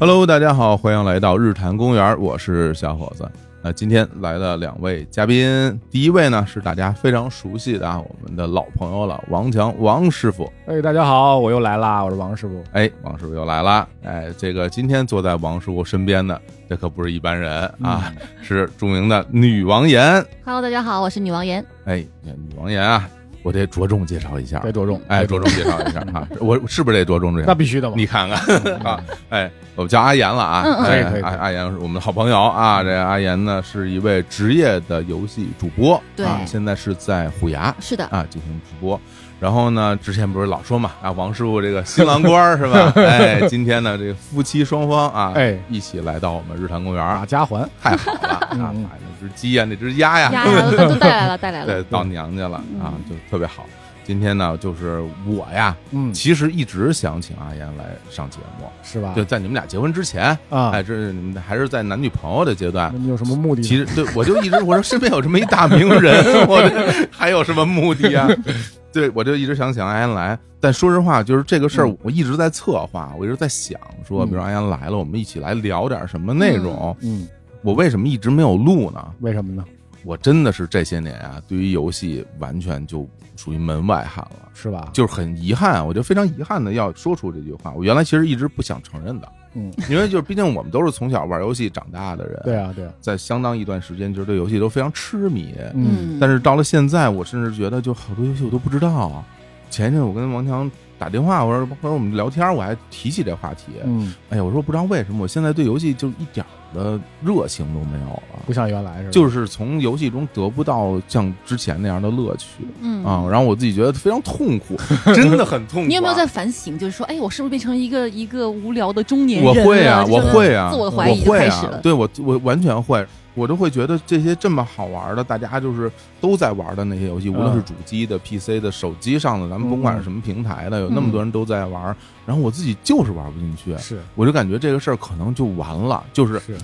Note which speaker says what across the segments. Speaker 1: Hello，大家好，欢迎来到日坛公园，我是小伙子。那今天来了两位嘉宾，第一位呢是大家非常熟悉的啊，我们的老朋友了，王强王师傅。
Speaker 2: 哎，大家好，我又来啦，我是王师傅。
Speaker 1: 哎，王师傅又来啦！哎，这个今天坐在王师傅身边的，这可不是一般人啊，是著名的女王岩。
Speaker 3: Hello，大家好，我是女王岩。
Speaker 1: 哎，女王岩啊，我得着重介绍一下
Speaker 2: 该，着重，
Speaker 1: 哎，着重介绍一下啊，我是不是得着重介
Speaker 2: 那
Speaker 1: 绍？
Speaker 2: 必须的嘛。
Speaker 1: 你看看啊，哎，我们叫阿岩了啊，
Speaker 3: 嗯嗯嗯嗯
Speaker 1: 哎
Speaker 2: 可以可以
Speaker 1: 阿
Speaker 2: 可以
Speaker 1: 阿岩是我们的好朋友啊。这个阿岩呢是一位职业的游戏主播，
Speaker 3: 对
Speaker 1: 啊，现在是在虎牙
Speaker 3: 是的，
Speaker 1: 啊进行直播。然后呢，之前不是老说嘛，啊，王师傅这个新郎官儿是 吧？哎，今天呢，这个夫妻双方啊，
Speaker 2: 哎
Speaker 1: 一起来到我们日坛公园
Speaker 2: 打
Speaker 1: 儿，啊
Speaker 2: 家环，
Speaker 1: 太好了啊！
Speaker 2: 嗯
Speaker 1: 买那只鸡呀，那只鸭呀，
Speaker 3: 呀，都带来了，带来
Speaker 1: 对
Speaker 3: 了。，
Speaker 1: 到娘家了啊
Speaker 3: 嗯，
Speaker 1: 就特别好。今天呢，就是我呀，
Speaker 2: 嗯，
Speaker 1: 其实一直想请阿岩来上节目，
Speaker 2: 是吧？
Speaker 1: 对，在你们俩结婚之前，
Speaker 2: 啊，
Speaker 1: 哎，这是你们还是在男女朋友的阶段
Speaker 2: 那。你有什么目的呢？
Speaker 1: 其实，对我就一直我说身边有这么一大名人，我这还有什么目的啊？ 对，我就一直想请阿岩来，但说实话，就是这个事儿，我一直在策划，我一直在想说，
Speaker 2: 嗯
Speaker 1: 比如阿岩来了，我们一起来聊点什么内容。
Speaker 2: 嗯，
Speaker 1: 我为什么一直没有录呢？
Speaker 2: 为什么呢？
Speaker 1: 我真的是这些年啊，对于游戏完全就属于门外汉了，
Speaker 2: 是吧？
Speaker 1: 就是很遗憾，我就非常遗憾的要说出这句话。我原来其实一直不想承认的。
Speaker 2: 嗯，
Speaker 1: 因为就是毕竟我们都是从小玩游戏长大的人，
Speaker 2: 对啊，对啊，
Speaker 1: 在相当一段时间就是对游戏都非常痴迷。
Speaker 2: 嗯，
Speaker 1: 但是到了现在，我甚至觉得就好多游戏我都不知道啊。前一阵我跟王强打电话，我说或者我们聊天，我还提起这话题。
Speaker 2: 嗯，
Speaker 1: 哎呀，我说不知道为什么我现在对游戏就一点儿的热情都没有了，
Speaker 2: 不像原来是吧？
Speaker 1: 就是从游戏中得不到像之前那样的乐趣
Speaker 3: 嗯
Speaker 1: 啊。然后我自己觉得非常痛苦， 真的很痛苦啊。
Speaker 3: 你有没有在反省？就是说，哎，我是不是变成一个一个无聊的中年人
Speaker 1: 我
Speaker 3: 了？
Speaker 1: 会啊，
Speaker 3: 就是
Speaker 1: 我会啊，
Speaker 3: 自我
Speaker 1: 我
Speaker 3: 的怀疑就
Speaker 1: 会
Speaker 3: 开始
Speaker 1: 啊
Speaker 3: 了，。
Speaker 1: 对我我完全会，我都会觉得这些这么好玩的，大家就是都在玩的那些游戏，无论
Speaker 3: 嗯
Speaker 1: 是主机的、PC 的、手机上的，咱们甭管是什么平台的，有
Speaker 3: 嗯
Speaker 1: 那么多人都在玩，然后我自己就是玩不进去。
Speaker 2: 是
Speaker 1: 我就感觉这个事儿可能就完了，就是
Speaker 2: 是，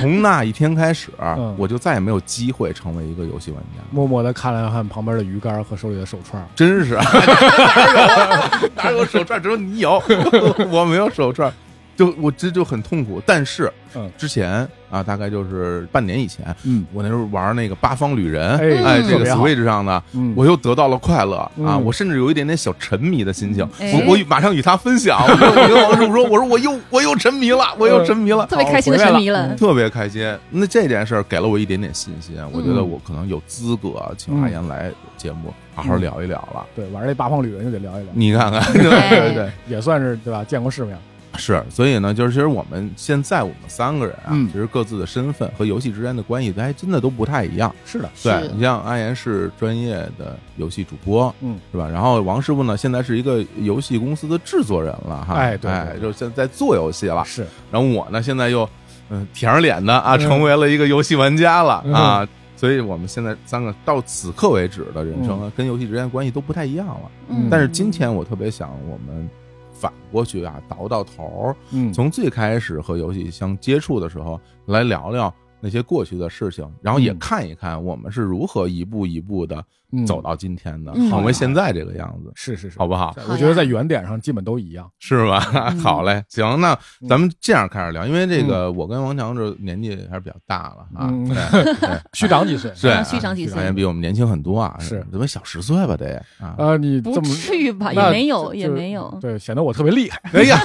Speaker 1: 从那一天开始，
Speaker 2: 嗯
Speaker 1: 我就再也没有机会成为一个游戏玩家。
Speaker 2: 默默的看了看旁边的鱼竿和手里的手串，
Speaker 1: 真
Speaker 2: 啊
Speaker 1: 是，哪有手串？只有你 有，我没有手串，就我这就很痛苦。但是，
Speaker 2: 嗯
Speaker 1: 之前啊，大概就是半年以前，
Speaker 2: 嗯，
Speaker 1: 我那时候玩那个《八方旅人》，
Speaker 2: 哎
Speaker 1: 哎，
Speaker 3: 嗯
Speaker 1: 这
Speaker 2: 特
Speaker 1: 个
Speaker 2: 别好
Speaker 1: Switch 上的，
Speaker 2: 嗯，
Speaker 1: 我又得到了快乐啊！
Speaker 2: 嗯
Speaker 1: 我甚至有一点点小沉迷的心情，
Speaker 3: 哎
Speaker 1: 我我马上与他分 享。我跟我跟王师傅说，我说我又我又沉迷
Speaker 2: 嗯
Speaker 1: 了，我又沉迷了。
Speaker 3: 特别开心的沉迷了。
Speaker 1: 特别开心。那这件事儿给了我一点点信心，我觉得
Speaker 2: 嗯
Speaker 1: 我可能有资格请阿岩来节目好好聊一聊了。
Speaker 2: 对玩这八方旅人就得聊一聊，
Speaker 1: 你看看， 对对对，
Speaker 2: 也算是对吧？见过世面，
Speaker 1: 是。所以呢，就是其实我们现在我们三个人啊，
Speaker 2: 嗯
Speaker 1: 其实各自的身份和游戏之间的关系还真的都不太一样。
Speaker 2: 是的，
Speaker 1: 对
Speaker 3: 是
Speaker 1: 你像阿岩是专业的游戏主播，
Speaker 2: 嗯，
Speaker 1: 是吧？然后王师傅呢，现在是一个游戏公司的制作人了哈，
Speaker 2: 哎对
Speaker 1: 哎，
Speaker 2: 对
Speaker 1: 就现在做游戏了。
Speaker 2: 啊是
Speaker 1: 然后我呢，现在又嗯舔着脸的啊，
Speaker 2: 嗯
Speaker 1: 成为了一个游戏玩家了、
Speaker 2: 嗯
Speaker 1: 啊。所以我们现在三个到此刻为止的人生、啊跟游戏之间的关系都不太一样了。
Speaker 2: 嗯
Speaker 1: 但是今天我特别想我们反过去啊，倒到头儿，
Speaker 2: 嗯，
Speaker 1: 从最开始和游戏相接触的时候来聊聊。那些过去的事情，然后也
Speaker 2: 嗯
Speaker 1: 看一看我们是如何一步一步的
Speaker 2: 嗯
Speaker 1: 走到今天的，
Speaker 3: 嗯
Speaker 1: 成为现在这个样子，
Speaker 2: 是是是，
Speaker 1: 好不好？
Speaker 2: 我觉得在原点上基本都一样，
Speaker 1: 是吧？
Speaker 3: 嗯
Speaker 1: 好嘞，行，那
Speaker 2: 嗯
Speaker 1: 咱们这样开始聊，因为这个我跟王强这年纪还是比较大了啊，
Speaker 2: 嗯
Speaker 1: 对对
Speaker 2: 虚长几岁，
Speaker 1: 对啊，
Speaker 3: 啊虚长几岁
Speaker 1: 哎比我们年轻很多啊，
Speaker 2: 是
Speaker 1: 怎么小十岁吧得啊？
Speaker 2: 啊，你
Speaker 3: 不
Speaker 2: 这么
Speaker 3: 至于吧？
Speaker 2: 那
Speaker 3: 也没有，
Speaker 2: 就
Speaker 3: 也没有。
Speaker 2: 对，显得我特别厉害
Speaker 1: 哎呀，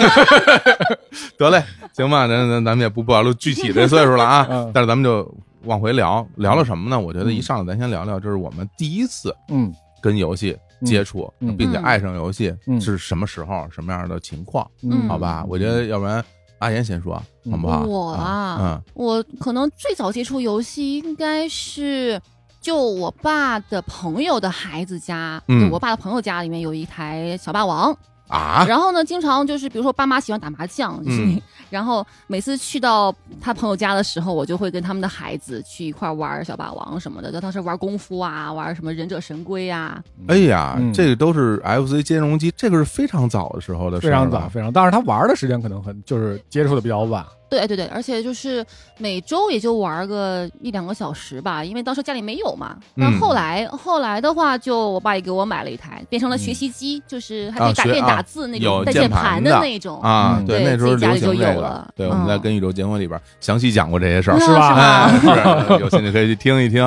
Speaker 1: 得嘞，行吧，咱咱咱们也不暴露具体的岁数了啊
Speaker 2: 嗯，
Speaker 1: 但是咱们就往回聊，聊了什么呢？我觉得一上来咱先聊聊，就是我们第一次
Speaker 2: 嗯
Speaker 1: 跟游戏接触，
Speaker 2: 嗯嗯
Speaker 1: 并且爱上游戏
Speaker 2: 嗯
Speaker 1: 是什么时候、什么样的情况？
Speaker 3: 嗯
Speaker 1: 好吧，我觉得要不然阿岩先说，
Speaker 2: 嗯
Speaker 1: 好不好？
Speaker 3: 我
Speaker 1: 啊，嗯
Speaker 3: 啊，我可能最早接触游戏应该是。就我爸的朋友的孩子家，
Speaker 1: 嗯
Speaker 3: 就我爸的朋友家里面有一台小霸王，
Speaker 1: 啊，
Speaker 3: 然后呢，经常就是比如说爸妈喜欢打麻将，就是你、
Speaker 1: 嗯
Speaker 3: 然后每次去到他朋友家的时候，我就会跟他们的孩子去一块儿玩小霸王什么的，就当时玩功夫啊，玩什么忍者神龟啊，
Speaker 1: 哎呀，
Speaker 2: 嗯
Speaker 1: 这个都是 FC 兼容机，这个是非常早的时候的事
Speaker 2: 非
Speaker 1: 儿
Speaker 2: 常
Speaker 1: 了
Speaker 2: 早，非常，但是他玩的时间可能很就是接触的比较晚，
Speaker 3: 对对对，而且就是每周也就玩个一两个小时吧，因为当时家里没有嘛。但
Speaker 1: 嗯
Speaker 3: 后来、后来的话，就我爸也给我买了一台，变成了学习机，就是还可以
Speaker 1: 啊
Speaker 3: 打
Speaker 1: 学
Speaker 3: 电
Speaker 1: 啊
Speaker 3: 打字那种
Speaker 1: 有
Speaker 3: 带
Speaker 1: 键
Speaker 3: 键
Speaker 1: 盘
Speaker 3: 盘
Speaker 1: 的
Speaker 3: 那种。
Speaker 1: 啊
Speaker 2: 嗯，
Speaker 1: 对，
Speaker 3: 对
Speaker 1: 那时候
Speaker 3: 自己家
Speaker 1: 流行
Speaker 3: 里就
Speaker 1: 这
Speaker 3: 有
Speaker 1: 个
Speaker 3: 了，
Speaker 1: 对，我们在
Speaker 3: 嗯
Speaker 1: 跟宇宙结婚里边详细讲过这些事儿
Speaker 3: 那，
Speaker 2: 是吧
Speaker 1: 哎，是有兴趣可以去听一听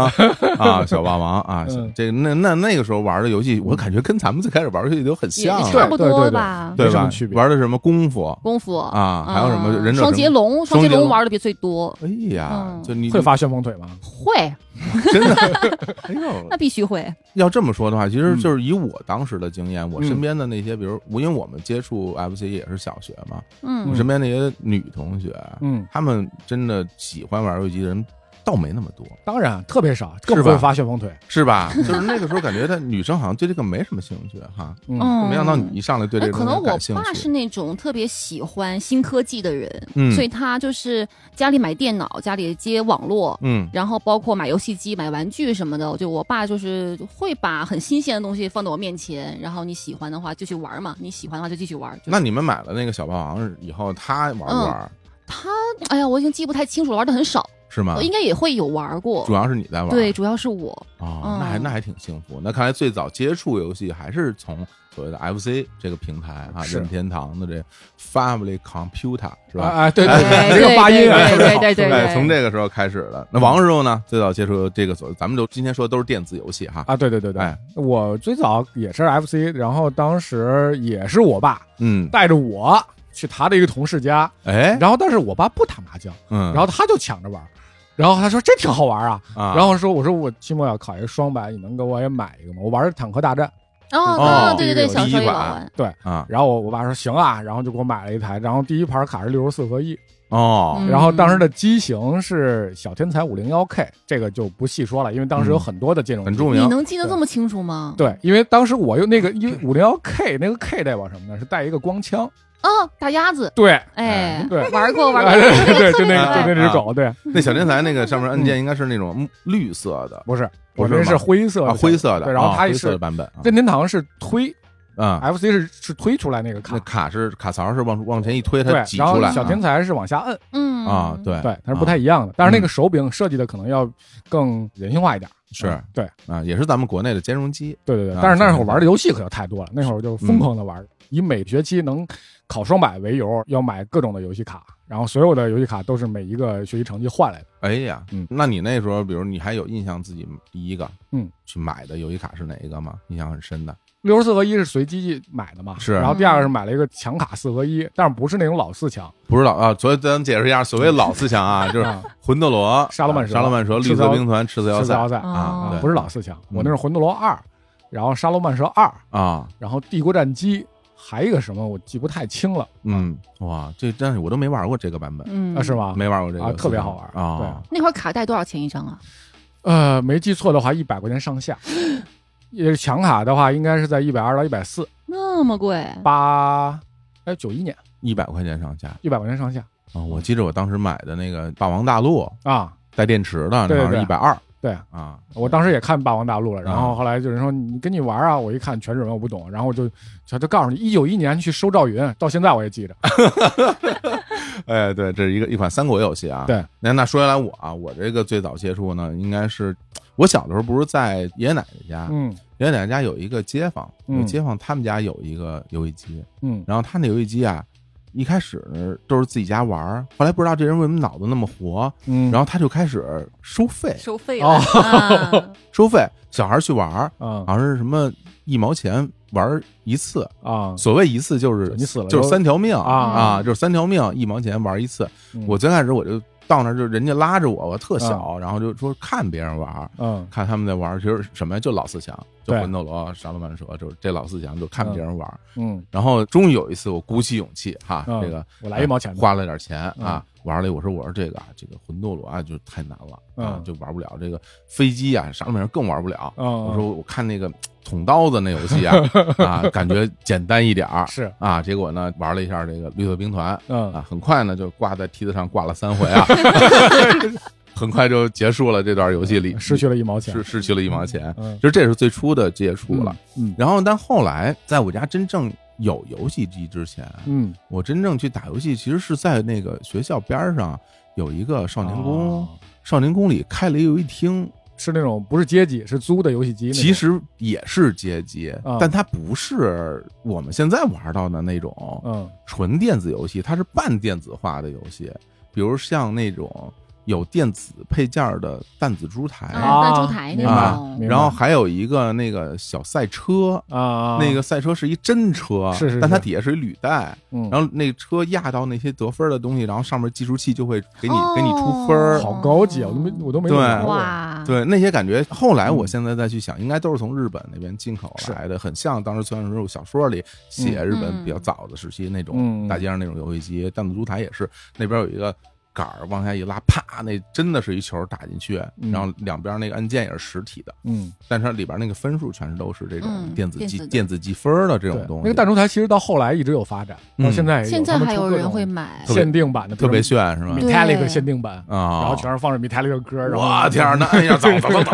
Speaker 1: 啊，小霸王啊
Speaker 2: 嗯，
Speaker 1: 这个那那那个时候玩的游戏，我感觉跟咱们最开始玩的游戏都很
Speaker 3: 也
Speaker 1: 像
Speaker 3: 也
Speaker 1: 啊，
Speaker 3: 差不
Speaker 2: 对对
Speaker 3: 多
Speaker 2: 对
Speaker 3: 吧。
Speaker 1: 对
Speaker 2: 没什
Speaker 1: 吧
Speaker 2: 么区？别
Speaker 1: 玩的什么功夫
Speaker 3: 功夫
Speaker 1: 啊还有什么
Speaker 3: 嗯
Speaker 1: 忍者
Speaker 3: 双
Speaker 1: 神
Speaker 3: 截龙，
Speaker 1: 双
Speaker 3: 双截
Speaker 1: 截
Speaker 3: 龙
Speaker 1: 龙
Speaker 3: 玩的比最多。
Speaker 1: 哎呀，
Speaker 3: 嗯
Speaker 1: 就你
Speaker 2: 会发旋风腿吗？
Speaker 3: 会，
Speaker 1: 真的，哎呦，
Speaker 3: 那必须会。
Speaker 1: 要这么说的话，其实
Speaker 2: 嗯
Speaker 1: 就是以我当时的经验，我
Speaker 2: 嗯
Speaker 1: 身边的那些，比如我因为我们接触 FC 也是小学嘛，我
Speaker 3: 嗯，
Speaker 1: 身边那些女同学，
Speaker 2: 嗯，
Speaker 1: 她们真的喜欢玩游戏的人倒没那么多，
Speaker 2: 当然特别少，更
Speaker 1: 是
Speaker 2: 不
Speaker 1: 吧
Speaker 2: 会发旋风腿。
Speaker 1: 是吧？就是那个时候感觉她女生好像对这个没什么兴趣哈，
Speaker 2: 嗯
Speaker 3: 嗯，
Speaker 1: 没想到你一上来对这
Speaker 3: 那
Speaker 1: 个
Speaker 3: 可
Speaker 1: 东
Speaker 3: 能
Speaker 1: 西
Speaker 3: 我
Speaker 1: 感兴
Speaker 3: 爸是
Speaker 1: 趣，
Speaker 3: 那种特别喜欢新科技的人，
Speaker 1: 嗯
Speaker 3: 所以他就是家里买电脑，家里接网络。
Speaker 1: 嗯
Speaker 3: 然后包括买游戏机、买玩具什么的，就我爸就是会把很新鲜的东西放到我面前，然后你喜欢的话就去玩嘛，你喜欢的话就继续玩。就是嗯
Speaker 1: 那你们买了那个小霸王以后，她玩不玩？
Speaker 3: 他，哎呀，我已经记不太清楚了，玩的很少，
Speaker 1: 是吗
Speaker 3: 我？应该也会有玩过
Speaker 1: 啊主。要是你在玩，
Speaker 3: 对，主要是我，
Speaker 1: 哦
Speaker 3: 嗯，
Speaker 1: 那还那还挺幸福。那看来最早接触游戏还是从所谓的 FC 这个平台啊，
Speaker 2: 是
Speaker 1: 任天堂的这 Family Computer 是吧？
Speaker 2: 哎，对
Speaker 3: 哎
Speaker 2: 对，这个
Speaker 3: 对
Speaker 2: 发音啊，
Speaker 3: 对
Speaker 2: 特别
Speaker 3: 对
Speaker 2: 好
Speaker 3: 对对对
Speaker 1: 哎从这个时候开始的。那王师傅呢？最早接触这个所谓，咱们就今天说的都是电子游戏哈。
Speaker 2: 啊，对对对对
Speaker 1: 哎，
Speaker 2: 我最早也是 FC，然后当时也是我爸
Speaker 1: 嗯，
Speaker 2: 带着我去他的一个同事家，
Speaker 1: 哎，
Speaker 2: 然后但是我爸不打麻将，
Speaker 1: 嗯，
Speaker 2: 然后他就抢着玩，然后他说这挺好玩啊，
Speaker 1: 啊，
Speaker 2: 然后说我说我期末要考一个双百，你能给我也买一个吗？我玩坦克大战，
Speaker 3: 哦，
Speaker 1: 哦
Speaker 3: 对对对，小时候也老
Speaker 1: 第一
Speaker 3: 玩。
Speaker 1: 啊，
Speaker 2: 然后我我爸说行啊，然后就给我买了一台，然后第一盘卡是六十四合一，
Speaker 1: 哦，
Speaker 3: 嗯
Speaker 2: 然后当时的机型是小天才五零幺 K，这个就不细说了，因为当时有
Speaker 1: 嗯
Speaker 2: 很多的这种
Speaker 1: 很著
Speaker 2: 名。
Speaker 1: 名
Speaker 3: 你能记得这么清楚吗？
Speaker 2: 对，因为当时我用那个，因为五零幺 K 那个 K 代表什么呢？是带一个光枪。
Speaker 3: 哦，大鸭子，
Speaker 2: 对，
Speaker 3: 哎，
Speaker 2: 对
Speaker 3: 玩过玩
Speaker 2: 啊
Speaker 3: 过，
Speaker 2: 对对，就
Speaker 3: 特别
Speaker 2: 那
Speaker 3: 可 爱
Speaker 2: 个就那
Speaker 1: 啊
Speaker 2: 只狗，对，
Speaker 1: 那小天才那个上
Speaker 3: 嗯
Speaker 1: 面按键应该是那种木绿色的
Speaker 2: 不是，
Speaker 1: 不
Speaker 2: 我
Speaker 1: 是
Speaker 2: 那是
Speaker 1: 吗
Speaker 2: 灰色
Speaker 1: 啊，
Speaker 2: 的，
Speaker 1: 灰色的，
Speaker 2: 对，然后
Speaker 1: 啊
Speaker 2: 它
Speaker 1: 灰色的
Speaker 2: 是
Speaker 1: 版本啊
Speaker 2: 任天堂是推
Speaker 1: 啊。
Speaker 2: FC 是是推出来那个卡
Speaker 1: 那，卡是卡槽是往往前一推，
Speaker 2: 对
Speaker 1: 它挤，
Speaker 2: 然
Speaker 1: 出
Speaker 2: 后
Speaker 1: 来
Speaker 2: 小天才是往下摁，
Speaker 3: 嗯
Speaker 1: 啊，，对
Speaker 2: 对，它是
Speaker 1: 啊
Speaker 2: 不太一样的。但是那个手柄设计的可能要更人性化一点，
Speaker 1: 是
Speaker 2: 嗯对，
Speaker 1: 啊，也是咱们国内的兼容机，
Speaker 2: 对对对
Speaker 1: 啊。
Speaker 2: 但是那
Speaker 1: 小
Speaker 2: 会儿
Speaker 1: 天才
Speaker 2: 玩的游戏可就太多了，那会儿
Speaker 1: 嗯
Speaker 2: 就疯狂的玩，以每学期能考双百为由，要买各种的游戏卡，然后所有的游戏卡都是每一个学习成绩换来的。
Speaker 1: 哎呀，
Speaker 2: 嗯
Speaker 1: 那你那时候，比如你还有印象自己第一个
Speaker 2: 嗯
Speaker 1: 去买的游戏卡是哪一个吗？印象很深的
Speaker 2: 六十四合一是随机买的嘛，
Speaker 1: 是
Speaker 2: 然后第二个是买了一个强卡四合一，但是不是那种老四强，
Speaker 1: 不知道啊，所以咱们解释一下，所谓老四强啊，就是
Speaker 2: 啊
Speaker 1: 魂斗罗、啊
Speaker 2: 沙罗曼蛇
Speaker 1: 沙罗曼蛇、
Speaker 2: 赤
Speaker 1: 绿色
Speaker 2: 色
Speaker 1: 兵团、赤色要
Speaker 2: 是
Speaker 1: 塞
Speaker 2: 奥赛
Speaker 1: 啊
Speaker 3: 哦
Speaker 1: 对
Speaker 2: 不是老四强，
Speaker 1: 嗯
Speaker 2: 我那是魂斗罗二，然后沙罗曼蛇二，
Speaker 1: 啊，
Speaker 2: 然后帝国战机，还有一个什么我记不太清了
Speaker 1: 嗯，哇，这但是我都没玩过这个版本，
Speaker 3: 嗯
Speaker 2: 啊，是？吗？
Speaker 1: 没玩过这个
Speaker 2: 啊
Speaker 1: 游戏，
Speaker 2: 特别好玩
Speaker 1: 啊，
Speaker 3: 那会儿卡带多少钱一张啊？
Speaker 2: 呃，没记错的话，一百块钱上 下。也是强卡的话，应该是在一百二到一百四，
Speaker 3: 那么贵，
Speaker 2: 八，哎，九一年
Speaker 1: 一百块钱上下
Speaker 2: 一百块钱上下
Speaker 1: 啊，我记得我当时买的那个《霸王大陆》
Speaker 2: 啊。
Speaker 1: 带电池的，
Speaker 2: 对
Speaker 1: 那
Speaker 2: 对
Speaker 1: 好像一百二
Speaker 2: 对
Speaker 1: 啊，
Speaker 2: 我当时也看《霸王大陆》了，然
Speaker 1: 啊
Speaker 2: 后后来有人说你跟你玩啊，我一看全日文我不懂，然后我就他就告诉你，一九一年去收赵云，到现在我也记着。
Speaker 1: 啊哎，对，这是一个一款三国游戏啊。
Speaker 2: 对，
Speaker 1: 那那说回来我啊，我这个最早接触呢，应该是我小的时候不是在爷爷奶奶家，
Speaker 2: 嗯
Speaker 1: 爷爷奶奶家有一个街坊，
Speaker 2: 嗯
Speaker 1: 有街坊他们家有一个游戏机，
Speaker 2: 嗯
Speaker 1: 然后他那游戏机啊，一开始都是自己家玩儿，后来不知道这人为什么脑子那么活，
Speaker 2: 嗯，
Speaker 1: 然后他就开始收费，
Speaker 3: 收费
Speaker 2: 哦
Speaker 3: 啊
Speaker 1: 收费小孩儿去玩儿，
Speaker 2: 后啊
Speaker 1: 好像是什么一毛钱玩儿一次，
Speaker 2: 啊，
Speaker 1: 所谓一次就是
Speaker 2: 你死了
Speaker 1: 就是三条命
Speaker 2: 啊
Speaker 1: 啊，就是三条命，一毛钱玩一次。
Speaker 2: 嗯
Speaker 1: 我最开始我就到那儿，就人家拉着我，我特
Speaker 2: 啊
Speaker 1: 小，然后就说看别人玩儿，
Speaker 2: 嗯
Speaker 1: 看他们在玩儿，其实什么呀，就老四强，就
Speaker 2: 对
Speaker 1: 魂斗罗、沙罗曼蛇，就是这老四强，就看别人玩儿。
Speaker 2: 嗯，
Speaker 1: 然后终于有一次，我鼓起勇气哈，
Speaker 2: 嗯
Speaker 1: 这个
Speaker 2: 我来一毛钱吧嗯
Speaker 1: 花了点钱啊，玩了一我说我说这个啊，这个魂斗罗啊就太难了啊
Speaker 2: 嗯，
Speaker 1: 就玩不了。这个飞机啊，沙罗曼蛇更玩不了。
Speaker 2: 嗯嗯
Speaker 1: 我说我看那个捅刀子那游戏 啊啊，感觉简单一点儿。
Speaker 2: 是
Speaker 1: 啊，结果呢，玩了一下这个绿色兵团
Speaker 2: 嗯
Speaker 1: 啊，很快呢就挂在梯子上挂了三回啊，很快就结束了这段游戏里
Speaker 2: 失去了一毛钱
Speaker 1: 失，失去了一毛钱，
Speaker 2: 嗯
Speaker 1: 就这是最初的接触了。
Speaker 2: 嗯
Speaker 1: 然后，但后来在我家真正有游戏机之前，
Speaker 2: 嗯，
Speaker 1: 我真正去打游戏，其实是在那个学校边儿上有一个少年宫，
Speaker 2: 啊
Speaker 1: 少年宫里开了一游戏厅，
Speaker 2: 是那种不是街机，是租的游戏机那种。
Speaker 1: 其实也是街机
Speaker 2: 啊，
Speaker 1: 但它不是我们现在玩到的那种
Speaker 2: 嗯
Speaker 1: 纯电子游戏，它是半电子化的游戏，比如像那种有电子配件儿的弹子珠台，
Speaker 3: 啊弹珠台
Speaker 2: 哎
Speaker 3: 那
Speaker 2: 明白
Speaker 3: 种
Speaker 2: 明白
Speaker 1: 然后还有一个那个小赛车。
Speaker 2: 啊
Speaker 1: 那个赛车是一真车，
Speaker 2: 是是是
Speaker 1: 但它底下是一履带，
Speaker 2: 嗯
Speaker 1: 然后那车压到那些得分的东西，然后上面计数器就会给你、
Speaker 3: 哦
Speaker 1: 给你出分儿。
Speaker 2: 好高级啊，我都没我都没
Speaker 1: 对
Speaker 2: 玩过
Speaker 3: 哇，
Speaker 1: 对那些感觉，后来我
Speaker 2: 嗯
Speaker 1: 现在再去想，应该都是从日本那边进口来的，很像当时村上春树小说里写日本
Speaker 3: 嗯
Speaker 1: 比较早的时期那种、
Speaker 2: 嗯
Speaker 1: 大街上那种游戏机，弹子珠台也是，那边有一个杆儿往下一拉，啪，那真的是一球打进去，
Speaker 2: 嗯
Speaker 1: 然后两边那个按键也是实体的，
Speaker 2: 嗯，
Speaker 1: 但是它里边那个分数全是都是这种
Speaker 3: 嗯
Speaker 1: 电子计、
Speaker 3: 电子的
Speaker 1: 电子计分儿的这
Speaker 2: 对
Speaker 1: 种东西，
Speaker 2: 那个弹珠台其实到后来一直有发展，
Speaker 1: 嗯
Speaker 2: 到现在也有
Speaker 3: 现在
Speaker 2: 他们
Speaker 3: 还
Speaker 2: 出
Speaker 3: 有
Speaker 2: 各
Speaker 3: 人
Speaker 2: 种
Speaker 3: 会买
Speaker 1: 特别
Speaker 2: 限定版的，
Speaker 1: 特别炫是吗？
Speaker 3: 对
Speaker 2: Metallic 限定版，
Speaker 1: 啊，
Speaker 2: 然后全是放着 Metallic 的歌，然后
Speaker 1: 我天儿，那哎呀，走走走走，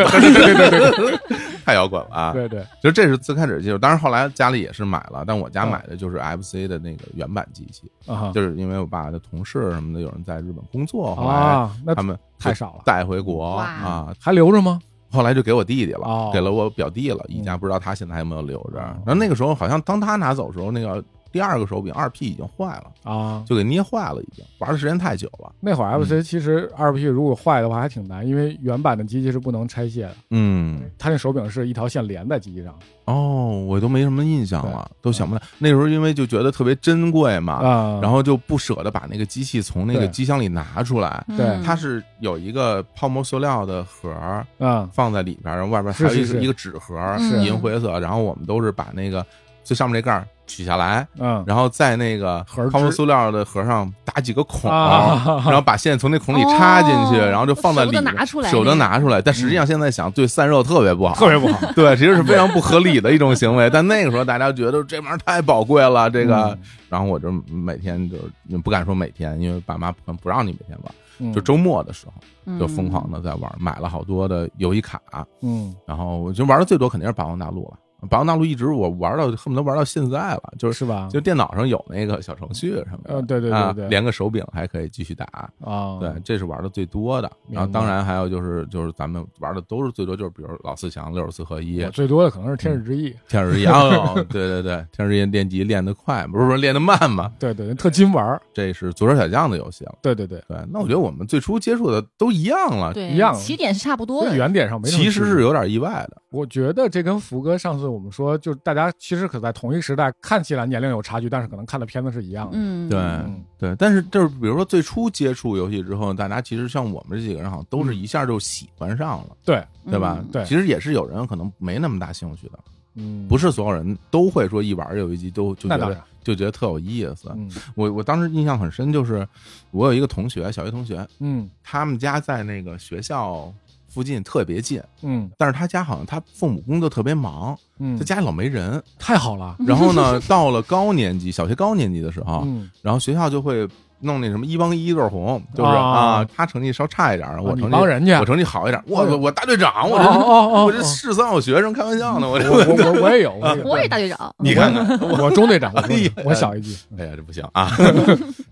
Speaker 1: 太摇滚了啊！
Speaker 2: 对对，
Speaker 1: 就这是最开始的接触，当然后来家里也是买了，但我家
Speaker 2: 嗯
Speaker 1: 买的就是 FC 的那个原版机器，
Speaker 2: 啊哈
Speaker 1: 就是因为我爸的同事什么的有人在日本工作，后来
Speaker 2: 啊，那
Speaker 1: 他们
Speaker 2: 太少了，
Speaker 1: 带回国
Speaker 3: 哇
Speaker 1: 啊，
Speaker 2: 还留着吗？
Speaker 1: 后来就给我弟弟了
Speaker 2: 哦，嗯
Speaker 1: 给了我表弟了，一家不知道他现在还有没有留着。然后那个时候好像当他拿走的时候，那个第二个手柄二 P 已经坏了，
Speaker 2: 啊，
Speaker 1: 就给嗯捏坏了，已经玩的时间太久了。
Speaker 2: 那会儿 FC 其实二 P 如果坏的话还挺难，因为原版的机器是不能拆卸的，
Speaker 1: 嗯，
Speaker 2: 它那手柄是一条线连在机器上
Speaker 1: 哦，我都没什么印象了，都想不起来。那时候因为就觉得特别珍贵嘛，
Speaker 2: 啊，
Speaker 1: 然后就不舍得把那个机器从那个
Speaker 2: 对
Speaker 1: 机箱里拿出来。
Speaker 3: 嗯
Speaker 2: 对
Speaker 1: 它是有一个泡沫塑料的盒儿
Speaker 2: 啊
Speaker 1: 放在里边儿，然后外边还
Speaker 2: 是
Speaker 1: 有一
Speaker 2: 是
Speaker 1: 个
Speaker 2: 是
Speaker 1: 一个纸盒儿，
Speaker 3: 是
Speaker 1: 银灰色。然后我们都是把那个最上面那盖儿取下来，
Speaker 2: 嗯
Speaker 1: 然后在那个
Speaker 2: 盒儿支
Speaker 1: 泡沫塑料的盒上打几个孔，
Speaker 2: 啊
Speaker 1: 然后把线从那孔里插进去，
Speaker 3: 哦
Speaker 1: 然后就放在里
Speaker 3: 舍
Speaker 1: 边，
Speaker 3: 不得拿出来
Speaker 1: 舍不得
Speaker 3: 那个
Speaker 1: 拿出来。但
Speaker 2: 嗯
Speaker 1: 实际上现在想，对散热特别不好，
Speaker 2: 特别不好，
Speaker 1: 对，其实是非常不合理的一种行为。但那个时候大家觉得这玩意儿太宝贵了，这个，
Speaker 2: 嗯
Speaker 1: 然后我就每天就是不敢说每天，因为爸妈不不让你每天玩，
Speaker 2: 嗯
Speaker 1: 就周末的时候
Speaker 3: 嗯
Speaker 1: 就疯狂的在玩，买了好多的游戏卡，
Speaker 2: 嗯
Speaker 1: 然后我觉得玩的最多肯定是《霸王大陆》了，《霸王大陆》一直我玩到恨不得玩到现在了，就是
Speaker 2: 是吧？
Speaker 1: 就电脑上有那个小程序什么的，
Speaker 2: 呃对对对
Speaker 1: 啊
Speaker 2: 对
Speaker 1: 连个手柄还可以继续打。
Speaker 2: 啊
Speaker 1: 对，这是玩的最多的。然后
Speaker 2: 明白
Speaker 1: 当然还有就是就是咱们玩的都是最多就是比如老四强、六十四合一
Speaker 2: 我、最多的可能是天使之翼，
Speaker 1: 天使之翼，哦 对对对，天使之翼练级练得快，不是说练得慢嘛，
Speaker 2: 对对，特金玩儿，
Speaker 1: 这是左手小将的游戏了。
Speaker 2: 对对对，
Speaker 1: 对，那我觉得我们最初接触的都一样了，
Speaker 3: 对
Speaker 2: 一样
Speaker 3: 起点是差不多
Speaker 2: 所以
Speaker 3: 的，
Speaker 2: 原点上没什么
Speaker 1: 其实
Speaker 2: 区别
Speaker 1: 是有点意外的。
Speaker 2: 我觉得这跟福哥上次我们说，就是大家其实可在同一时代看起来年龄有差距，但是可能看的片子是一样的。
Speaker 3: 嗯，
Speaker 1: 对
Speaker 2: 嗯，
Speaker 1: 对，但是就是比如说最初接触游戏之后，大家其实像我们这几个人，好像都是
Speaker 2: 嗯
Speaker 1: 一下就喜欢上了，
Speaker 2: 对，
Speaker 3: 嗯
Speaker 1: 对吧？
Speaker 2: 对
Speaker 1: 其实也是有人可能没那么大兴趣的，
Speaker 2: 嗯，
Speaker 1: 不，是所有人都会说一玩游戏机都就觉
Speaker 2: 那当
Speaker 1: 得啊
Speaker 2: 然，
Speaker 1: 就觉得特有意思。
Speaker 2: 嗯
Speaker 1: 我我当时印象很深，就是我有一个同学，小学同学，
Speaker 2: 嗯
Speaker 1: 他们家在那个学校附近特别近，
Speaker 2: 嗯
Speaker 1: 但是他家好像他父母工作特别忙，
Speaker 2: 嗯
Speaker 1: 他，家里老没人。
Speaker 2: 太好了，
Speaker 1: 然后 呢，到了高年级，小学高年级的时候，
Speaker 2: 嗯，
Speaker 1: 然后学校就会弄那什么一帮一一对儿红，就是
Speaker 2: 啊
Speaker 1: 啊，他成绩稍差一点儿，我
Speaker 2: 你
Speaker 1: 成绩
Speaker 2: 帮人家，
Speaker 1: 我成绩好一点儿，我
Speaker 2: 对
Speaker 1: 我我大队长， 我
Speaker 2: 哦
Speaker 1: 这
Speaker 2: 哦哦，
Speaker 1: 我这市三好学生，开玩笑呢，我
Speaker 2: 我
Speaker 1: 这。
Speaker 2: 我我我也有，我也有
Speaker 3: 我也是大队长，
Speaker 1: 你看看，
Speaker 2: 我我中队长，我中 队
Speaker 1: 哎呀
Speaker 2: 长我小一级，
Speaker 1: 哎呀，这不行 啊！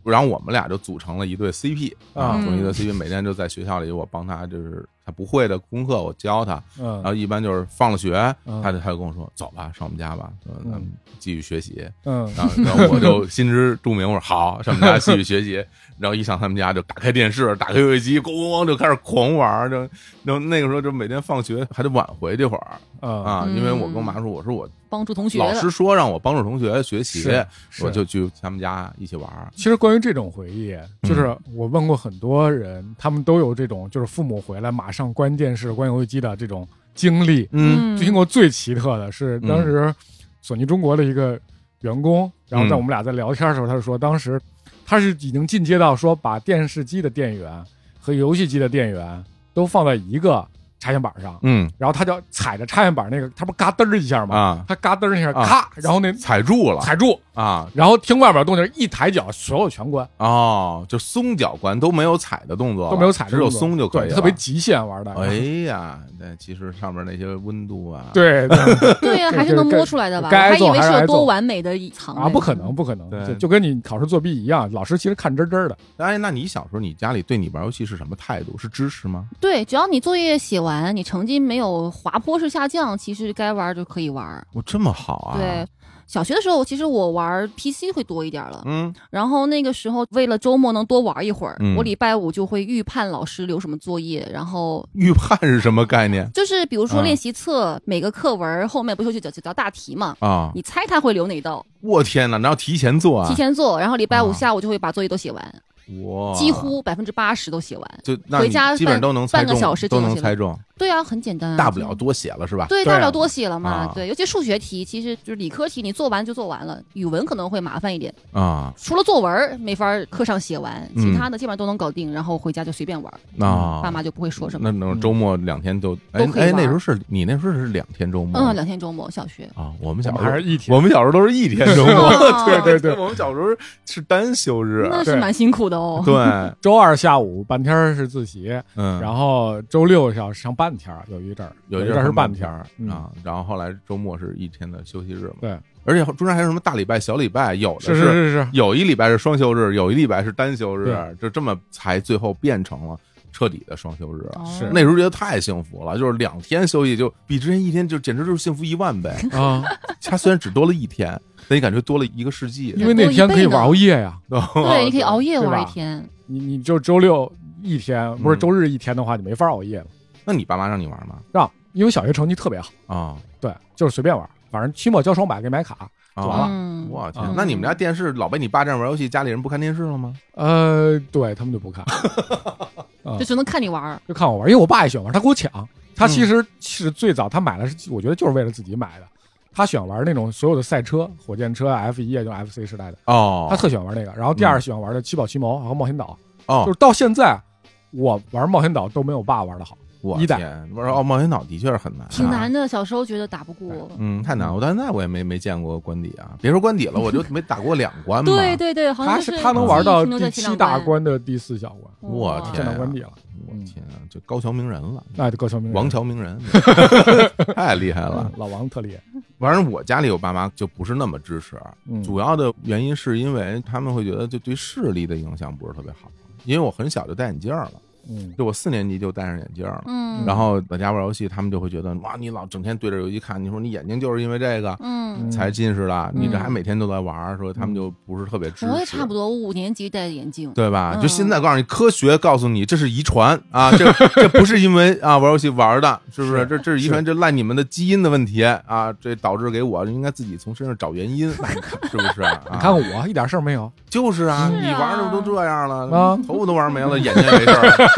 Speaker 1: 然后我们俩就组成了一对 CP 啊，
Speaker 2: 嗯
Speaker 1: 组成一对 CP，每天就在学校里，我帮他，就是他不会的功课我教他，
Speaker 2: 嗯
Speaker 1: 然后一般就是放了学，
Speaker 2: 嗯
Speaker 1: 他就他就跟我说：“走吧，上我们家吧，说咱们
Speaker 2: 嗯
Speaker 1: 继续学习。”
Speaker 2: 嗯
Speaker 1: 然后，啊然后我就心知肚明，我说好，上他们家继续学习。 然后一上他们家就打开电视，打开游戏机，咣咣咣就开始狂玩儿。就，然后那个时候就每天放学还得晚回这会儿
Speaker 2: 嗯，
Speaker 1: 啊，因为我跟我妈说，我说我
Speaker 3: 帮助同学
Speaker 1: 老
Speaker 3: 的，
Speaker 1: 师说让我帮助同学学习，
Speaker 2: 是是
Speaker 1: 我就去他们家一起玩儿。
Speaker 2: 其实关于这种回忆，就是
Speaker 1: 嗯
Speaker 2: 我问过很多人，他们都有这种，就是父母回来马上关电视、关游戏机的这种经历。
Speaker 1: 嗯
Speaker 2: 最英国最奇特的是，当时索尼中国的一个员工，然后在我们俩在聊天的时候，他就说，当时他是已经进阶到说把电视机的电源和游戏机的电源都放在一个插线板上，
Speaker 1: 嗯
Speaker 2: 然后他就踩着插线板那个，他不嘎噔儿一下吗？
Speaker 1: 啊，
Speaker 2: 他嘎噔儿一下，
Speaker 1: 啊
Speaker 2: 咔，然后那
Speaker 1: 踩住了，
Speaker 2: 踩住，
Speaker 1: 啊
Speaker 2: 然后听外边动静，一抬脚，所有全关
Speaker 1: 哦，就松脚关都没有踩的动作了，
Speaker 2: 都没有踩着
Speaker 1: 只有
Speaker 2: 动作，
Speaker 1: 松就可以
Speaker 2: 对
Speaker 1: 了。
Speaker 2: 特别极限玩的。
Speaker 1: 哎呀，那其实上面那些温度啊，，
Speaker 2: 对对
Speaker 3: 对呀，
Speaker 2: 这
Speaker 3: 还是
Speaker 2: 这
Speaker 3: 能摸
Speaker 2: 这
Speaker 3: 出来的吧？我
Speaker 2: 该挨
Speaker 3: 还
Speaker 2: 揍
Speaker 3: 以为
Speaker 2: 还
Speaker 3: 是
Speaker 2: 是挨
Speaker 3: 有
Speaker 2: 揍
Speaker 3: 多完美的一藏
Speaker 2: 啊，不可能，不可能，
Speaker 1: 对
Speaker 2: 就就跟你考试作弊一样，老师其实看真真的。
Speaker 1: 哎，那你小时候你家里对你玩游戏是什么态度？是支持吗？
Speaker 3: 对，只要你作业写完，你成绩没有滑坡式下降，其实该玩儿就可以玩儿。
Speaker 1: 我这么好啊？
Speaker 3: 对，，小学的时候其实我玩儿 PC 会多一点儿了，
Speaker 1: 嗯，
Speaker 3: 然后那个时候为了周末能多玩一会儿，
Speaker 1: 嗯
Speaker 3: 我礼拜五就会预判老师留什么作业，然后。
Speaker 1: 预判是什么概念
Speaker 3: 就是比如说
Speaker 1: 嗯
Speaker 3: 练习册，每个课文儿后面不是有几道几道大题嘛？
Speaker 1: 啊？
Speaker 3: 你猜他会留哪道？
Speaker 1: 我天哪，那要提前做啊？
Speaker 3: 提前做，然后礼拜
Speaker 1: 啊
Speaker 3: 五下午就会把作业都写完，
Speaker 1: 哇，
Speaker 3: 几乎百分之八十都写完。
Speaker 1: 就那
Speaker 3: 回
Speaker 1: 你
Speaker 3: 家
Speaker 1: 基本上
Speaker 3: 半
Speaker 1: 都能猜
Speaker 3: 半个
Speaker 1: 中
Speaker 3: 小时
Speaker 1: 都
Speaker 3: 就能
Speaker 1: 能
Speaker 3: 写
Speaker 1: 猜
Speaker 3: 完
Speaker 1: 中，
Speaker 3: 对啊，很简单啊，
Speaker 1: 大不了
Speaker 3: 就
Speaker 1: 多写了是吧？
Speaker 3: 对，
Speaker 2: 对
Speaker 3: 大
Speaker 2: 啊
Speaker 3: 不了多写了嘛。
Speaker 1: 啊
Speaker 3: 对，尤其数学题，其实就是理科题，你做完就做完了。语文可能会麻烦一点，
Speaker 1: 啊
Speaker 3: 除了作文儿没法儿课上写完，
Speaker 1: 嗯
Speaker 3: 其他的基本上都能搞定，然后回家就随便玩儿，
Speaker 1: 啊，
Speaker 3: 嗯爸妈就不会说什么嗯
Speaker 1: 那。那周末两天都哎
Speaker 3: 都可以
Speaker 1: 哎，那
Speaker 3: 玩
Speaker 1: 时候是你那时候是两天周末
Speaker 3: 嗯，两天周末小学。
Speaker 1: 啊，我们
Speaker 2: 我
Speaker 1: 小
Speaker 2: 们
Speaker 1: 时候
Speaker 2: 还是一天，
Speaker 1: 我们小时候都是一天周末，
Speaker 3: 啊
Speaker 2: 对对对，
Speaker 1: 我们小时候是啊单休日，
Speaker 3: 那是
Speaker 2: 对
Speaker 3: 蛮辛苦的哦。
Speaker 1: 对，
Speaker 2: 周二下午半天儿是自习，
Speaker 1: 嗯，
Speaker 2: 然后周六是要上半天儿，有一阵儿，
Speaker 1: 有
Speaker 2: 一
Speaker 1: 阵
Speaker 2: 阵儿是半
Speaker 1: 天
Speaker 2: 天儿嗯
Speaker 1: 儿啊，然后后来周末是一天的休息日嘛，
Speaker 2: 对，
Speaker 1: 而且中间还有什么大礼拜、小礼拜，有的
Speaker 2: 是是是是，
Speaker 1: 有一礼拜是双休日，有一礼拜是单休日
Speaker 2: 对，
Speaker 1: 就这么才最后变成了彻底的双休日。啊
Speaker 3: 哦
Speaker 2: 是
Speaker 1: 那时候觉得太幸福了，就是两天休息就比之前一天就简直就是幸福一万 倍。
Speaker 2: 啊，
Speaker 1: 它虽然只多了一天，但你感觉多了一个世纪。
Speaker 2: 因为那天可以玩熬夜呀，
Speaker 3: 对，你可以熬夜
Speaker 2: 对
Speaker 3: 玩一
Speaker 2: 吧
Speaker 3: 天。
Speaker 2: 你你就周六一天，不是
Speaker 1: 嗯
Speaker 2: 周日一天的话，你没法熬夜了，
Speaker 1: 那你爸妈让你玩吗？
Speaker 2: 让，因为小学成绩特别好，
Speaker 1: 啊、
Speaker 2: 对，就是随便玩，反正期末交双百给买卡，
Speaker 1: 啊！
Speaker 2: 完了
Speaker 3: 嗯，
Speaker 1: 我天
Speaker 2: 嗯！
Speaker 1: 那你们家电视老被你爸这样玩游戏，家里人不看电视了吗？
Speaker 2: 呃，对他们就不看，
Speaker 3: 就只能看你玩儿。
Speaker 2: 就看我玩，因为我爸也喜欢玩，他给我抢，他其实是最早他买了是，我觉得就是为了自己买的。他喜欢玩那种所有的赛车，火箭车 F 一啊，就是 FC 时代的，
Speaker 1: 哦
Speaker 2: 他特喜欢玩那个。然后第二
Speaker 1: 嗯
Speaker 2: 喜欢玩的《七宝奇谋》和《冒险岛》，就
Speaker 1: 哦，
Speaker 2: 是到现在，我玩冒险岛都没有爸玩的好。
Speaker 1: 我
Speaker 2: 一代
Speaker 1: 天！玩哦，冒险岛的确是很难，
Speaker 3: 挺难的，小时候觉得打不过。
Speaker 1: 嗯，太难了。我到现在我也没没见过关底啊，别说关底了，我就没打过两关嘛。
Speaker 3: 对对对，好像
Speaker 2: 他
Speaker 3: 哦就是
Speaker 2: 他能
Speaker 1: 自
Speaker 2: 玩到
Speaker 3: 停留在
Speaker 2: 第
Speaker 3: 前
Speaker 2: 七
Speaker 3: 两
Speaker 2: 大关的第四小关，
Speaker 1: 我
Speaker 3: 哇
Speaker 2: 见
Speaker 1: 天
Speaker 2: 到
Speaker 1: 啊
Speaker 2: 关闭了，
Speaker 1: 我天啊，这高桥名人了，
Speaker 2: 那就够聪明人了。
Speaker 1: 王桥名 人，太厉害了
Speaker 2: 嗯。老王特厉害，
Speaker 1: 反正我家里我爸妈就不是那么支持，啊
Speaker 2: 嗯
Speaker 1: 主要的原因是因为他们会觉得就对视力的影响不是特别好，因为我很小就戴眼镜了，
Speaker 2: 嗯
Speaker 1: 就我四年级就戴上眼镜了。
Speaker 3: 嗯，
Speaker 1: 然后在家玩游戏，他们就会觉得哇，你老整天对着游戏看，你说你眼睛就是因为这个
Speaker 3: 嗯
Speaker 2: 嗯，
Speaker 1: 才近视的，
Speaker 2: 嗯
Speaker 1: 你这还每天都在玩儿，说他们就嗯不是特别支持。
Speaker 3: 我也差不多，我五年级戴的眼镜。
Speaker 1: 对吧？
Speaker 3: 嗯
Speaker 1: 就现在告诉你，科学告诉你这是遗传啊，这这不是因为啊玩游戏玩的，是不是？
Speaker 2: 是
Speaker 1: 这这是遗传，
Speaker 2: 是
Speaker 1: 这赖你们的基因的问题啊，这导致给我应该自己从身上找原 因，是不是？
Speaker 2: 你
Speaker 1: 啊、
Speaker 2: 看看我一点事儿没有
Speaker 1: 就是啊，
Speaker 3: 是啊
Speaker 1: 你玩的都这样了，
Speaker 2: 啊，
Speaker 1: 头发都玩没了，眼睛也没事儿，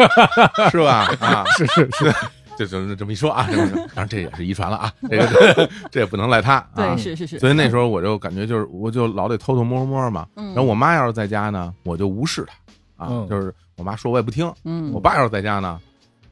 Speaker 1: 是吧？啊，
Speaker 2: 是是是，
Speaker 1: 就就 这么一说啊，这么一说，当然这也是遗传了啊，这 个这也不能赖他啊。
Speaker 3: 对，是是是。
Speaker 1: 所以那时候我就感觉就是，我就老得偷偷摸摸嘛。
Speaker 3: 嗯
Speaker 1: 然后我妈要是在家呢，我就无视她啊，
Speaker 2: 嗯
Speaker 1: 就是我妈说我也不听。
Speaker 3: 嗯，
Speaker 1: 我爸要是在家呢，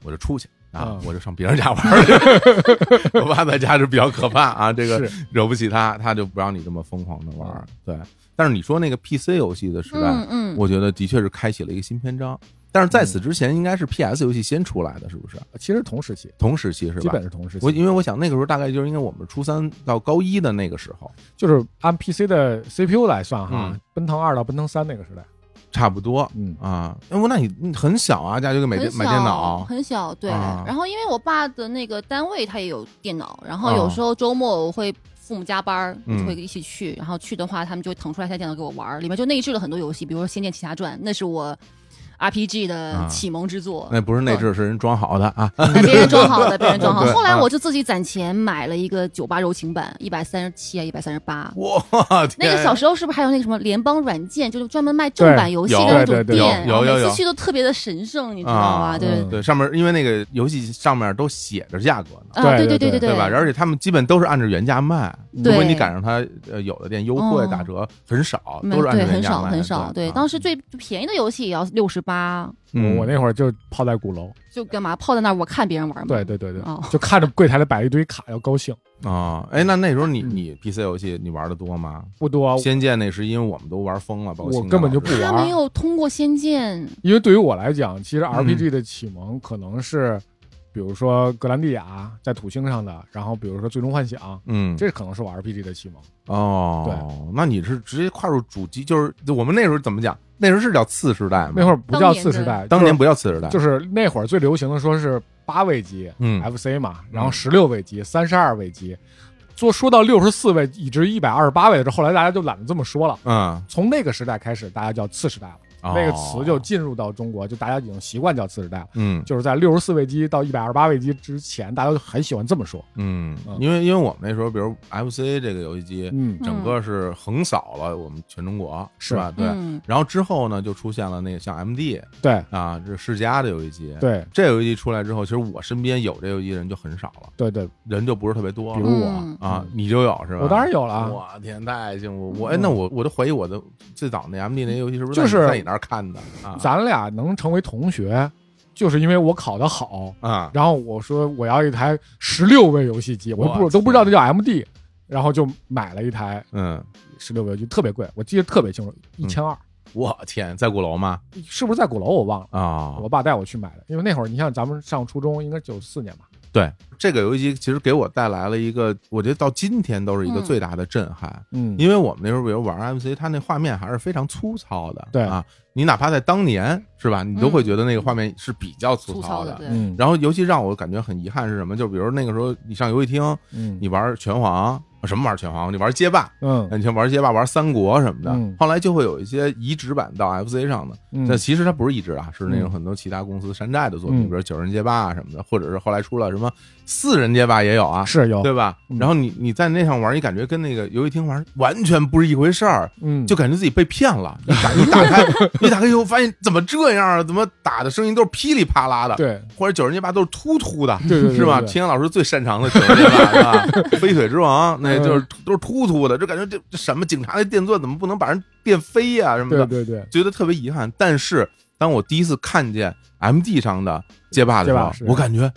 Speaker 1: 我就出去啊
Speaker 2: 嗯，
Speaker 1: 我就上别人家玩儿去。 我爸在家是比较可怕啊，这个
Speaker 2: 是
Speaker 1: 惹不起他，他就不让你这么疯狂的玩儿。对，但是你说那个 PC 游戏的时代
Speaker 3: 嗯，嗯，
Speaker 1: 我觉得的确是开启了一个新篇章。但是在
Speaker 2: 嗯
Speaker 1: 此之前，应该是 PS 游戏先出来的，是不是？
Speaker 2: 其实同时期，
Speaker 1: 同时期是
Speaker 2: 基
Speaker 1: 吧
Speaker 2: 本？是同时期。
Speaker 1: 我因为我想那个时候大概就是应该我们初三到高一的那个时候，
Speaker 2: 就是按 PC 的 CPU 来算哈
Speaker 1: 嗯，
Speaker 2: 奔腾二到奔腾三那个时代，
Speaker 1: 差不多
Speaker 2: 嗯
Speaker 1: 啊。哎我那你你很小啊，家就给买
Speaker 3: 很
Speaker 1: 电
Speaker 3: 小，
Speaker 1: 买电脑
Speaker 3: 很小，对。
Speaker 1: 啊
Speaker 3: 然后因为我爸的那个单位他也有电脑，然后
Speaker 1: 啊
Speaker 3: 有时候周末我会父母加班儿，我
Speaker 1: 嗯
Speaker 3: 就会一起去。然后去的话，他们就会腾出来一台电脑给我玩儿，里面就内置了很多游戏，比如说《仙剑奇侠传》，那是我 RPG
Speaker 1: 啊
Speaker 3: 的启蒙 之作。
Speaker 1: 那不是内置，是人装好的啊。
Speaker 3: 哎别人装好的，别人装好
Speaker 1: 对
Speaker 3: 的。后来
Speaker 1: 啊
Speaker 3: 我就自己攒钱买了一个九八柔情版，一百三十七啊，一百三十八。
Speaker 1: 我
Speaker 3: 那个小时候是不是还有那个什么联邦软件，就是专门卖正版游戏的
Speaker 1: 有
Speaker 3: 那
Speaker 2: 对
Speaker 3: 种
Speaker 2: 对对
Speaker 3: 店？
Speaker 1: 有
Speaker 3: 然后
Speaker 1: 有有
Speaker 3: 每
Speaker 1: 有
Speaker 3: 次去都特别的神圣，你知道
Speaker 1: 啊
Speaker 3: 吗？对
Speaker 2: 嗯
Speaker 1: 对，上面因为那个游戏上面都写着价格呢，
Speaker 3: 啊，
Speaker 2: 对对
Speaker 3: 对对
Speaker 1: 对
Speaker 3: 对
Speaker 1: 吧？而且他们基本都是按照原价卖，除
Speaker 3: 对
Speaker 1: 非你赶上它呃有的店优惠
Speaker 3: 嗯
Speaker 1: 打折很少，
Speaker 3: 没
Speaker 1: 都是按照
Speaker 3: 嗯对，
Speaker 1: 原
Speaker 3: 很
Speaker 1: 价
Speaker 3: 少
Speaker 1: 卖。
Speaker 3: 很少。对，
Speaker 1: 啊
Speaker 3: 当时最便宜的游戏也要六十八，
Speaker 1: 嗯
Speaker 2: 我我那会儿就泡在鼓楼，
Speaker 3: 就干嘛泡在那儿，我看别人玩嘛。
Speaker 2: 对对对对
Speaker 3: 哦，
Speaker 2: 就看着柜台里摆一堆卡要高兴，
Speaker 1: 啊，哎，那那时候你
Speaker 3: 嗯
Speaker 1: 你 PC 游戏你玩的多吗？
Speaker 2: 不多，
Speaker 1: 仙剑那是因为我们都玩疯了，包括
Speaker 2: 哦我
Speaker 1: 青
Speaker 2: 根本
Speaker 1: 老
Speaker 2: 就
Speaker 1: 师
Speaker 2: 不玩
Speaker 3: 他没有通过《仙剑》，
Speaker 2: 因为对于我来讲，其实 RPG
Speaker 1: 嗯
Speaker 2: 的启蒙可能是，比如说格兰蒂亚在土星上的，然后比如说最终幻想，
Speaker 1: 嗯，
Speaker 2: 这可能是我 RPG 的启蒙。
Speaker 1: 哦，那你是直接跨入主机，就是就我们那时候怎么讲？那时候是叫次时代吗？
Speaker 2: 那会儿不
Speaker 3: 当
Speaker 2: 叫
Speaker 3: 年
Speaker 2: 次时
Speaker 3: 的
Speaker 2: 代，
Speaker 1: 当年
Speaker 2: 不
Speaker 1: 不叫次时代，
Speaker 2: 就是是那会儿最流行的说是八位机
Speaker 1: 嗯
Speaker 2: FC 嘛，然
Speaker 1: 嗯
Speaker 2: 后十六位机、三十二位机，做说到六十四位以至一百二十八位的时候，后来大家就懒得这么说了。
Speaker 1: 嗯，
Speaker 2: 从那个时代开始，大家叫次时代了，
Speaker 1: 哦
Speaker 2: 那个词就进入到中国，就大家已经习惯叫次时代了。
Speaker 1: 嗯
Speaker 2: 就是在六十四位机到一百二十八位机之前，大家都很喜欢这么说。
Speaker 1: 嗯
Speaker 2: 嗯，
Speaker 1: 因为因为我们那时候，比如 FC 这个游戏机，
Speaker 2: 嗯
Speaker 1: 整个是横扫了我们全中国，
Speaker 2: 是
Speaker 1: 吧？对。
Speaker 3: 嗯，
Speaker 1: 然后之后呢，就出现了那个像 MD
Speaker 2: 对
Speaker 1: 啊，这世嘉的游戏机。，
Speaker 2: 对
Speaker 1: 这游戏机出来之后，其实我身边有这游戏机的人就很少了，
Speaker 2: 对对，
Speaker 1: 人就不是特别多了。
Speaker 2: 比如我
Speaker 3: 嗯
Speaker 1: 啊，你就有是吧？
Speaker 2: 我当然有了啊。
Speaker 1: 我天，太幸福！我哎，
Speaker 2: 嗯
Speaker 1: 那我我都怀疑我的最早那 MD 那游戏是不是在
Speaker 2: 就是
Speaker 1: 在你那儿看的啊？
Speaker 2: 咱俩能成为同学，就是因为我考得好，
Speaker 1: 啊？
Speaker 2: 然后我说我要一台十六位游戏机，我
Speaker 1: 我
Speaker 2: 不都不知道那叫 MD，然后就买了一台
Speaker 1: 嗯，
Speaker 2: 十六位游戏机，特别贵，我记得特别清楚，一千二，
Speaker 1: 我天，在鼓楼吗？
Speaker 2: 是不是在鼓楼我忘了。
Speaker 1: 嗯啊，
Speaker 2: 我爸带我去买的，因为那会儿你像咱们上初中，应该九四年吧，
Speaker 1: 对，这个游戏机其实给我带来了一个，我觉得到今天都是一个
Speaker 3: 嗯
Speaker 1: 最大的震撼。
Speaker 2: 嗯，
Speaker 1: 因为我们那时候，比如玩 MC，它那画面还是非常粗糙的，
Speaker 2: 对
Speaker 1: 啊，你哪怕在当年是吧，你都
Speaker 3: 嗯
Speaker 1: 会觉得那个画面是比较粗
Speaker 3: 粗
Speaker 1: 糙
Speaker 3: 糙
Speaker 1: 的。
Speaker 3: 的，对，
Speaker 2: 嗯
Speaker 1: 然后，尤其让我感觉很遗憾是什么？就比如那个时候，你上游戏厅，
Speaker 2: 嗯
Speaker 1: 你玩拳皇，什么玩拳皇？你玩街霸，
Speaker 2: 嗯
Speaker 1: 你像玩街霸、玩三国什么的，
Speaker 2: 嗯
Speaker 1: 后来就会有一些移植版到 FC 上的。
Speaker 2: 嗯
Speaker 1: 但其实它不是移植啊，是那种
Speaker 2: 嗯
Speaker 1: 很多其他公司山寨的作品，
Speaker 2: 嗯
Speaker 1: 比如九人街霸啊什么的，或者是后来出了什么四人街霸也有啊，
Speaker 2: 是有
Speaker 1: 对吧？
Speaker 2: 嗯
Speaker 1: 然后你你在那上玩，你感觉跟那个游戏厅玩完全不是一回事儿，
Speaker 2: 嗯
Speaker 1: 就感觉自己被骗了。你打你打 开你打开以后，发现怎么这样啊？怎么打的声音都是噼里啪啦的？
Speaker 2: 对
Speaker 1: 或者九人街霸都是突突的，
Speaker 2: 对对对
Speaker 1: 是吧？
Speaker 2: 对对
Speaker 1: 秦阳老师最擅长的九人街霸是吧？飞腿之王那
Speaker 2: 嗯
Speaker 1: 就是都是突突的，就感觉这这什么警察那电钻怎么不能把人电飞呀、什么
Speaker 2: 对
Speaker 1: 的，
Speaker 2: 对对，
Speaker 1: 觉得特别遗憾。但是当我第一次看见 M D 上的街霸的时
Speaker 2: 街
Speaker 1: 候
Speaker 2: 霸是，
Speaker 1: 我感觉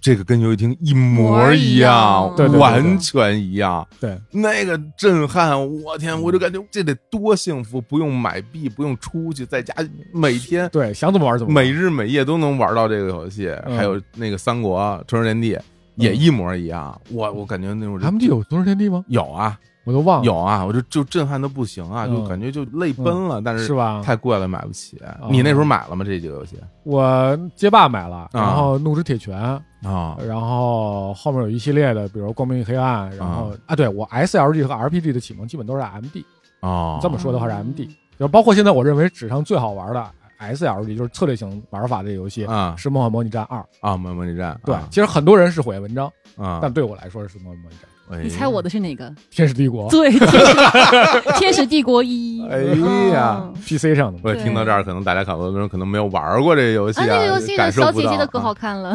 Speaker 1: 这个跟游戏厅一模一样，
Speaker 3: 模一样对
Speaker 2: 对对对
Speaker 1: 完全一样。
Speaker 2: 对，
Speaker 1: 那个震撼，我天！我就感觉这得多幸福，不用买币，不用出去，在家每天
Speaker 2: 对，想怎么玩怎么玩
Speaker 1: 每日每夜都能玩到这个游戏，
Speaker 2: 嗯
Speaker 1: 还有那个三国《春日天地》也一模一样。我我感觉那种
Speaker 2: MD 有多少天地吗？
Speaker 1: 有啊
Speaker 2: 我都忘了，
Speaker 1: 有啊，我就就震撼的不行啊，
Speaker 2: 嗯
Speaker 1: 就感觉就泪奔了，但
Speaker 2: 是
Speaker 1: 是。
Speaker 2: 吧？哦
Speaker 1: 太贵了，买不起。你那时候买了吗？这几个游戏
Speaker 2: 我街霸买了，
Speaker 1: 嗯
Speaker 2: 然后怒之铁拳，
Speaker 1: 啊
Speaker 2: 然后后面有一系列的，比如光明与黑暗，然后啊，对我 SLG 和 RPG 的启蒙基本都是 MD，
Speaker 1: 啊！
Speaker 2: 这么说的话是 MD，就包括现在我认为史上最好玩的 SLG 就是策略型玩法的游戏
Speaker 1: 啊
Speaker 2: 是《梦幻模拟战二》。
Speaker 1: 啊，模模拟战
Speaker 2: 对
Speaker 1: 啊，
Speaker 2: 其实很多人是毁文章，
Speaker 1: 啊，
Speaker 2: 但对我来说是《梦幻模拟战》
Speaker 1: 哎
Speaker 3: 你猜我的是哪个？
Speaker 2: 《天使 帝国》
Speaker 3: 对，天使天使帝国一。
Speaker 1: 哎
Speaker 3: 嗯
Speaker 1: 呀，
Speaker 2: PC 上的嘛。
Speaker 1: 我也听到这儿，可能大家很多人可能没有玩过这个游戏
Speaker 3: 啊，那个游戏的
Speaker 1: 感受
Speaker 3: 小
Speaker 1: 不
Speaker 3: 姐
Speaker 1: 到
Speaker 3: 姐的可
Speaker 1: 啊
Speaker 3: 好看了，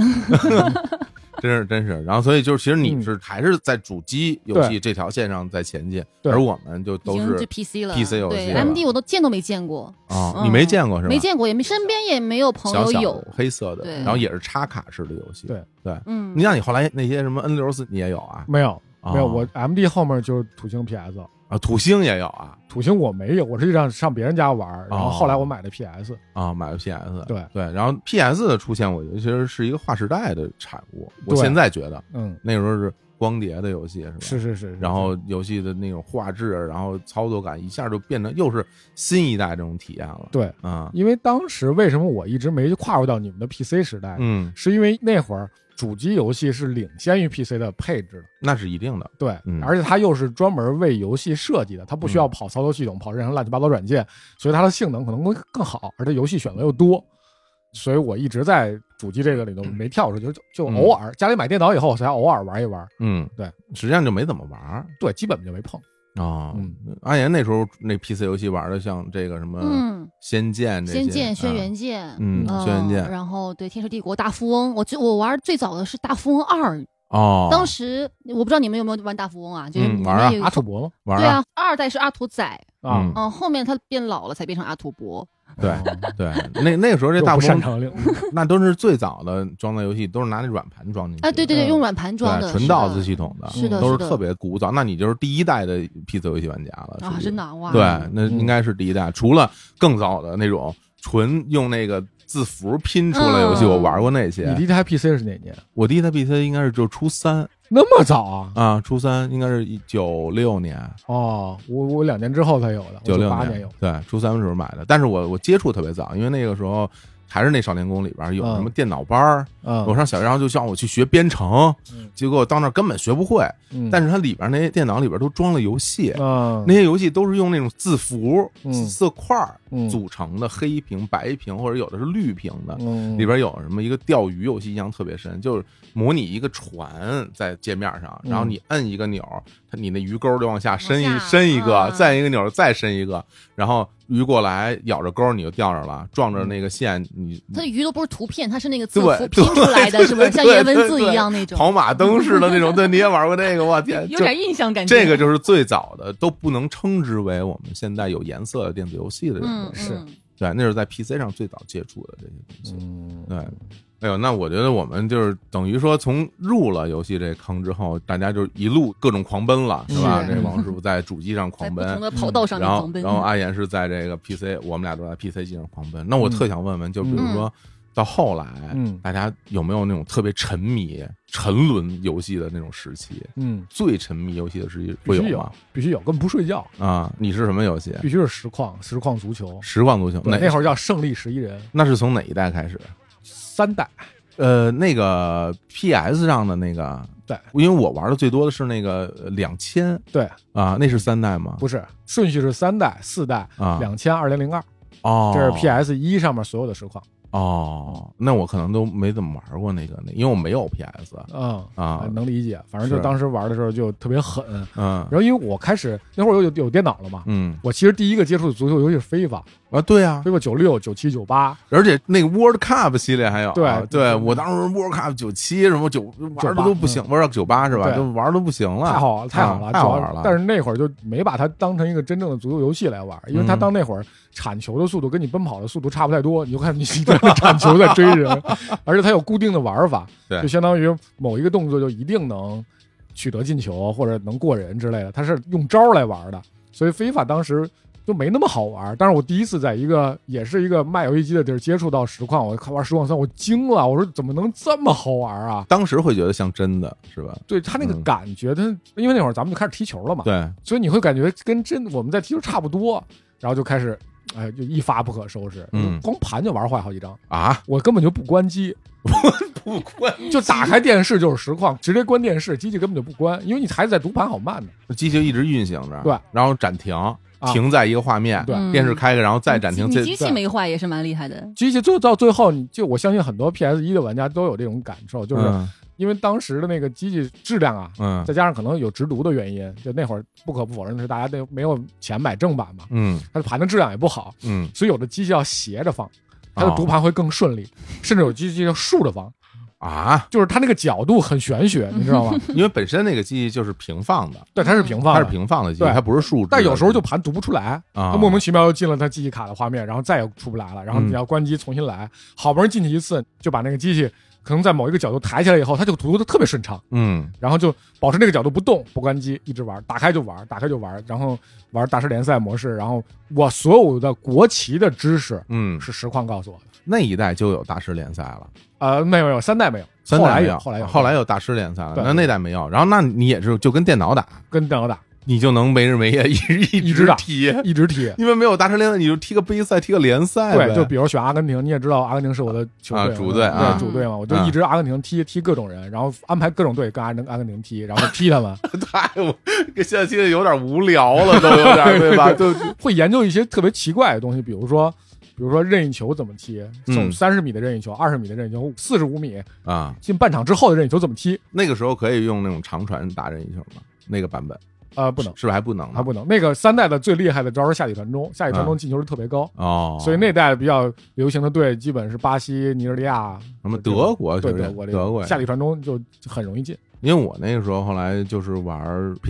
Speaker 1: 真是真是，然后所以就是，其实你
Speaker 2: 嗯
Speaker 1: 是还是在主机游戏这条线上在前进，
Speaker 2: 对
Speaker 1: 而我们就
Speaker 3: 已
Speaker 1: 都
Speaker 3: 经
Speaker 1: 是
Speaker 3: 就 PC 了
Speaker 1: PC 游戏
Speaker 3: 对
Speaker 1: 了
Speaker 3: ，MD 我都见都没见过，
Speaker 1: 啊，
Speaker 3: 嗯
Speaker 1: 你没见过是吧？
Speaker 3: 没见过，也没身边也没有朋
Speaker 1: 小
Speaker 3: 友
Speaker 1: 小
Speaker 3: 有
Speaker 1: 的，黑色的，
Speaker 3: 对
Speaker 1: 然后也是插卡式的游戏。
Speaker 2: 对
Speaker 1: 对，
Speaker 3: 嗯，
Speaker 1: 你像你后来那些什么 N 六四，你也有啊？
Speaker 2: 没有，
Speaker 1: 啊
Speaker 2: 没有，我 MD 后面就是土星 PS，了
Speaker 1: 啊，土星也有啊
Speaker 2: 土星我没有，我实际上上别人家玩儿，然后
Speaker 1: 哦
Speaker 2: 后来我买的 PS，
Speaker 1: 啊，买了 PS。
Speaker 2: 对
Speaker 1: 对，然后 PS 的出现，我觉得其实是一个划时代的产物。我
Speaker 2: 对
Speaker 1: 现在觉得
Speaker 2: 嗯，
Speaker 1: 那时候是光碟的游戏是吧？
Speaker 2: 是是是，是
Speaker 1: 然后游戏的那种画质，然后操作感，一下就变成又是新一代这种体验了。
Speaker 2: 对，
Speaker 1: 啊，
Speaker 2: 因为当时为什么我一直没跨入到你们的 PC 时代，
Speaker 1: 嗯，
Speaker 2: 是因为那会儿主机游戏是领先于 PC 的配置的，
Speaker 1: 那是一定的。
Speaker 2: 对，
Speaker 1: 嗯
Speaker 2: 而且它又是专门为游戏设计的，它不需要
Speaker 1: 嗯
Speaker 2: 跑操作系统，跑任何乱七八糟软件，所以它的性能可能会更好，而且游戏选择又多，所以我一直在主机这个里头没跳出去，就就
Speaker 1: 嗯
Speaker 2: 偶尔、家里买电脑以后我才偶尔玩一玩，
Speaker 1: 嗯，
Speaker 2: 对，
Speaker 1: 实际上就没怎么玩儿
Speaker 2: 对，基本就没碰，
Speaker 1: 啊
Speaker 2: 嗯，
Speaker 1: 阿岩那时候那 PC 游戏玩的像这个什么《
Speaker 3: 嗯，
Speaker 1: 仙剑》这些，
Speaker 3: 仙剑、轩
Speaker 1: 啊，
Speaker 3: 辕剑，
Speaker 1: 嗯，
Speaker 3: 嗯
Speaker 1: 轩辕剑
Speaker 3: 然后对《天使帝国》《大富翁》，我最我玩最早的是《大富翁二》，
Speaker 1: 哦，
Speaker 3: 当时我不知道你们有没有玩《大富翁》啊，就是
Speaker 1: 嗯
Speaker 3: 里
Speaker 1: 玩啊
Speaker 3: 面有
Speaker 2: 阿土伯吗？
Speaker 1: 玩
Speaker 3: 对啊，二代是阿土仔，
Speaker 2: 啊
Speaker 1: 嗯，
Speaker 3: 嗯，后面他变老了才变成阿土伯，
Speaker 1: 对
Speaker 2: 哦
Speaker 1: 对， 那那个时候这
Speaker 2: 又
Speaker 1: 大
Speaker 2: 不擅
Speaker 1: 风
Speaker 2: 长领
Speaker 1: 那都是最早的装在游戏，都是拿那软盘装进去的
Speaker 3: 哎，对对对，
Speaker 2: 嗯
Speaker 3: 用软盘装的，
Speaker 1: 对纯
Speaker 3: 是
Speaker 1: 道
Speaker 3: 的
Speaker 1: 子系统的，
Speaker 3: 是的，
Speaker 1: 都是
Speaker 3: 的
Speaker 1: 特别古早。那你就是第一代的 PC 游戏玩家了
Speaker 3: 啊，
Speaker 1: 属于
Speaker 3: 真的哇，
Speaker 1: 对
Speaker 2: 嗯，
Speaker 1: 那应该是第一代。除了更早的那种纯用那个字符拼出来游戏，
Speaker 3: 嗯
Speaker 1: 我玩过那
Speaker 2: 你第
Speaker 1: 些。
Speaker 2: 一台 PC 是哪年？
Speaker 1: 我第一台 PC 应该是就初三
Speaker 2: 那么早啊？
Speaker 1: 啊，初三应该是九六年，
Speaker 2: 哦，我我两年之后才有的，
Speaker 1: 九六
Speaker 2: 八年有。
Speaker 1: 对，初三的时候买的。但是我我接触特别早，因为那个时候。还是那少年宫里边有
Speaker 2: 嗯
Speaker 1: 什么电脑班儿，
Speaker 2: 嗯，
Speaker 1: 我上小学，然后就叫我去学编程
Speaker 2: 嗯，
Speaker 1: 结果到那儿根本学不会。
Speaker 2: 嗯，
Speaker 1: 但是它里边那些电脑里边都装了游戏，
Speaker 2: 嗯，
Speaker 1: 那些游戏都是用那种字符、
Speaker 2: 嗯
Speaker 1: 色块儿
Speaker 2: 嗯
Speaker 1: 组成的，黑一屏、白一屏，或者有的是绿屏的。
Speaker 2: 嗯
Speaker 1: 里边有什么一个钓鱼游戏印象特别深，就是模拟一个船在界面上，
Speaker 2: 嗯
Speaker 1: 然后你摁一个钮儿，它你那鱼钩就往下伸一
Speaker 3: 往下
Speaker 1: 伸一个，
Speaker 3: 啊
Speaker 1: 再一个钮儿再伸一个，然后鱼过来咬着钩你就钓着了，撞着那个线你
Speaker 3: 它的鱼都不是图片，它是那个字
Speaker 1: 对对
Speaker 3: 符拼出来的，是不
Speaker 1: 对
Speaker 3: 是像
Speaker 1: 对
Speaker 3: 颜文
Speaker 1: 对
Speaker 3: 字
Speaker 1: 对
Speaker 3: 一样那种？
Speaker 1: 跑马灯似的那种，对，你也玩过那个，我 天，
Speaker 3: 有
Speaker 1: 就
Speaker 3: 点印象感觉。
Speaker 1: 这个就是最早的，都不能称之为我们现在有颜色的电子游戏的这种
Speaker 3: 嗯
Speaker 1: 东西。
Speaker 2: 是
Speaker 3: 嗯
Speaker 1: 对，那是在 PC 上最早接触的这些东西。
Speaker 2: 嗯
Speaker 1: 对，哎呦，那我觉得我们就是等于说，从入了游戏这坑之后，大家就一路各种狂奔了，是吧？
Speaker 2: 是
Speaker 1: 这王师傅在主机上
Speaker 3: 在
Speaker 1: 狂
Speaker 3: 不
Speaker 1: 奔
Speaker 3: 同，的跑道上面
Speaker 1: 嗯然后
Speaker 3: 狂奔，嗯
Speaker 1: 然后阿啊岩是在这个 PC，我们俩都在 PC 机上狂奔。那
Speaker 3: 嗯
Speaker 1: 我特想问问，就比如说。到后来，
Speaker 2: 嗯
Speaker 1: 大家有没有那种特别沉迷、沉沦游戏的那种时期？
Speaker 2: 嗯，
Speaker 1: 最沉迷游戏的时期
Speaker 2: 必
Speaker 1: 会
Speaker 2: 须
Speaker 1: 吗
Speaker 2: 有？，必须有，根本不睡觉，
Speaker 1: 啊，你是什么游戏？
Speaker 2: 必须是实况，实况足球。
Speaker 1: 实况足球
Speaker 2: 对，
Speaker 1: 哪
Speaker 2: 那会儿叫胜利十一人，
Speaker 1: 那是从哪一代开始？
Speaker 2: 三代。
Speaker 1: 呃，那个 PS 上的那个，
Speaker 2: 对，
Speaker 1: 因为我玩的最多的是那个两千
Speaker 2: 对，
Speaker 1: 啊，那是三代吗？
Speaker 2: 不是顺序是三代、四代、
Speaker 1: 啊，
Speaker 2: 两千、二零零二，
Speaker 1: 哦，
Speaker 2: 这是 PS 一上面所有的实况。
Speaker 1: 哦，那我可能都没怎么玩过那个，那因为我没有 PS，
Speaker 2: 嗯
Speaker 1: 啊
Speaker 2: 能理解。反正就是当时玩的时候就特别狠。
Speaker 1: 嗯
Speaker 2: 然后因为我开始那会儿有有有电脑了嘛，
Speaker 1: 嗯
Speaker 2: 我其实第一个接触的足球游戏是 FIFA，
Speaker 1: 啊，对啊，
Speaker 2: FIFA 九六、九七、九八，
Speaker 1: 而且那个 World Cup 系列还有啊，
Speaker 2: 对嗯
Speaker 1: 对我当时 World Cup 九七什么九玩的都不行，玩到九八是吧？
Speaker 2: 对
Speaker 1: 就玩的不行了，
Speaker 2: 太好了，太好
Speaker 1: 啊
Speaker 2: 了，
Speaker 1: 太好玩
Speaker 2: 主要
Speaker 1: 了。
Speaker 2: 但是那会儿就没把它当成一个真正的足球游戏来玩，因为它
Speaker 1: 嗯
Speaker 2: 当那会儿铲球的速度跟你奔跑的速度差不太多，你就看你一个人铲球在追人，而且它有固定的玩法，
Speaker 1: 对
Speaker 2: 就相当于某一个动作就一定能取得进球或者能过人之类的，它是用招儿来玩的。所以非法当时就没那么好玩。但是我第一次在一个也是一个卖游戏机的地儿接触到实况，我看玩实况三，我惊了，我说怎么能这么好玩啊？
Speaker 1: 当时会觉得像真的是吧？
Speaker 2: 对他那个
Speaker 1: 嗯
Speaker 2: 感觉，他因为那会儿咱们就开始踢球了嘛，
Speaker 1: 对，
Speaker 2: 所以你会感觉跟真我们在踢球差不多，然后就开始，哎，就一发不可收拾，
Speaker 1: 嗯
Speaker 2: 光盘就玩坏好几张，
Speaker 1: 啊，
Speaker 2: 我根本就不 关机，
Speaker 1: 不关
Speaker 2: 就打开电视就是实况，直接关电视，机器根本就不关，因为你还是在读盘好慢呢，
Speaker 1: 机器就一直运行着，
Speaker 2: 对，啊
Speaker 1: 然后暂停，停在一个画面，
Speaker 2: 对
Speaker 3: 嗯
Speaker 1: 电视开开，然后再暂停，
Speaker 3: 你
Speaker 1: 这
Speaker 3: 机器
Speaker 2: 对
Speaker 3: 没坏也是蛮厉害的，
Speaker 2: 机器最到最后，你就我相信很多 PS 一的玩家都有这种感受，就是
Speaker 1: 嗯
Speaker 2: 因为当时的那个机器质量啊。
Speaker 1: 嗯
Speaker 2: 再加上可能有直读的原因，就那会儿不可不否认的是，大家都没有钱买正版嘛，
Speaker 1: 嗯
Speaker 2: 它的盘的质量也不好，
Speaker 1: 嗯，
Speaker 2: 所以有的机器要斜着放，它
Speaker 1: 哦
Speaker 2: 的读盘会更顺利，甚至有机器要竖着放，
Speaker 1: 啊，
Speaker 2: 就是它那个角度很玄学，你知 道吗？
Speaker 1: 因为本身那个机器就是平放的，
Speaker 2: 对，它是平放
Speaker 1: 它
Speaker 2: 的，
Speaker 1: 是。平放的机器，
Speaker 2: 对
Speaker 1: 它不是竖直的。
Speaker 2: 但有时候就盘读不出来，
Speaker 1: 啊
Speaker 2: 它莫名其妙又进了它记忆卡的画面，然后再也出不来了。然后
Speaker 1: 嗯
Speaker 2: 你要关机重新来，好不容易进去一次，就把那个机器可能在某一个角度抬起来以后，它就读的特别顺畅，
Speaker 1: 嗯
Speaker 2: 然后就保持那个角度不动，不关机，一直玩，打开就玩，打开就玩，然后玩大师联赛模式。然后我所有的国旗的知识
Speaker 1: 嗯，
Speaker 2: 是实况告诉我的，
Speaker 1: 那一代就有大师联赛了，
Speaker 2: 呃，没有没有，三代没有，
Speaker 1: 三
Speaker 2: 后
Speaker 1: 代
Speaker 2: 来
Speaker 1: 没
Speaker 2: 有，
Speaker 1: 有，啊
Speaker 2: 后来有，
Speaker 1: 后来有大师联赛了，
Speaker 2: 对
Speaker 1: 那那代没有。然后那你也是就跟电脑打，
Speaker 2: 跟电脑打，
Speaker 1: 你就能没日没夜一直一
Speaker 2: 一直打
Speaker 1: 踢，
Speaker 2: 一直踢。
Speaker 1: 因为没有大师联赛，你就踢个杯赛，踢个联赛呗，
Speaker 2: 对，就比如选阿根廷，你也知道阿根廷是我的球队
Speaker 1: 啊
Speaker 2: 嘛，
Speaker 1: 主队啊
Speaker 2: 对主队嘛，我就
Speaker 1: 啊
Speaker 2: 一直阿根廷踢踢各种人，然后安排各种队跟阿根阿根廷踢，然后踢他们，
Speaker 1: 太我跟现在现在有点无聊了，都有点 对吧？就
Speaker 2: 会研究一些特别奇怪的东西，比如说，比如说任意球怎么踢，
Speaker 1: 嗯
Speaker 2: 从三十米的任意球、二十米的任意球、四十五米
Speaker 1: 啊，
Speaker 2: 进半场之后的任意球怎么踢，
Speaker 1: 那个时候可以用那种长传打任意球吗？那个版本
Speaker 2: 呃，不能，
Speaker 1: 是不是还不能呢？
Speaker 2: 还不能。那个三代的最厉害的招是下底传中，下底传
Speaker 1: 啊
Speaker 2: 中进球率特别高。
Speaker 1: 哦，
Speaker 2: 所以那代比较流行的队，基本是巴西、尼日利亚、
Speaker 1: 什么德国
Speaker 2: 对
Speaker 1: 就是
Speaker 2: 德国这
Speaker 1: 德国
Speaker 2: 下底传中就很容易进。
Speaker 1: 因为我那个时候后来就是玩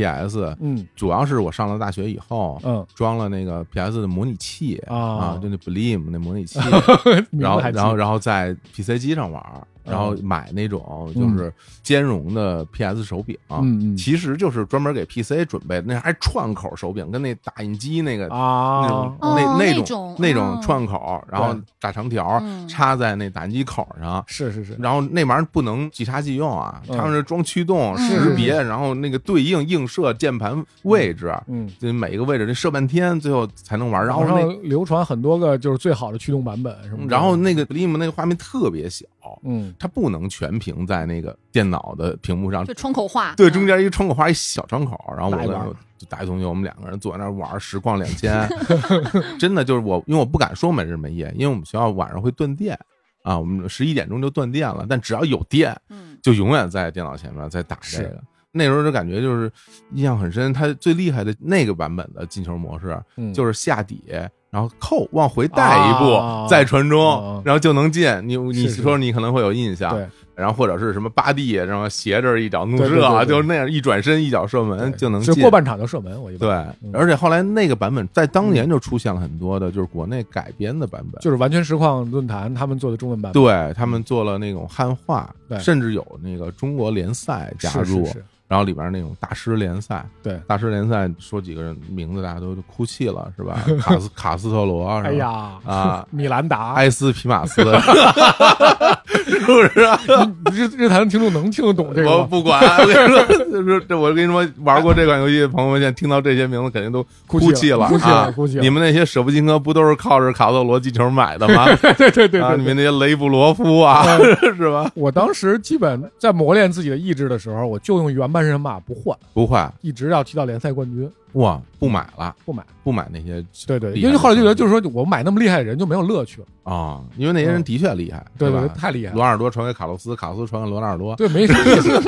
Speaker 1: PS，
Speaker 2: 嗯
Speaker 1: 主要是我上了大学以后。
Speaker 2: 嗯
Speaker 1: 装了那个 PS 的模拟器、
Speaker 2: 啊
Speaker 1: 啊，就那 Blim 那模拟 器，
Speaker 2: 名字
Speaker 1: 然后
Speaker 2: 还记嗯
Speaker 1: 然后然后在 PC 机上玩儿，然后买那种就是兼容的 PS 手柄，
Speaker 2: 嗯嗯
Speaker 1: 其实就是专门给 PC 准备的，那还串口手柄，跟那打印机那个、那种
Speaker 2: 啊，
Speaker 3: 哦
Speaker 1: 那
Speaker 3: 那
Speaker 1: 种
Speaker 3: 种
Speaker 1: 那种
Speaker 3: 哦
Speaker 1: 串口，然后
Speaker 2: 对
Speaker 1: 大长条
Speaker 3: 嗯
Speaker 1: 插在那打印机口上。
Speaker 2: 是是是，
Speaker 1: 然后那玩意儿不能即插即用啊，
Speaker 2: 嗯
Speaker 1: 他们是装驱动、
Speaker 3: 嗯
Speaker 1: 识别，然后那个对应映射键盘位置，
Speaker 2: 嗯，
Speaker 1: 这每个位置这设半天，最后才能玩儿。然后
Speaker 2: 网
Speaker 1: 那
Speaker 2: 上流传很多个就是最好的驱动版本什么的，
Speaker 1: 然后那个 Blim 那个画面特别小，
Speaker 2: 嗯
Speaker 1: 它不能全屏在那个电脑的屏幕上
Speaker 3: 就，窗口画，
Speaker 1: 对，
Speaker 3: 嗯
Speaker 1: 中间一个窗口画一小窗口，然后我
Speaker 2: 打一玩
Speaker 1: 跟就大学同学，我们两个人坐在那儿玩儿实况两千， 真的就是我，因为我不敢说没日没夜，因为我们学校晚上会断电啊，我们十一点钟就断电了，但只要有电，
Speaker 3: 嗯，
Speaker 1: 就永远在电脑前面在打这个
Speaker 2: 是。
Speaker 1: 那时候就感觉就是印象很深，它最厉害的那个版本的进球模式
Speaker 2: 嗯，
Speaker 1: 就是下底，然后扣往回带一
Speaker 2: 啊
Speaker 1: 步，再传
Speaker 2: 啊
Speaker 1: 中，然后就能进。你你
Speaker 2: 是是
Speaker 1: 说你可能会有印象，
Speaker 2: 对
Speaker 1: 然后或者是什么巴蒂，然后斜着一脚怒
Speaker 2: 对对
Speaker 1: 射啊，
Speaker 2: 对对
Speaker 1: 就是那样一转身一脚射门
Speaker 2: 对
Speaker 1: 就能
Speaker 2: 就
Speaker 1: 进。
Speaker 2: 过半场就射门，我一般
Speaker 1: 对
Speaker 2: 嗯，
Speaker 1: 而且后来那个版本在当年就出现了很多的，就是国内改编的版本。
Speaker 2: 就是完全实况论坛他们做的中文版本，
Speaker 1: 对他们做了那种汉化
Speaker 2: 对，
Speaker 1: 甚至有那个中国联赛加
Speaker 2: 是
Speaker 1: 入，
Speaker 2: 是是
Speaker 1: 然后里边那种大师联赛，
Speaker 2: 对
Speaker 1: 大师联赛说几个人名字大家都都哭泣了，是 吧？卡斯卡斯特罗，是吧
Speaker 2: 哎呀
Speaker 1: 啊
Speaker 2: 米兰达，
Speaker 1: 埃斯皮马斯， 是不是啊？
Speaker 2: 日日坛的听众能听得懂这
Speaker 1: 我
Speaker 2: 个吗？
Speaker 1: 不管， 我跟你说，就是这，我跟你说，玩过这款游戏的朋友们，现在听到这些名字肯定都
Speaker 2: 哭
Speaker 1: 泣
Speaker 2: 泣
Speaker 1: 了
Speaker 2: 了哭泣
Speaker 1: 啊
Speaker 2: 了哭泣了
Speaker 1: 你们那些舍甫金科不都是靠着卡特罗进球买的吗？对
Speaker 2: 对对对
Speaker 1: 啊，
Speaker 2: 对
Speaker 1: 你
Speaker 2: 对。
Speaker 1: 们那些雷布罗夫 啊，是吧？
Speaker 2: 我当时基本在磨练自己的意志的时候，我就用原班人马不换，
Speaker 1: 不会，
Speaker 2: 一直要踢到联赛冠军，
Speaker 1: 哇，不买了，
Speaker 2: 不买。
Speaker 1: 不买那些
Speaker 2: 对对，
Speaker 1: 厉害
Speaker 2: 因为后来就觉得，就是说我买那么厉害的人就没有乐趣了。
Speaker 1: 啊，因为那些人的确厉害，
Speaker 2: 嗯对
Speaker 1: 是
Speaker 2: 对，对
Speaker 1: 吧？
Speaker 2: 太厉害了，
Speaker 1: 罗纳尔多传给卡洛斯，卡洛斯传给罗纳尔多，
Speaker 2: 对，没啥意思。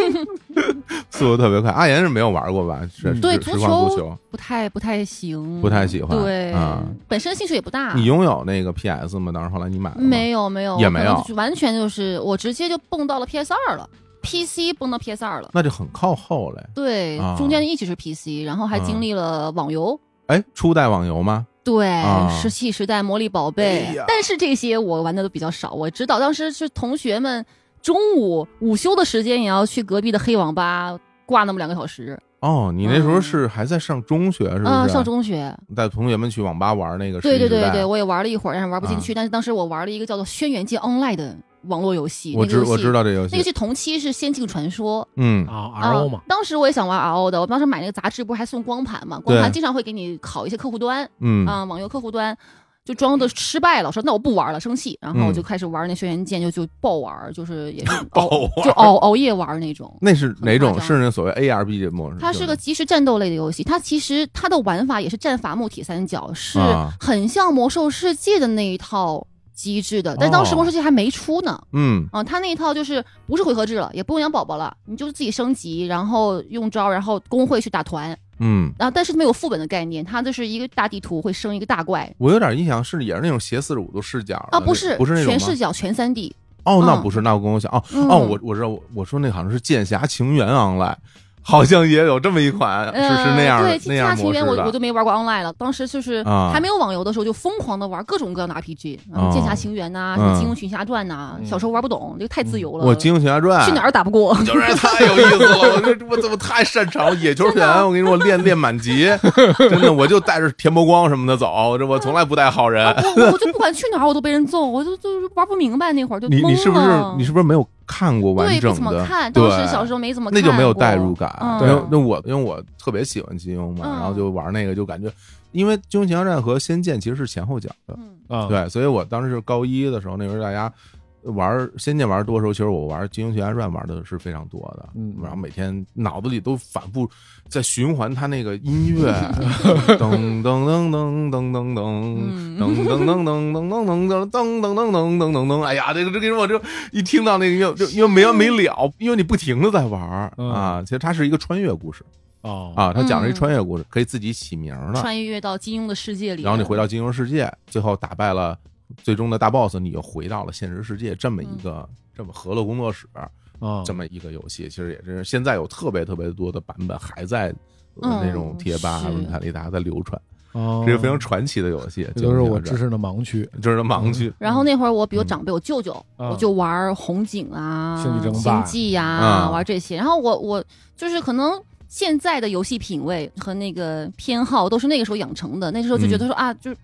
Speaker 1: 速度特别快。阿岩是没有玩过吧？是
Speaker 2: 嗯
Speaker 1: 是
Speaker 3: 对
Speaker 1: 实
Speaker 3: 足
Speaker 1: 况足
Speaker 3: 球
Speaker 1: 球，
Speaker 2: 啊
Speaker 3: 不太不太行，
Speaker 1: 不太喜欢
Speaker 3: 对
Speaker 1: 啊，
Speaker 3: 本身兴趣也不大。
Speaker 1: 你拥有那个 PS 吗？当时后来你买了吗？
Speaker 3: 没有没有
Speaker 1: 也
Speaker 3: 我可
Speaker 1: 没
Speaker 3: 能
Speaker 1: 有
Speaker 3: 就完全就是我直接就蹦到了 PS 二了，PC 蹦到 PS 二了。
Speaker 1: 那就很靠后嘞。
Speaker 3: 对
Speaker 1: 啊，嗯
Speaker 3: 中间一直是 PC，然后还经历了网游，
Speaker 1: 哎，初代网游吗？
Speaker 3: 对，
Speaker 1: 啊
Speaker 3: 石器时代、魔力宝贝
Speaker 1: 哎呀，
Speaker 3: 但是这些我玩的都比较少。我知道当时是同学们中午午休的时间也要去隔壁的黑网吧挂那么两个小时，
Speaker 1: 哦，你那时候是还在上中学是不是？
Speaker 3: 啊，嗯上中学，
Speaker 1: 带同学们去网吧玩那个。
Speaker 3: 对对对对，
Speaker 1: 我
Speaker 3: 我也玩了一会儿，但是玩不进
Speaker 1: 啊
Speaker 3: 去。但是当时我玩了一个叫做《轩辕剑 Online》的网络游戏，那个
Speaker 1: 知
Speaker 3: 游戏
Speaker 1: 我知道这游
Speaker 3: 那个
Speaker 1: 戏，
Speaker 3: 是同期是《仙境传说》
Speaker 1: 嗯
Speaker 2: 啊
Speaker 3: 啊
Speaker 2: ，RO 嘛，
Speaker 3: 当时我也想玩 RO 的，我当时买那个杂志不是还送光盘嘛？光盘经常会给你拷一些客户端
Speaker 1: 嗯
Speaker 3: 啊、网游客户端。就装的失败了，我说那我不玩了，生气，然后我
Speaker 1: 嗯
Speaker 3: 就开始玩那《轩辕剑》，就就爆玩，就 是也是
Speaker 1: 爆
Speaker 3: 熬
Speaker 1: 玩
Speaker 3: 就熬熬夜玩那种。
Speaker 1: 哦那是哪种？
Speaker 3: 很夸张
Speaker 1: 是那所谓 ARB 的模式？
Speaker 3: 它是个即时战斗类的游戏，它其实它的玩法也是战伐木铁三角，是
Speaker 1: 啊
Speaker 3: 很像魔兽世界的那一套机制的，但当
Speaker 1: 哦
Speaker 3: 时魔兽世界还没出呢。
Speaker 1: 嗯
Speaker 3: 啊，它那一套就是不是回合制了，也不用养宝宝了，你就是自己升级，然后用招，然后工会去打团，
Speaker 1: 嗯，
Speaker 3: 然后但是没有副本的概念，它就是一个大地图会升一个大怪
Speaker 1: 我有点印象是也是那种斜四十五度视角的
Speaker 3: 啊，不
Speaker 1: 那
Speaker 3: 是
Speaker 1: 不是那种
Speaker 3: 全
Speaker 1: 吗
Speaker 3: 视角全三 D，
Speaker 1: 哦，那
Speaker 3: 嗯
Speaker 1: 不是，那我跟我想哦
Speaker 3: 嗯
Speaker 1: 哦，我我知道，我我说那好像是《剑侠情缘 Online》，好像也有这么一款，是
Speaker 3: 呃，
Speaker 1: 是那样
Speaker 3: 对，
Speaker 1: 的那
Speaker 3: 其他
Speaker 1: 样
Speaker 3: 情
Speaker 1: 模式
Speaker 3: 缘我我
Speaker 1: 的
Speaker 3: 都没玩过 online 了，当时就是
Speaker 1: 啊
Speaker 3: 还没有网游的时候，就疯狂的玩各种各样的 RPG，
Speaker 1: 哦
Speaker 3: 剑侠情缘呐，
Speaker 1: 嗯
Speaker 3: 什么金庸群侠传呐，
Speaker 2: 嗯
Speaker 3: 小时候玩不懂，这个太自由了，
Speaker 1: 我《金庸群侠传》
Speaker 3: 去哪儿打 不过，
Speaker 1: 就是太有意思了，我 这我怎么太擅长了野球拳？我跟你说，我练练满 级，真的，我就带着田伯光什么的走，这我从来不带好人。
Speaker 3: 我我我就不管去哪儿我都被人揍，我就就是玩不明白那会儿就
Speaker 1: 你
Speaker 3: 懵
Speaker 1: 你是不是
Speaker 3: 了
Speaker 1: 你是不是没有看过完
Speaker 3: 对
Speaker 1: 整
Speaker 3: 不怎么
Speaker 1: 的？
Speaker 3: 看，
Speaker 1: 对
Speaker 3: 当时小时候没怎么看
Speaker 1: 那
Speaker 3: 过，
Speaker 1: 就没有代入感。
Speaker 3: 嗯
Speaker 1: 没有那我因为我特别喜欢金庸嘛，
Speaker 3: 嗯
Speaker 1: 然后就玩那个，就感觉因为《金庸群侠传》和《仙剑》其实是前后脚的，
Speaker 3: 嗯
Speaker 2: 啊，
Speaker 1: 对，所以我当时就是高一的时候，那时候大家玩《仙剑》玩得多的时候，其实我玩《金庸群侠传》玩的是非常多的，
Speaker 2: 嗯
Speaker 1: 然后每天脑子里都反复在循环他那个音 乐，噔噔噔噔噔噔噔。噔噔噔噔噔噔噔噔噔噔
Speaker 3: 嗯
Speaker 1: 噔噔噔噔，哎呀，这个这跟你说，我就一听到那个就就因为没完没了，因为你不停的在玩啊。其实它是一个穿越故事
Speaker 2: 哦
Speaker 1: 啊，它讲了一穿越故事，可以自己起名的。
Speaker 3: 嗯穿越到金庸的世界里，
Speaker 1: 然后你回到金融世界，最后打败
Speaker 3: 嗯
Speaker 1: 了最终的大 boss，你又回到了现实世界，这么一个、这么和乐工作室
Speaker 2: 啊，
Speaker 1: 这么一个游戏，其实也是现在有特别特别多的版本还在。呃
Speaker 3: 嗯
Speaker 1: 那种贴吧、
Speaker 3: 是
Speaker 1: 论坛里大家在流传，
Speaker 2: 哦
Speaker 1: 这是非常传奇的游戏。
Speaker 2: 这都是我
Speaker 1: 这
Speaker 2: 知识的盲区，
Speaker 1: 这是盲区，
Speaker 3: 然后那会儿我比如
Speaker 1: 嗯
Speaker 3: 长辈，我舅舅，
Speaker 2: 啊
Speaker 3: 我就玩儿红警啊、
Speaker 2: 星际争霸
Speaker 3: 星际呀、
Speaker 1: 啊
Speaker 3: 玩这些。然后我我就是可能现在的游戏品味和那个偏好都是那个时候养成的，那时候就觉得说、啊，就是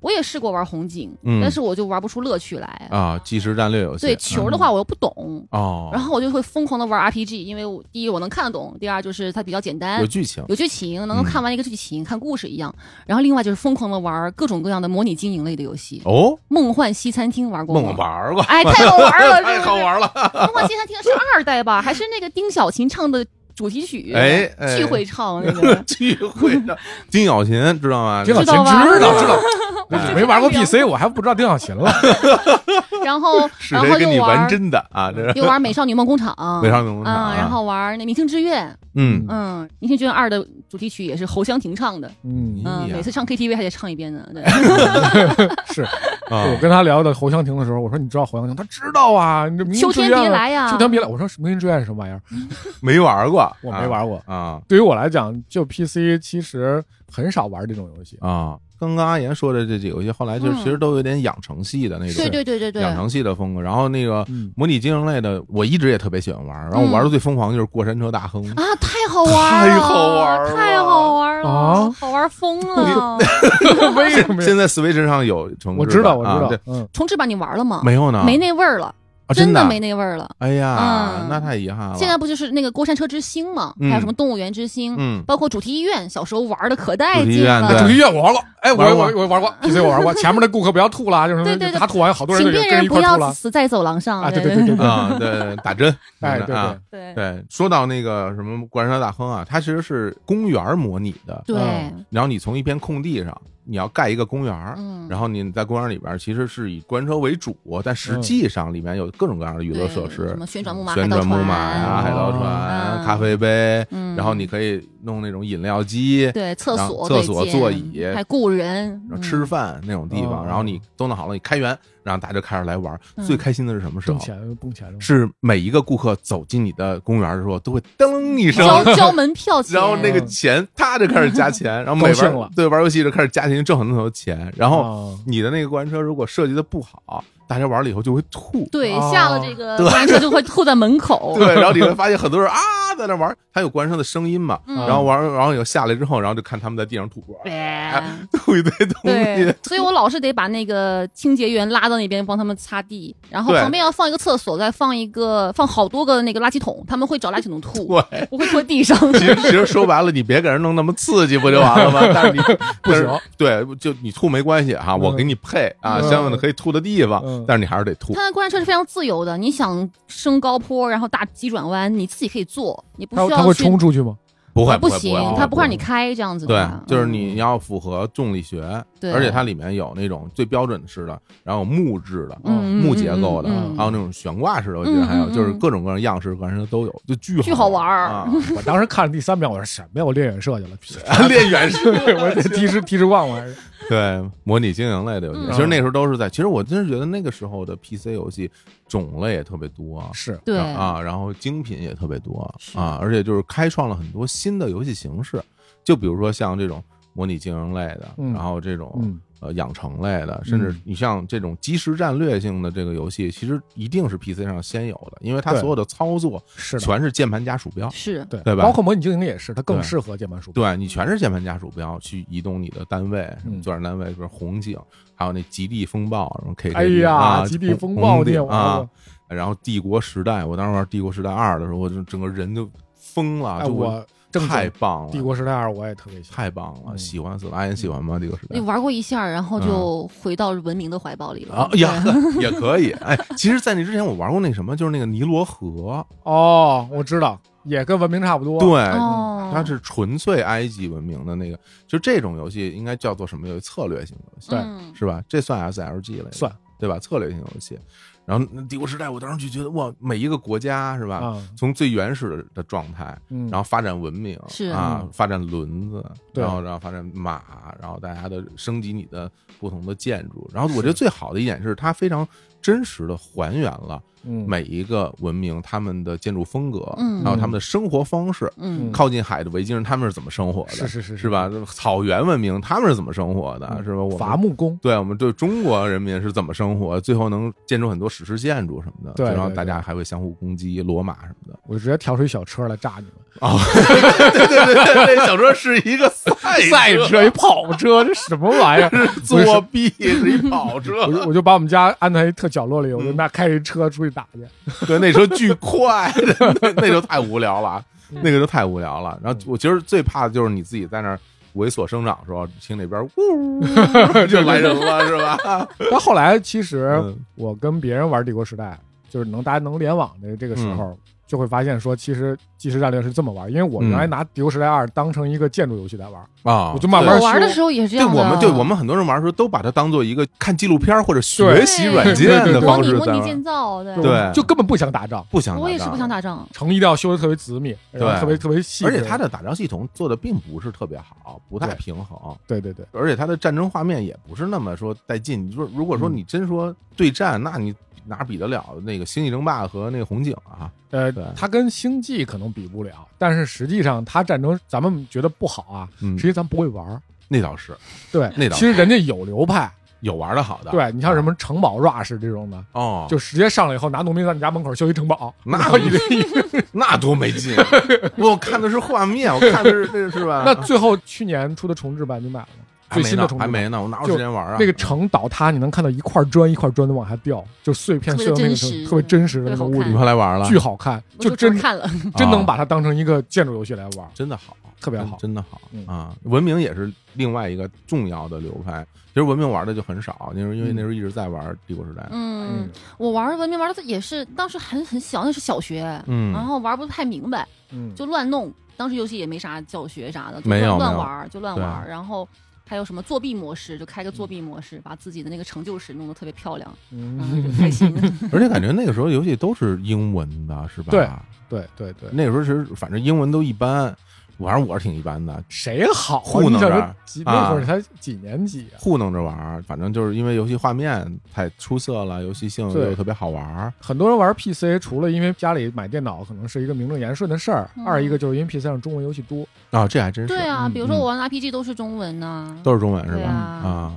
Speaker 3: 我也试过玩红警，
Speaker 1: 嗯
Speaker 3: 但是我就玩不出乐趣来。
Speaker 1: 啊，即时战略游戏。
Speaker 3: 嗯对球的话，我又不懂。
Speaker 1: 哦，
Speaker 3: 然后我就会疯狂的玩 RPG，因为我第一我能看得懂，第二就是它比较简单
Speaker 1: 有，剧情嗯
Speaker 3: 有剧情，能够看完一个剧情，看故事一样。然后另外就是疯狂的玩各种各样的模拟经营类的游戏，
Speaker 1: 哦，
Speaker 3: 梦幻西餐厅》玩过吗？
Speaker 1: 梦玩儿吧，
Speaker 3: 哎，太好玩 了，
Speaker 1: 太好玩 了，
Speaker 3: 了！梦幻西餐厅是二代吧，还是那个丁小琴唱的主题曲？
Speaker 1: 哎哎。
Speaker 3: 巨会唱那个
Speaker 1: 聚会的丁小琴知道吗？
Speaker 2: 丁小
Speaker 3: 知
Speaker 2: 琴
Speaker 3: 道吧
Speaker 2: 知 道
Speaker 1: 知道，
Speaker 2: 我没玩过 PC，我还不知道丁小琴了。
Speaker 3: 然后，
Speaker 1: 是
Speaker 3: 然后
Speaker 1: 谁跟
Speaker 3: 又
Speaker 1: 你玩
Speaker 3: 玩
Speaker 1: 真的啊？这是，
Speaker 3: 又玩《美少女梦工厂》
Speaker 1: 美少女梦工厂
Speaker 3: 啊，
Speaker 1: 啊
Speaker 3: 然后玩那《明星志愿》，
Speaker 1: 嗯，
Speaker 3: 嗯，《明星志愿二》的主题曲也是侯湘婷唱的，
Speaker 2: 嗯，
Speaker 1: 哎呀
Speaker 3: 嗯，每次唱 KTV 还得唱一遍呢。 对，
Speaker 2: 是
Speaker 1: 啊
Speaker 2: 我跟他聊的侯湘婷的时候，我说你知道侯湘婷，他知道啊，你这《明
Speaker 3: 秋
Speaker 2: 星志愿
Speaker 3: 天
Speaker 2: 啊》
Speaker 3: 别来呀
Speaker 2: 秋天别来。我说《明星志愿》是什么玩意儿？
Speaker 1: 没玩过，
Speaker 2: 我没玩过。
Speaker 1: 啊
Speaker 2: 对于我来讲，就 PC 其实很少玩这种游戏
Speaker 1: 啊。啊！刚刚阿言说的这几个游戏，后来就
Speaker 3: 嗯
Speaker 1: 其实都有点养成系的那种
Speaker 3: 对，对对对对
Speaker 1: 养，成系的风格。然后那个
Speaker 2: 嗯，
Speaker 1: 模拟经营类的，我一直也特别喜欢玩儿。然后我玩的最疯狂就是过山车大亨，
Speaker 3: 啊，太好玩
Speaker 1: 太好玩了
Speaker 3: 太好玩
Speaker 2: 啊
Speaker 3: 了，好玩疯 了！
Speaker 2: 为什么呀？
Speaker 1: 现在 Switch 上有重置
Speaker 2: 我知道，我
Speaker 1: 版啊
Speaker 2: 知道
Speaker 1: 对，
Speaker 2: 嗯，
Speaker 3: 重置版你玩了吗？
Speaker 1: 没有呢？
Speaker 3: 没那味儿了，
Speaker 1: 啊
Speaker 3: 真
Speaker 1: 真
Speaker 3: 的
Speaker 1: 的
Speaker 3: 没。那味儿了。
Speaker 1: 哎呀，
Speaker 3: 嗯
Speaker 1: 那太遗憾了。
Speaker 3: 现在不就是那个过山车之星嘛，
Speaker 1: 嗯
Speaker 3: 还有什么动物园之星，
Speaker 1: 嗯
Speaker 3: 包括主题医院，小时候玩的可带
Speaker 1: 主题医
Speaker 3: 劲
Speaker 1: 院
Speaker 2: 主
Speaker 1: 对
Speaker 3: 了。
Speaker 2: 题乐我玩过，哎，我
Speaker 1: 玩过
Speaker 2: 我我玩过 PC，我玩过。前面的顾客不要吐了，就是
Speaker 3: 对对对
Speaker 2: 他吐完，啊好多人
Speaker 3: 请
Speaker 2: 就
Speaker 3: 病
Speaker 2: 跟
Speaker 3: 人
Speaker 2: 一
Speaker 3: 不
Speaker 2: 块吐
Speaker 3: 要
Speaker 2: 了。
Speaker 3: 死在走廊上。
Speaker 2: 啊，对对对对对，
Speaker 1: 啊，对，打针，
Speaker 2: 哎，
Speaker 1: 真
Speaker 2: 对
Speaker 1: 的啊
Speaker 2: 对，
Speaker 3: 对
Speaker 1: 对，说到那个什么过山车大亨啊，它其实是公园模拟的，
Speaker 3: 对
Speaker 2: 嗯
Speaker 1: 然后你从一片空地上，你要盖一个公园儿，
Speaker 3: 嗯
Speaker 1: 然后你在公园里边儿其实是以过山车为主，但实际上里面有各种各样的娱乐设
Speaker 3: 对
Speaker 1: 施嗯
Speaker 3: 什，么旋转木马、
Speaker 1: 旋转木马
Speaker 3: 海
Speaker 1: 呀、
Speaker 3: 盗
Speaker 1: 海
Speaker 3: 船
Speaker 1: 盗
Speaker 3: 嗯
Speaker 1: 船、咖啡杯，
Speaker 3: 嗯
Speaker 1: 然后你可以弄那种饮料机，
Speaker 3: 对厕所、
Speaker 1: 厕所
Speaker 3: 对
Speaker 1: 座椅
Speaker 3: 还雇人嗯
Speaker 1: 然后吃饭那种地方，
Speaker 2: 哦
Speaker 1: 然后你都弄好了，你开园，然后大家就开始来玩儿。
Speaker 3: 嗯
Speaker 1: 最开心的是什么时
Speaker 2: 挣
Speaker 1: 候？
Speaker 2: 钱挣钱了。
Speaker 1: 是每一个顾客走进你的公园的时候，都会噔一声，
Speaker 3: 交交门票钱，
Speaker 1: 然后那个钱，他就开始加 钱，然后每
Speaker 2: 高兴了
Speaker 1: 玩对玩游戏就开始加钱，挣很多钱。然后
Speaker 2: 哦，
Speaker 1: 你的那个过山车如果设计的不好，大家玩了以后就会吐。
Speaker 3: 对
Speaker 2: 哦
Speaker 3: 下了这个
Speaker 1: 对
Speaker 3: 过山车就会吐在门口。
Speaker 1: 对，然后你会发现很多人啊在那玩，他有过山车的声音嘛，
Speaker 3: 嗯
Speaker 1: 然后玩，然后有下来之后，然后就看他们在地上吐，哎
Speaker 3: 对
Speaker 1: 吐一堆东
Speaker 3: 对
Speaker 1: 西，，
Speaker 3: 所以我老是得把那个清洁员拉到那边帮他们擦地，然后
Speaker 1: 对
Speaker 3: 旁边要放一个厕所，再放一个放好多个那个垃圾桶，他们会找垃圾桶吐，
Speaker 1: 对。
Speaker 3: 不会拖地 上。
Speaker 1: 其实，其实说白了，你别给人弄那么刺激，不就完了吗？但是你
Speaker 2: 不，
Speaker 1: 但是
Speaker 2: 行
Speaker 1: 对，就你吐没关系哈，
Speaker 2: 嗯
Speaker 1: 我给你配啊，
Speaker 2: 嗯
Speaker 1: 相应的可以吐的地方
Speaker 2: 嗯，
Speaker 1: 但是你还是得吐。
Speaker 3: 他的过山车是非常自由的，你想升高坡，然后大急转弯，你自己可以做，你不
Speaker 2: 他
Speaker 3: 需
Speaker 2: 他
Speaker 3: 要
Speaker 2: 会
Speaker 3: 去。
Speaker 2: 冲出去 吗？
Speaker 1: 不会，
Speaker 3: 啊
Speaker 1: 不会
Speaker 3: 行
Speaker 1: 不会，
Speaker 3: 他不会让
Speaker 1: 会
Speaker 3: 你开这样子的
Speaker 1: 对
Speaker 3: 吧。，
Speaker 1: 就是
Speaker 3: 嗯
Speaker 1: 你要符合重力学，
Speaker 3: 对
Speaker 1: 而且它里面有那种最标准式的，然后有木质的。
Speaker 3: 嗯
Speaker 1: 哦木结构的，啊
Speaker 3: 嗯嗯嗯
Speaker 1: 还有那种悬挂式的，我记得还有
Speaker 3: 嗯嗯
Speaker 1: 就是
Speaker 3: 嗯
Speaker 1: 各种各样样式，反正都有，就巨
Speaker 3: 巨
Speaker 1: 好
Speaker 3: 好
Speaker 1: 玩
Speaker 3: 玩儿
Speaker 1: 啊！
Speaker 2: 我当时看了第三秒，我说什么呀？我练远射去了，
Speaker 1: 练原始，
Speaker 2: 我得提示提示逛玩。
Speaker 1: 对模拟经营类的游戏，
Speaker 3: 嗯
Speaker 1: 其实那时候都是在，其实我真是觉得那个时候的 PC 游戏种类也特别多，
Speaker 2: 是，
Speaker 3: 对
Speaker 1: 啊，然后精品也特别多
Speaker 3: 是
Speaker 1: 啊，而且就是开创了很多新的游戏形式，就比如说像这种模拟经营类的，
Speaker 2: 嗯
Speaker 1: 然后这种、
Speaker 2: 嗯，
Speaker 1: 呃养成类的，甚至
Speaker 2: 嗯
Speaker 1: 你像这种即时战略性的这个游戏，其实一定是 PC 上先有的，因为它
Speaker 2: 对
Speaker 1: 所有的操作
Speaker 2: 是的，
Speaker 1: 全是键盘加鼠标，
Speaker 3: 是
Speaker 2: 对
Speaker 1: 对吧
Speaker 2: 包括模拟经营也是，它更
Speaker 1: 对
Speaker 2: 适合键盘鼠标。
Speaker 1: 对你全是键盘加鼠标去移动你的单位，什么
Speaker 2: 嗯
Speaker 1: 作战单位，比如红警，还有那极地风暴，什么 K，
Speaker 2: 哎呀，
Speaker 1: 啊、
Speaker 2: 极地
Speaker 1: 红
Speaker 2: 风暴
Speaker 1: 红
Speaker 2: 你也
Speaker 1: 警
Speaker 2: 玩
Speaker 1: 啊
Speaker 2: 过，？
Speaker 1: 然后帝国时代，我当时玩帝国时代二的时候，我就整个人就疯了，
Speaker 2: 哎，
Speaker 1: 就
Speaker 2: 我正经
Speaker 1: 太棒了，
Speaker 2: 帝国时代二我也特别喜欢。
Speaker 1: 太棒了，
Speaker 2: 嗯
Speaker 1: 喜欢死了，阿言喜欢吗？帝国时代
Speaker 3: 你玩过一下，然后就回到文明的怀抱里了。
Speaker 1: 嗯啊
Speaker 3: 对
Speaker 1: 呀，也可以。哎，其实，在那之前我玩过那什么，就是那个尼罗河，
Speaker 2: 哦，我知道，也跟文明差不多。
Speaker 1: 对，
Speaker 3: 哦，
Speaker 1: 它是纯粹埃及文明的那个，就这种游戏应该叫做什么游戏？策略型游戏
Speaker 2: 对
Speaker 3: 嗯
Speaker 1: 是吧？这算 SLG 了，
Speaker 2: 算
Speaker 1: 对吧？策略型游戏。然后那帝国时代，我当时就觉得哇，每一个国家是吧，
Speaker 2: 啊，
Speaker 1: 从最原始的状态，
Speaker 2: 嗯，
Speaker 1: 然后发展文明，
Speaker 3: 是
Speaker 1: 啊
Speaker 2: 嗯，
Speaker 1: 发展轮子，
Speaker 2: 对
Speaker 1: 然后然后发展马，然后大家的升级你的不同的建筑。然后我觉得最好的一点是它非常真实的还原了
Speaker 2: 嗯，
Speaker 1: 每一个文明他们的建筑风格，
Speaker 3: 嗯
Speaker 1: 还有他们的生活方式。
Speaker 3: 嗯
Speaker 1: 靠近海的维京人他们是怎么生活的？
Speaker 2: 是是是
Speaker 1: 是？吧？草原文明他们是怎么生活的？
Speaker 2: 嗯
Speaker 1: 是吧？我
Speaker 2: 伐
Speaker 1: 们
Speaker 2: 木工，
Speaker 1: 对我们对中国人民是怎么生活？最后能建出很多史诗建筑什么的，
Speaker 2: 对
Speaker 1: 然后
Speaker 2: 对
Speaker 1: 大
Speaker 2: 对
Speaker 1: 家还会相互攻击罗马什么的。
Speaker 2: 我直接跳出一小车来炸你们，
Speaker 1: 对对对，对，小车是一个 赛
Speaker 2: 赛车一跑车，这什么玩意儿？
Speaker 1: 作弊是一跑车
Speaker 2: 我，就我就把我们家安排一特角落里，我就拿开一车出去打去。
Speaker 1: 对，那时候巨 快，那那时候太无聊了，啊
Speaker 3: 嗯
Speaker 1: 那个就太无聊了。然后我其实最怕的就是你自己在那儿猥琐生长的时候，听那边 呜就来人了，是 吧？
Speaker 2: 但后来其实
Speaker 1: 嗯
Speaker 2: 我跟别人玩帝国时代，就是能大家能联网的这个时候，
Speaker 1: 嗯
Speaker 2: 就会发现说，其实即时战略是这么玩。因为我
Speaker 1: 嗯
Speaker 2: 原来拿帝国时代二当成一个建筑游戏来玩，
Speaker 1: 啊，
Speaker 2: 我就慢慢
Speaker 3: 我玩的时候也是这
Speaker 1: 对
Speaker 3: 样的。
Speaker 1: 我们，对我们很多人玩的时候，都把它当做一个看纪录片或者学习软件的
Speaker 3: 模
Speaker 1: 方
Speaker 3: 拟
Speaker 1: 式
Speaker 3: 模
Speaker 1: 在
Speaker 3: 拟
Speaker 1: 玩
Speaker 3: 建，造，对
Speaker 1: 对嗯
Speaker 2: 就根本不想打仗，
Speaker 1: 不想
Speaker 3: 我也是不想
Speaker 1: 打
Speaker 3: 打仗。
Speaker 2: 城一定要修的特别紧密，然后
Speaker 1: 对
Speaker 2: 特别特别细
Speaker 1: 仗，
Speaker 2: 致。
Speaker 1: 而且它的打仗系统做的并不是特别好，不太
Speaker 2: 对
Speaker 1: 平衡。
Speaker 2: 对对对，
Speaker 1: 而且它的战争画面也不是那么说带劲。你说，如果说
Speaker 2: 嗯
Speaker 1: 你真说对战，那你哪比得了那个《星际争霸》和那个《红警》啊？
Speaker 2: 呃
Speaker 1: 对，
Speaker 2: 它跟星际可能比不了，但是实际上它战争咱们觉得不好啊，
Speaker 1: 嗯
Speaker 2: 实际咱们不会玩儿。
Speaker 1: 那倒是
Speaker 2: 对，
Speaker 1: 那倒
Speaker 2: 其实人家有流派，
Speaker 1: 有玩的好的。
Speaker 2: 对你像什么城堡 rush 这种的，
Speaker 1: 哦，
Speaker 2: 就直接上来以后拿农民在你家门口修一城堡，
Speaker 1: 那
Speaker 2: 然后一对一
Speaker 1: 那多没劲、啊！我看的是画面，我看的是这是吧？
Speaker 2: 那最后去年出的重置版你买了吗？
Speaker 1: 还
Speaker 2: 最
Speaker 1: 没
Speaker 2: 新的
Speaker 1: 呢
Speaker 2: 重，置
Speaker 1: 还
Speaker 2: 版
Speaker 1: 没呢，我哪有时间玩啊？
Speaker 2: 那个城倒塌，你能看到一块砖一块砖的往下掉，就碎片
Speaker 3: 特别
Speaker 2: 碎到那个城
Speaker 3: 真实嗯
Speaker 2: 特别真实的那
Speaker 3: 特
Speaker 2: 个
Speaker 3: 别好
Speaker 2: 物
Speaker 1: 你
Speaker 2: 理
Speaker 3: 看，
Speaker 1: 快来玩了，
Speaker 2: 巨好看，
Speaker 3: 我
Speaker 2: 就
Speaker 3: 就
Speaker 2: 真
Speaker 3: 只看了，
Speaker 2: 真
Speaker 1: 嗯
Speaker 2: 能
Speaker 1: 啊
Speaker 2: 把它当成一个建筑游戏来玩。
Speaker 1: 真的好，
Speaker 2: 特别
Speaker 1: 真
Speaker 2: 好
Speaker 1: 真的好
Speaker 2: 嗯
Speaker 1: 啊！文明也是另外一个重要的流派，其实文明玩的就很少，因为因为那时候一直在玩《帝国时代》。
Speaker 3: 嗯，，我玩文明玩的也是，当时很很小，那是小学，
Speaker 1: 嗯
Speaker 3: 然后玩不太明白，
Speaker 2: 嗯，
Speaker 3: 就乱弄。当时游戏也没啥教学啥的，就
Speaker 1: 没有没
Speaker 3: 乱乱
Speaker 1: 有
Speaker 3: 玩儿就乱
Speaker 1: 对
Speaker 3: 玩儿。然后还有什么作弊模式，就开个作弊模式，把自己的那个成就值弄得特别漂亮，嗯，就
Speaker 2: 嗯，
Speaker 3: 开心。
Speaker 1: 而且感觉那个时候游戏都是英文的，是吧？
Speaker 2: 对对对对，
Speaker 1: 那个时候其实反正英文都一般，反正我是挺一般的，
Speaker 2: 谁好啊？
Speaker 1: 糊弄
Speaker 2: 你想
Speaker 1: 着
Speaker 2: 说几
Speaker 1: 啊
Speaker 2: 那会儿才几年级啊？
Speaker 1: 糊弄着玩儿。反正就是因为游戏画面太出色了，游戏性
Speaker 2: 对
Speaker 1: 又特别好玩儿。
Speaker 2: 很多人玩 PC，除了因为家里买电脑可能是一个名正言顺的事儿，
Speaker 3: 嗯
Speaker 2: 二一个就是因为 PC 上中文游戏多。
Speaker 1: 啊，这还真是
Speaker 3: 对啊，
Speaker 2: 嗯
Speaker 3: 比如说我玩 RPG 都是中文呐，
Speaker 1: 都是中文是
Speaker 3: 对
Speaker 1: 吧？
Speaker 3: 啊
Speaker 1: 啊，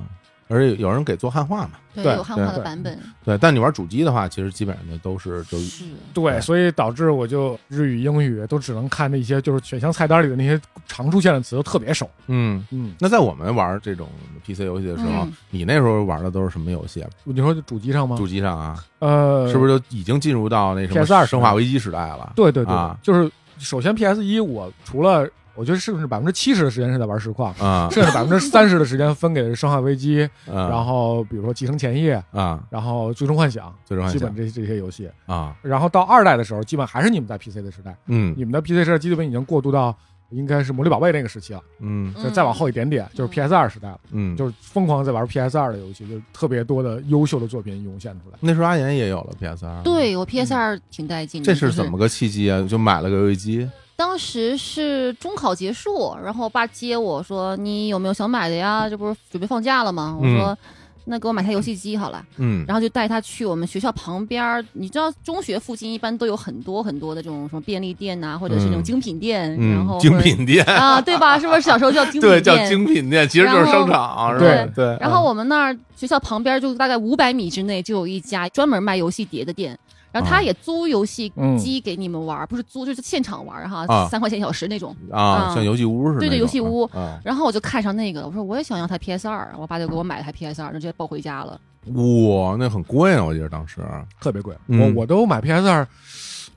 Speaker 1: 而且有人给做汉化嘛。
Speaker 3: 对
Speaker 2: 对
Speaker 3: 有汉化
Speaker 1: 对
Speaker 3: 的版本，
Speaker 1: 对，但你玩主机的话，其实基本上就都是就是
Speaker 2: 对，
Speaker 1: 对
Speaker 2: 所以导致我就日语、英语都只能看那些就是选项菜单里的那些常出现的词，都特别熟。
Speaker 1: 嗯。
Speaker 2: 嗯，
Speaker 1: 那在我们玩这种 PC 游戏的时候，
Speaker 3: 嗯
Speaker 1: 你那时候玩的都是什么游戏啊？
Speaker 2: 你说主机上吗？
Speaker 1: 主机上啊，
Speaker 2: 哦呃，
Speaker 1: 是不？是就已经进入到那什么
Speaker 2: PS2
Speaker 1: 生化危机时代了？
Speaker 2: 对对对，
Speaker 1: 啊
Speaker 2: 就是首先 PS 一，我除了我觉得是不是百分之七十的时间是在玩实况，
Speaker 1: 啊，
Speaker 2: 剩下百分之三十的时间分给《生化危机》，
Speaker 1: 然
Speaker 2: 然后比如说《寄生前夜》，
Speaker 1: 啊，
Speaker 2: 然后《最终幻想
Speaker 1: 最终》，幻
Speaker 2: 基本
Speaker 1: 想
Speaker 2: 这这些游戏。
Speaker 1: 啊，
Speaker 2: 然后到二代的时候，基本还是你们在 PC 的时代，
Speaker 1: 嗯
Speaker 2: 你们的 PC 时代基本已经过渡到应该是《魔力宝贝》那个时期了，
Speaker 1: 嗯
Speaker 2: 就再往后一点点就是 PS 二时代了，
Speaker 1: 嗯，
Speaker 2: 就是疯狂在玩 PS 二的游戏，就是特别多的优秀的作品涌现出来。
Speaker 1: 那时候阿岩也有了 PS 二，，
Speaker 3: 对我 PS 二挺带劲的，
Speaker 1: 嗯这
Speaker 3: 就是是
Speaker 1: 怎么个契机啊？就买了个游戏机，
Speaker 3: 当时是中考结束，然后我爸接我说：“你有没有想买的呀？这不是准备放假了吗？”我
Speaker 1: 嗯
Speaker 3: 说：“那给我买台游戏机好了。”
Speaker 1: 嗯，
Speaker 3: 然后就带他去我们学校旁边儿，你知道中学附近一般都有很多很多的这种什么便利店呐、或者是那种
Speaker 1: 嗯
Speaker 3: 精品店，然后
Speaker 1: 嗯，
Speaker 3: 或
Speaker 1: 精
Speaker 3: 者
Speaker 1: 品店，
Speaker 3: 啊，对吧？是不是小时候叫精品
Speaker 1: 对，
Speaker 3: 店？
Speaker 1: 叫精品店，其实就是商场，是吧？对，
Speaker 3: 然后我们那儿学校旁边就大概五百米之内就有一家专门卖游戏碟的店，然后他
Speaker 1: 啊
Speaker 3: 也租游戏机给你们玩儿，不是租就是现场玩儿哈
Speaker 1: 啊，
Speaker 3: 三、块钱一小时那种。
Speaker 1: 啊，
Speaker 3: 嗯
Speaker 1: 像游戏屋似的那种，
Speaker 3: 对对游戏屋
Speaker 1: 啊，
Speaker 3: 然后我就看上那个，我说我也想要台 PS 二，啊我爸就给我买了台 PS 二，就直接抱回家了。
Speaker 1: 哇，那很贵啊，我记得当时，
Speaker 2: 特别贵。
Speaker 1: 嗯
Speaker 2: 我我都买 PS 二，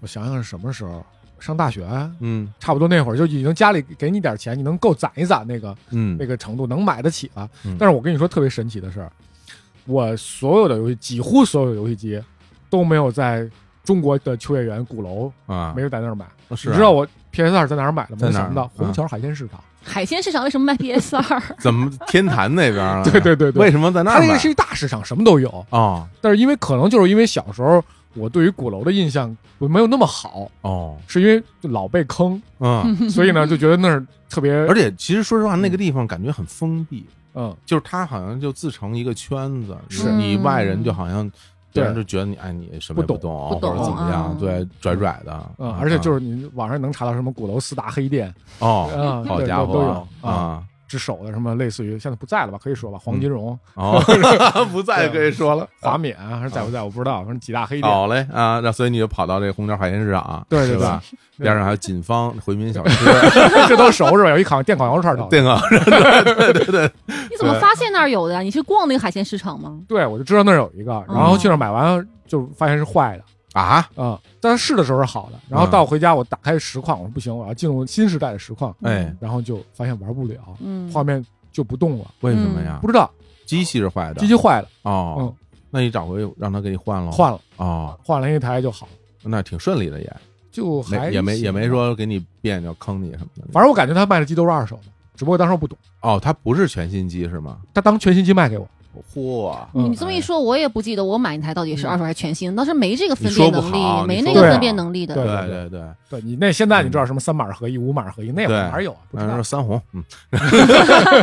Speaker 2: 我想想是什么时候？上大学，
Speaker 1: 嗯
Speaker 2: 差不多那会儿就已经家里给你点钱，你能够攒一攒那个
Speaker 1: 嗯
Speaker 2: 那个程度，能买得起了
Speaker 1: 嗯。
Speaker 2: 但是我跟你说特别神奇的事儿，我所有的游戏，几乎所有的游戏机都没有在中国的秋叶原鼓楼，
Speaker 1: 啊，
Speaker 2: 没有在那儿买。
Speaker 1: 是
Speaker 2: 你
Speaker 1: 啊
Speaker 2: 知道我 PS 二在哪儿买的吗？
Speaker 1: 在哪儿
Speaker 2: 想不到
Speaker 1: 啊
Speaker 2: 虹桥海鲜市场。
Speaker 3: 海鲜市场为什么卖 PS 二？
Speaker 1: 怎么天坛那边啊？
Speaker 2: 对对对对
Speaker 1: 为什么在那
Speaker 2: 它
Speaker 1: 儿
Speaker 2: 那
Speaker 1: 买
Speaker 2: 个？是一大市场，什么都有。
Speaker 1: 哦
Speaker 2: 但是因为可能就是因为小时候我对于鼓楼的印象我没有那么好，
Speaker 1: 哦，
Speaker 2: 是因为就老被坑，
Speaker 1: 嗯，
Speaker 2: 所以呢就觉得那儿特别
Speaker 1: 而且其实说实话，那个地方感觉很封闭，
Speaker 2: 嗯
Speaker 1: 就是它好像就自成一个圈子，
Speaker 2: 是
Speaker 1: 你外人就好像别人就觉得你哎你什么也懂，
Speaker 3: 不懂
Speaker 1: 或者怎么样，
Speaker 3: 啊
Speaker 1: 对，拽拽的啊
Speaker 2: 嗯，而且就是你网上能查到什么鼓楼四大黑店
Speaker 1: 哦
Speaker 2: 啊，
Speaker 1: 好
Speaker 2: 对
Speaker 1: 家
Speaker 2: 都都
Speaker 1: 伙
Speaker 2: 有
Speaker 1: 啊
Speaker 2: 之首的，什么类似于现在不在了吧？可以说吧，黄金荣、
Speaker 1: 哦， 不再可以说了，
Speaker 2: 华冕还是在不在我不知道，反正几大黑店。
Speaker 1: 好嘞啊，那所以你就跑到这红桥海鲜市场，啊
Speaker 2: 对对
Speaker 1: 是
Speaker 2: 对
Speaker 1: 吧？边上还有锦芳回民小吃，
Speaker 2: 这都熟是吧？有一烤电烤羊肉串儿，
Speaker 1: 对啊，
Speaker 3: 你怎么发现那儿有的呀？啊你去逛那个海鲜市场吗？
Speaker 2: 对，我就知道那儿有一个，
Speaker 1: 嗯
Speaker 2: 然后去那儿买完就发现是坏的
Speaker 1: 啊，
Speaker 2: 啊、但是试的时候是好的，然
Speaker 1: 嗯
Speaker 2: 后到回家我打开实况，我说不行，我要进入新时代的实况，
Speaker 1: 哎，
Speaker 2: 然后就发现玩不了，
Speaker 3: 嗯，
Speaker 2: 画面就不动了，
Speaker 1: 为什么呀
Speaker 2: 不？知道
Speaker 1: 机器是坏的
Speaker 2: 机器坏了，
Speaker 1: 哦，那你找回让他给你换了，
Speaker 2: 嗯换了
Speaker 1: 哦，
Speaker 2: 换了一台就好，
Speaker 1: 那挺顺利的也，
Speaker 2: 就还
Speaker 1: 没也没也没
Speaker 2: 行，
Speaker 1: 说给你别扭坑你什么的。
Speaker 2: 反正我感觉他卖的机都是二手的，只不过当时我不懂，
Speaker 1: 哦，它不是全新机是吗？
Speaker 2: 他当全新机卖给我，
Speaker 1: 嚯，
Speaker 2: 嗯
Speaker 3: 你这么一说，我也不记得我买那台到底是二手还是全新，当时没这个分
Speaker 1: 嗯你说
Speaker 3: 辨
Speaker 1: 不
Speaker 3: 能
Speaker 1: 好
Speaker 3: 力，没
Speaker 1: 你
Speaker 3: 那
Speaker 1: 说
Speaker 3: 个
Speaker 2: 不
Speaker 3: 分
Speaker 2: 好
Speaker 3: 辨能力的。
Speaker 2: 对
Speaker 1: 对对对，
Speaker 2: 对你那现在你知道什么三码合一、五码合一，那会
Speaker 1: 对
Speaker 2: 儿哪有啊？不知
Speaker 1: 然
Speaker 2: 道
Speaker 1: 后。三红， 嗯，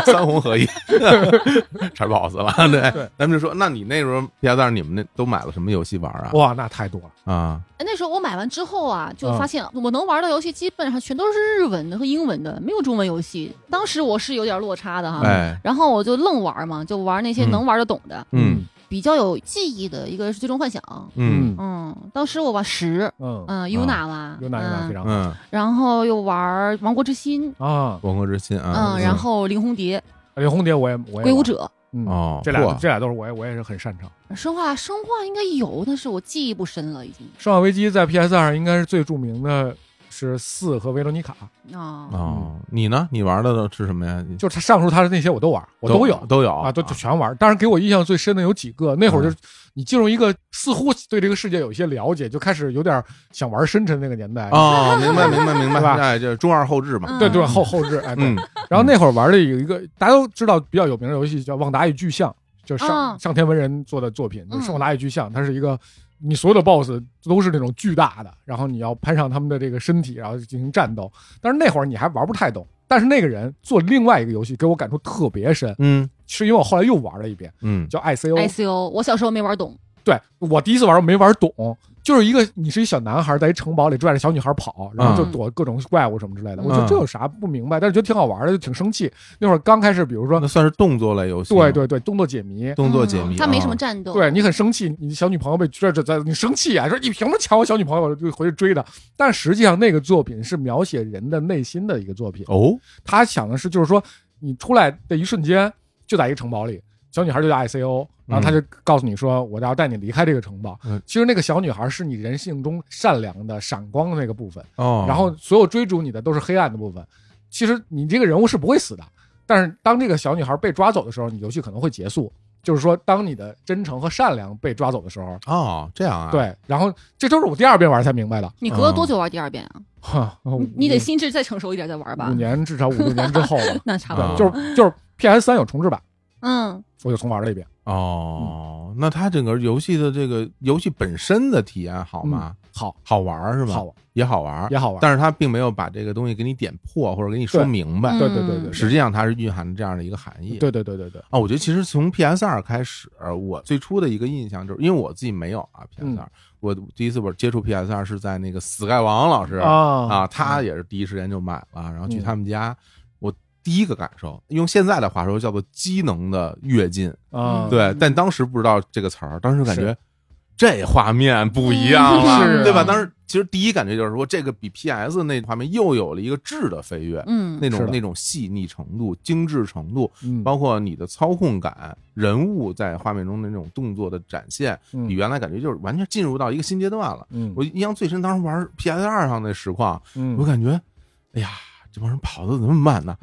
Speaker 1: 三红合一， 差点把我死了。对
Speaker 2: 对，
Speaker 1: 咱们就说，那你那时候 PS 二你们那都买了什么游戏玩啊？
Speaker 2: 哇，那太多了！
Speaker 1: 啊，
Speaker 3: 哎那时候我买完之后啊，就
Speaker 2: 嗯
Speaker 3: 发现我能玩的游戏基本上全都是日文的和英文的，没有中文游戏。当时我是有点落差的
Speaker 2: 啊
Speaker 3: 哈，
Speaker 1: 哎，
Speaker 3: 然后我就愣玩嘛，就玩那些
Speaker 1: 嗯
Speaker 3: 能玩得懂的，
Speaker 1: 嗯
Speaker 3: 比较有记忆的。一个是《最终幻想》，
Speaker 1: 嗯
Speaker 3: 嗯，当时我玩十，
Speaker 2: 嗯
Speaker 3: 嗯，尤娜吧，
Speaker 2: 有哪有哪非
Speaker 3: 嗯，
Speaker 2: 常好
Speaker 1: 嗯，
Speaker 3: 然后又玩《王国之心》，
Speaker 2: 啊！
Speaker 1: 王国之心啊，
Speaker 3: 嗯，然后《灵红蝶》
Speaker 2: 李红蝶我也我
Speaker 3: 《
Speaker 2: 也
Speaker 3: 鬼舞
Speaker 2: 玩
Speaker 3: 者
Speaker 2: 嗯
Speaker 1: 哦
Speaker 2: 这俩
Speaker 1: 嚯
Speaker 2: 这俩都是我也我也是很擅长。》。
Speaker 3: 生化，生化应该有，但是我记忆不深了，已经
Speaker 2: 《生化危机》在 PS 二应该是最著名的是四和维罗妮卡，
Speaker 3: 啊。
Speaker 1: 哦，你呢？你玩的都是什么呀？你
Speaker 2: 就是他上述他的那些我都玩，我都有
Speaker 1: 都有
Speaker 2: 啊，都就全玩。但是给我印象最深的有几个，那会儿就
Speaker 1: 嗯
Speaker 2: 是你进入一个似乎对这个世界有一些了解，就开始有点想玩深沉那个年代。
Speaker 1: 哦，明白明白明白，
Speaker 2: 是吧
Speaker 1: 哎，就是中二后置嘛，
Speaker 3: 嗯
Speaker 2: 对对，后后置哎，对
Speaker 1: 嗯，
Speaker 2: 然后那会儿玩的有一个大家都知道比较有名的游戏叫《旺达与巨像》，就是上、
Speaker 3: 嗯
Speaker 2: 上天文人做的作品，就是
Speaker 3: 嗯
Speaker 2: 《旺达与巨像》，它是一个你所有的 BOSS 都是那种巨大的，然后你要攀上他们的这个身体，然后进行战斗。但是那会儿你还玩不太懂。但是那个人做另外一个游戏给我感触特别深，
Speaker 1: 嗯
Speaker 2: 是因为我后来又玩了一遍，
Speaker 1: 嗯
Speaker 2: 叫 ICO。
Speaker 3: ICO，我小时候没玩懂，
Speaker 2: 对我第一次玩我没玩懂，就是一个你是一小男孩在一城堡里拽着小女孩跑，然后就躲各种怪物什么之类的。我觉
Speaker 1: 嗯
Speaker 2: 得这有啥不明白，但是觉得挺好玩的，就挺生气。那会儿刚开始，比如说
Speaker 1: 那算是动作类游戏吗，
Speaker 2: 对对对，动作解谜。
Speaker 1: 动作解
Speaker 3: 嗯
Speaker 1: 谜，
Speaker 3: 它没什
Speaker 1: 啊
Speaker 3: 么战斗。
Speaker 2: 对你很生气，你的小女朋友被追着在，你生气啊，说你凭什么抢我小女朋友，我就回去追的。但实际上，那个作品是描写人的内心的一个作品。
Speaker 1: 哦，
Speaker 2: 他想的是，就是说你出来的一瞬间，就在一个城堡里，小女孩就叫 ICO，然后他就告诉你说，我要带你离开这个城堡
Speaker 1: 嗯。
Speaker 2: 其实那个小女孩是你人性中善良的、闪光的那个部分。
Speaker 1: 哦，
Speaker 2: 然后所有追逐你的都是黑暗的部分。其实你这个人物是不会死的，但是当这个小女孩被抓走的时候，你游戏可能会结束。就是说，当你的真诚和善良被抓走的时候，
Speaker 1: 哦，这样啊，，
Speaker 2: 对，然后这都是我第二遍玩才明 白的。
Speaker 3: 你隔了多久玩第二遍啊？
Speaker 1: 哦
Speaker 2: 哈，
Speaker 3: 你你得心智再成熟一点再玩吧，
Speaker 2: 五。年至少五六年之后了
Speaker 3: 那差不
Speaker 1: 啊
Speaker 3: 多。
Speaker 2: 对，嗯就是就是 PS 三有重置版，
Speaker 3: 嗯，
Speaker 2: 我就重玩了一遍。
Speaker 1: 哦，那它整个游戏的这个游戏本身的体验好吗？
Speaker 2: 好，
Speaker 1: 嗯好玩儿是吧？
Speaker 2: 好玩
Speaker 1: 也好玩儿，
Speaker 2: 也好玩。
Speaker 1: 但是它并没有把这个东西给你点破或者给你说
Speaker 2: 对
Speaker 1: 明白
Speaker 3: 嗯，
Speaker 2: 对对对对，
Speaker 1: 实际上它是蕴含着这样的一个含义。
Speaker 2: 对对对对对，
Speaker 1: 啊，我觉得其实从 PS 二开始，呃我最初的一个印象就是，因为我自己没有啊
Speaker 2: 嗯
Speaker 1: PS 二，我第一次我接触 PS 二是在那个 Sky 王老师
Speaker 2: 啊
Speaker 1: 他也是第一时间就买了，然后
Speaker 2: 嗯
Speaker 1: 去他们家，我第一个感受，用现在的话说叫做机能的跃进，
Speaker 2: 啊，
Speaker 1: 对
Speaker 3: 嗯，
Speaker 1: 但当时不知道这个词儿，当时感觉
Speaker 2: 是
Speaker 1: 这画面不一样了，
Speaker 2: 是啊
Speaker 1: 对吧？当时其实第一感觉就是说，这个比 PS 那画面又有了一个质的飞跃，
Speaker 3: 嗯
Speaker 1: 那
Speaker 2: 是
Speaker 1: 种
Speaker 2: 的
Speaker 1: 那种细腻程度、精致程度，
Speaker 2: 嗯，
Speaker 1: 包括你的操控感、人物在画面中的那种动作的展现，
Speaker 2: 嗯
Speaker 1: 你原来感觉就是完全进入到一个新阶段了。
Speaker 2: 嗯
Speaker 1: 我印象最深，当时玩 PS 二上的实况，我
Speaker 2: 嗯，
Speaker 1: 感觉，哎呀，这帮人跑的怎么那么慢呢？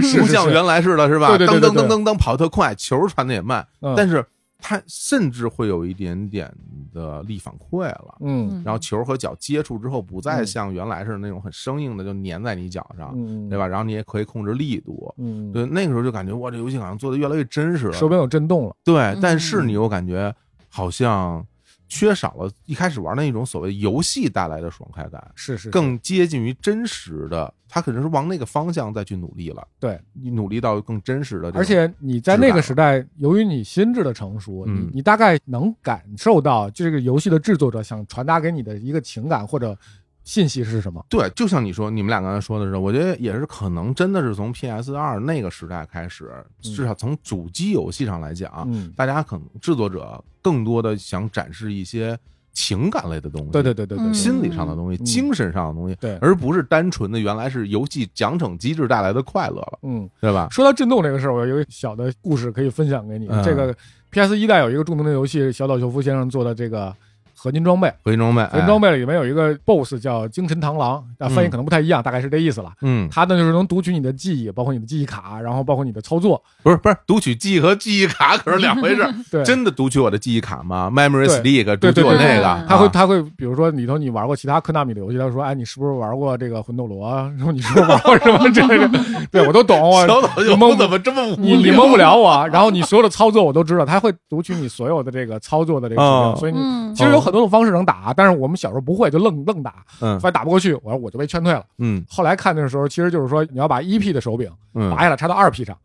Speaker 2: 是
Speaker 1: 不
Speaker 2: 是
Speaker 1: 像
Speaker 2: 是
Speaker 1: 原来似的，是吧？
Speaker 2: 对
Speaker 1: 噔
Speaker 2: 对
Speaker 1: 噔
Speaker 2: 对
Speaker 1: 噔
Speaker 2: 对
Speaker 1: 噔噔跑特快，球传的也慢，
Speaker 2: 嗯
Speaker 1: 但是它甚至会有一点点的力反馈了。
Speaker 2: 嗯
Speaker 3: 嗯
Speaker 1: 然后球和脚接触之后，不再
Speaker 2: 嗯
Speaker 1: 像原来似的那种很生硬的就粘在你脚上，
Speaker 2: 嗯，
Speaker 1: 对吧？？然后你也可以控制力度，
Speaker 2: 嗯，
Speaker 1: 对，那个时候就感觉哇，这游戏好像做的越来越真实
Speaker 2: 手
Speaker 1: 了。
Speaker 2: 柄有震动了，
Speaker 1: 对，但是
Speaker 3: 嗯
Speaker 1: 你又感觉好像缺少了一开始玩的那种所谓游戏带来的爽快感，
Speaker 2: 是是
Speaker 1: 更接近于真实的。他可能是往那个方向再去努力了，
Speaker 2: 对，
Speaker 1: 你努力到更真实的这种。
Speaker 2: 而且你在那个时代，由于你心智的成熟，
Speaker 1: 嗯
Speaker 2: 你你大概能感受到这个游戏的制作者想传达给你的一个情感或者信息是什么。
Speaker 1: 对，就像你说，你们俩刚才说的是，我觉得也是可能真的是从 PS 二那个时代开始，
Speaker 2: 嗯
Speaker 1: 至少从主机游戏上来讲，
Speaker 2: 嗯，
Speaker 1: 大家可能制作者更多的想展示一些情感类的东西，
Speaker 2: 对对对对对，
Speaker 3: 嗯
Speaker 1: 心理上的东西、
Speaker 2: 嗯
Speaker 1: 精神上的东西，
Speaker 2: 对
Speaker 1: 而不是单纯的原来是游戏奖惩机制带来的快乐了，
Speaker 2: 嗯，
Speaker 1: 对吧？
Speaker 2: 说到震动这个事儿，我有一个小的故事可以分享给你。
Speaker 1: 嗯
Speaker 2: 这个 PS 一代有一个著名的游戏，小岛秀夫先生做的这个合金装备。
Speaker 1: 回中哎呗，
Speaker 2: 合金装备里面有一个 BOSS 叫京辰螳螂，啊，翻译
Speaker 1: 嗯
Speaker 2: 可能不太一样，大概是这意思了。
Speaker 1: 嗯，
Speaker 2: 它呢就是能读取你的记忆，包括你的记忆卡，然后包括你的操作。
Speaker 1: 不是不是，读取记忆和记忆卡可是两回事儿。
Speaker 2: 对，
Speaker 1: 真的读取我的记忆卡吗？Memory
Speaker 2: 对
Speaker 1: Stick 读取我那个
Speaker 3: 对对对对
Speaker 1: 啊，
Speaker 3: 对
Speaker 2: 他会他会，比如说里头你玩过其他科纳米的游戏，他说，哎，你是不是玩过这个魂斗罗？啊然后你是不是玩过什么这个？ 对我都懂，我
Speaker 1: 小岛秀
Speaker 2: 啊蒙
Speaker 1: 夫
Speaker 2: 不
Speaker 1: 怎么这么无
Speaker 2: 你你蒙不了我。然后你所有的操作我都知道，他会读取你所有的这个操作的这个指
Speaker 1: 哦
Speaker 2: 令，所以你
Speaker 3: 嗯
Speaker 2: 其实有很多种方式能打，啊但是我们小时候不会，就愣愣打，
Speaker 1: 嗯
Speaker 2: 发现打不过去，我说我就被劝退了。
Speaker 1: 嗯
Speaker 2: 后来看的时候，其实就是说你要把一 P 的手柄
Speaker 1: 嗯
Speaker 2: 拔下来插到二 P 上。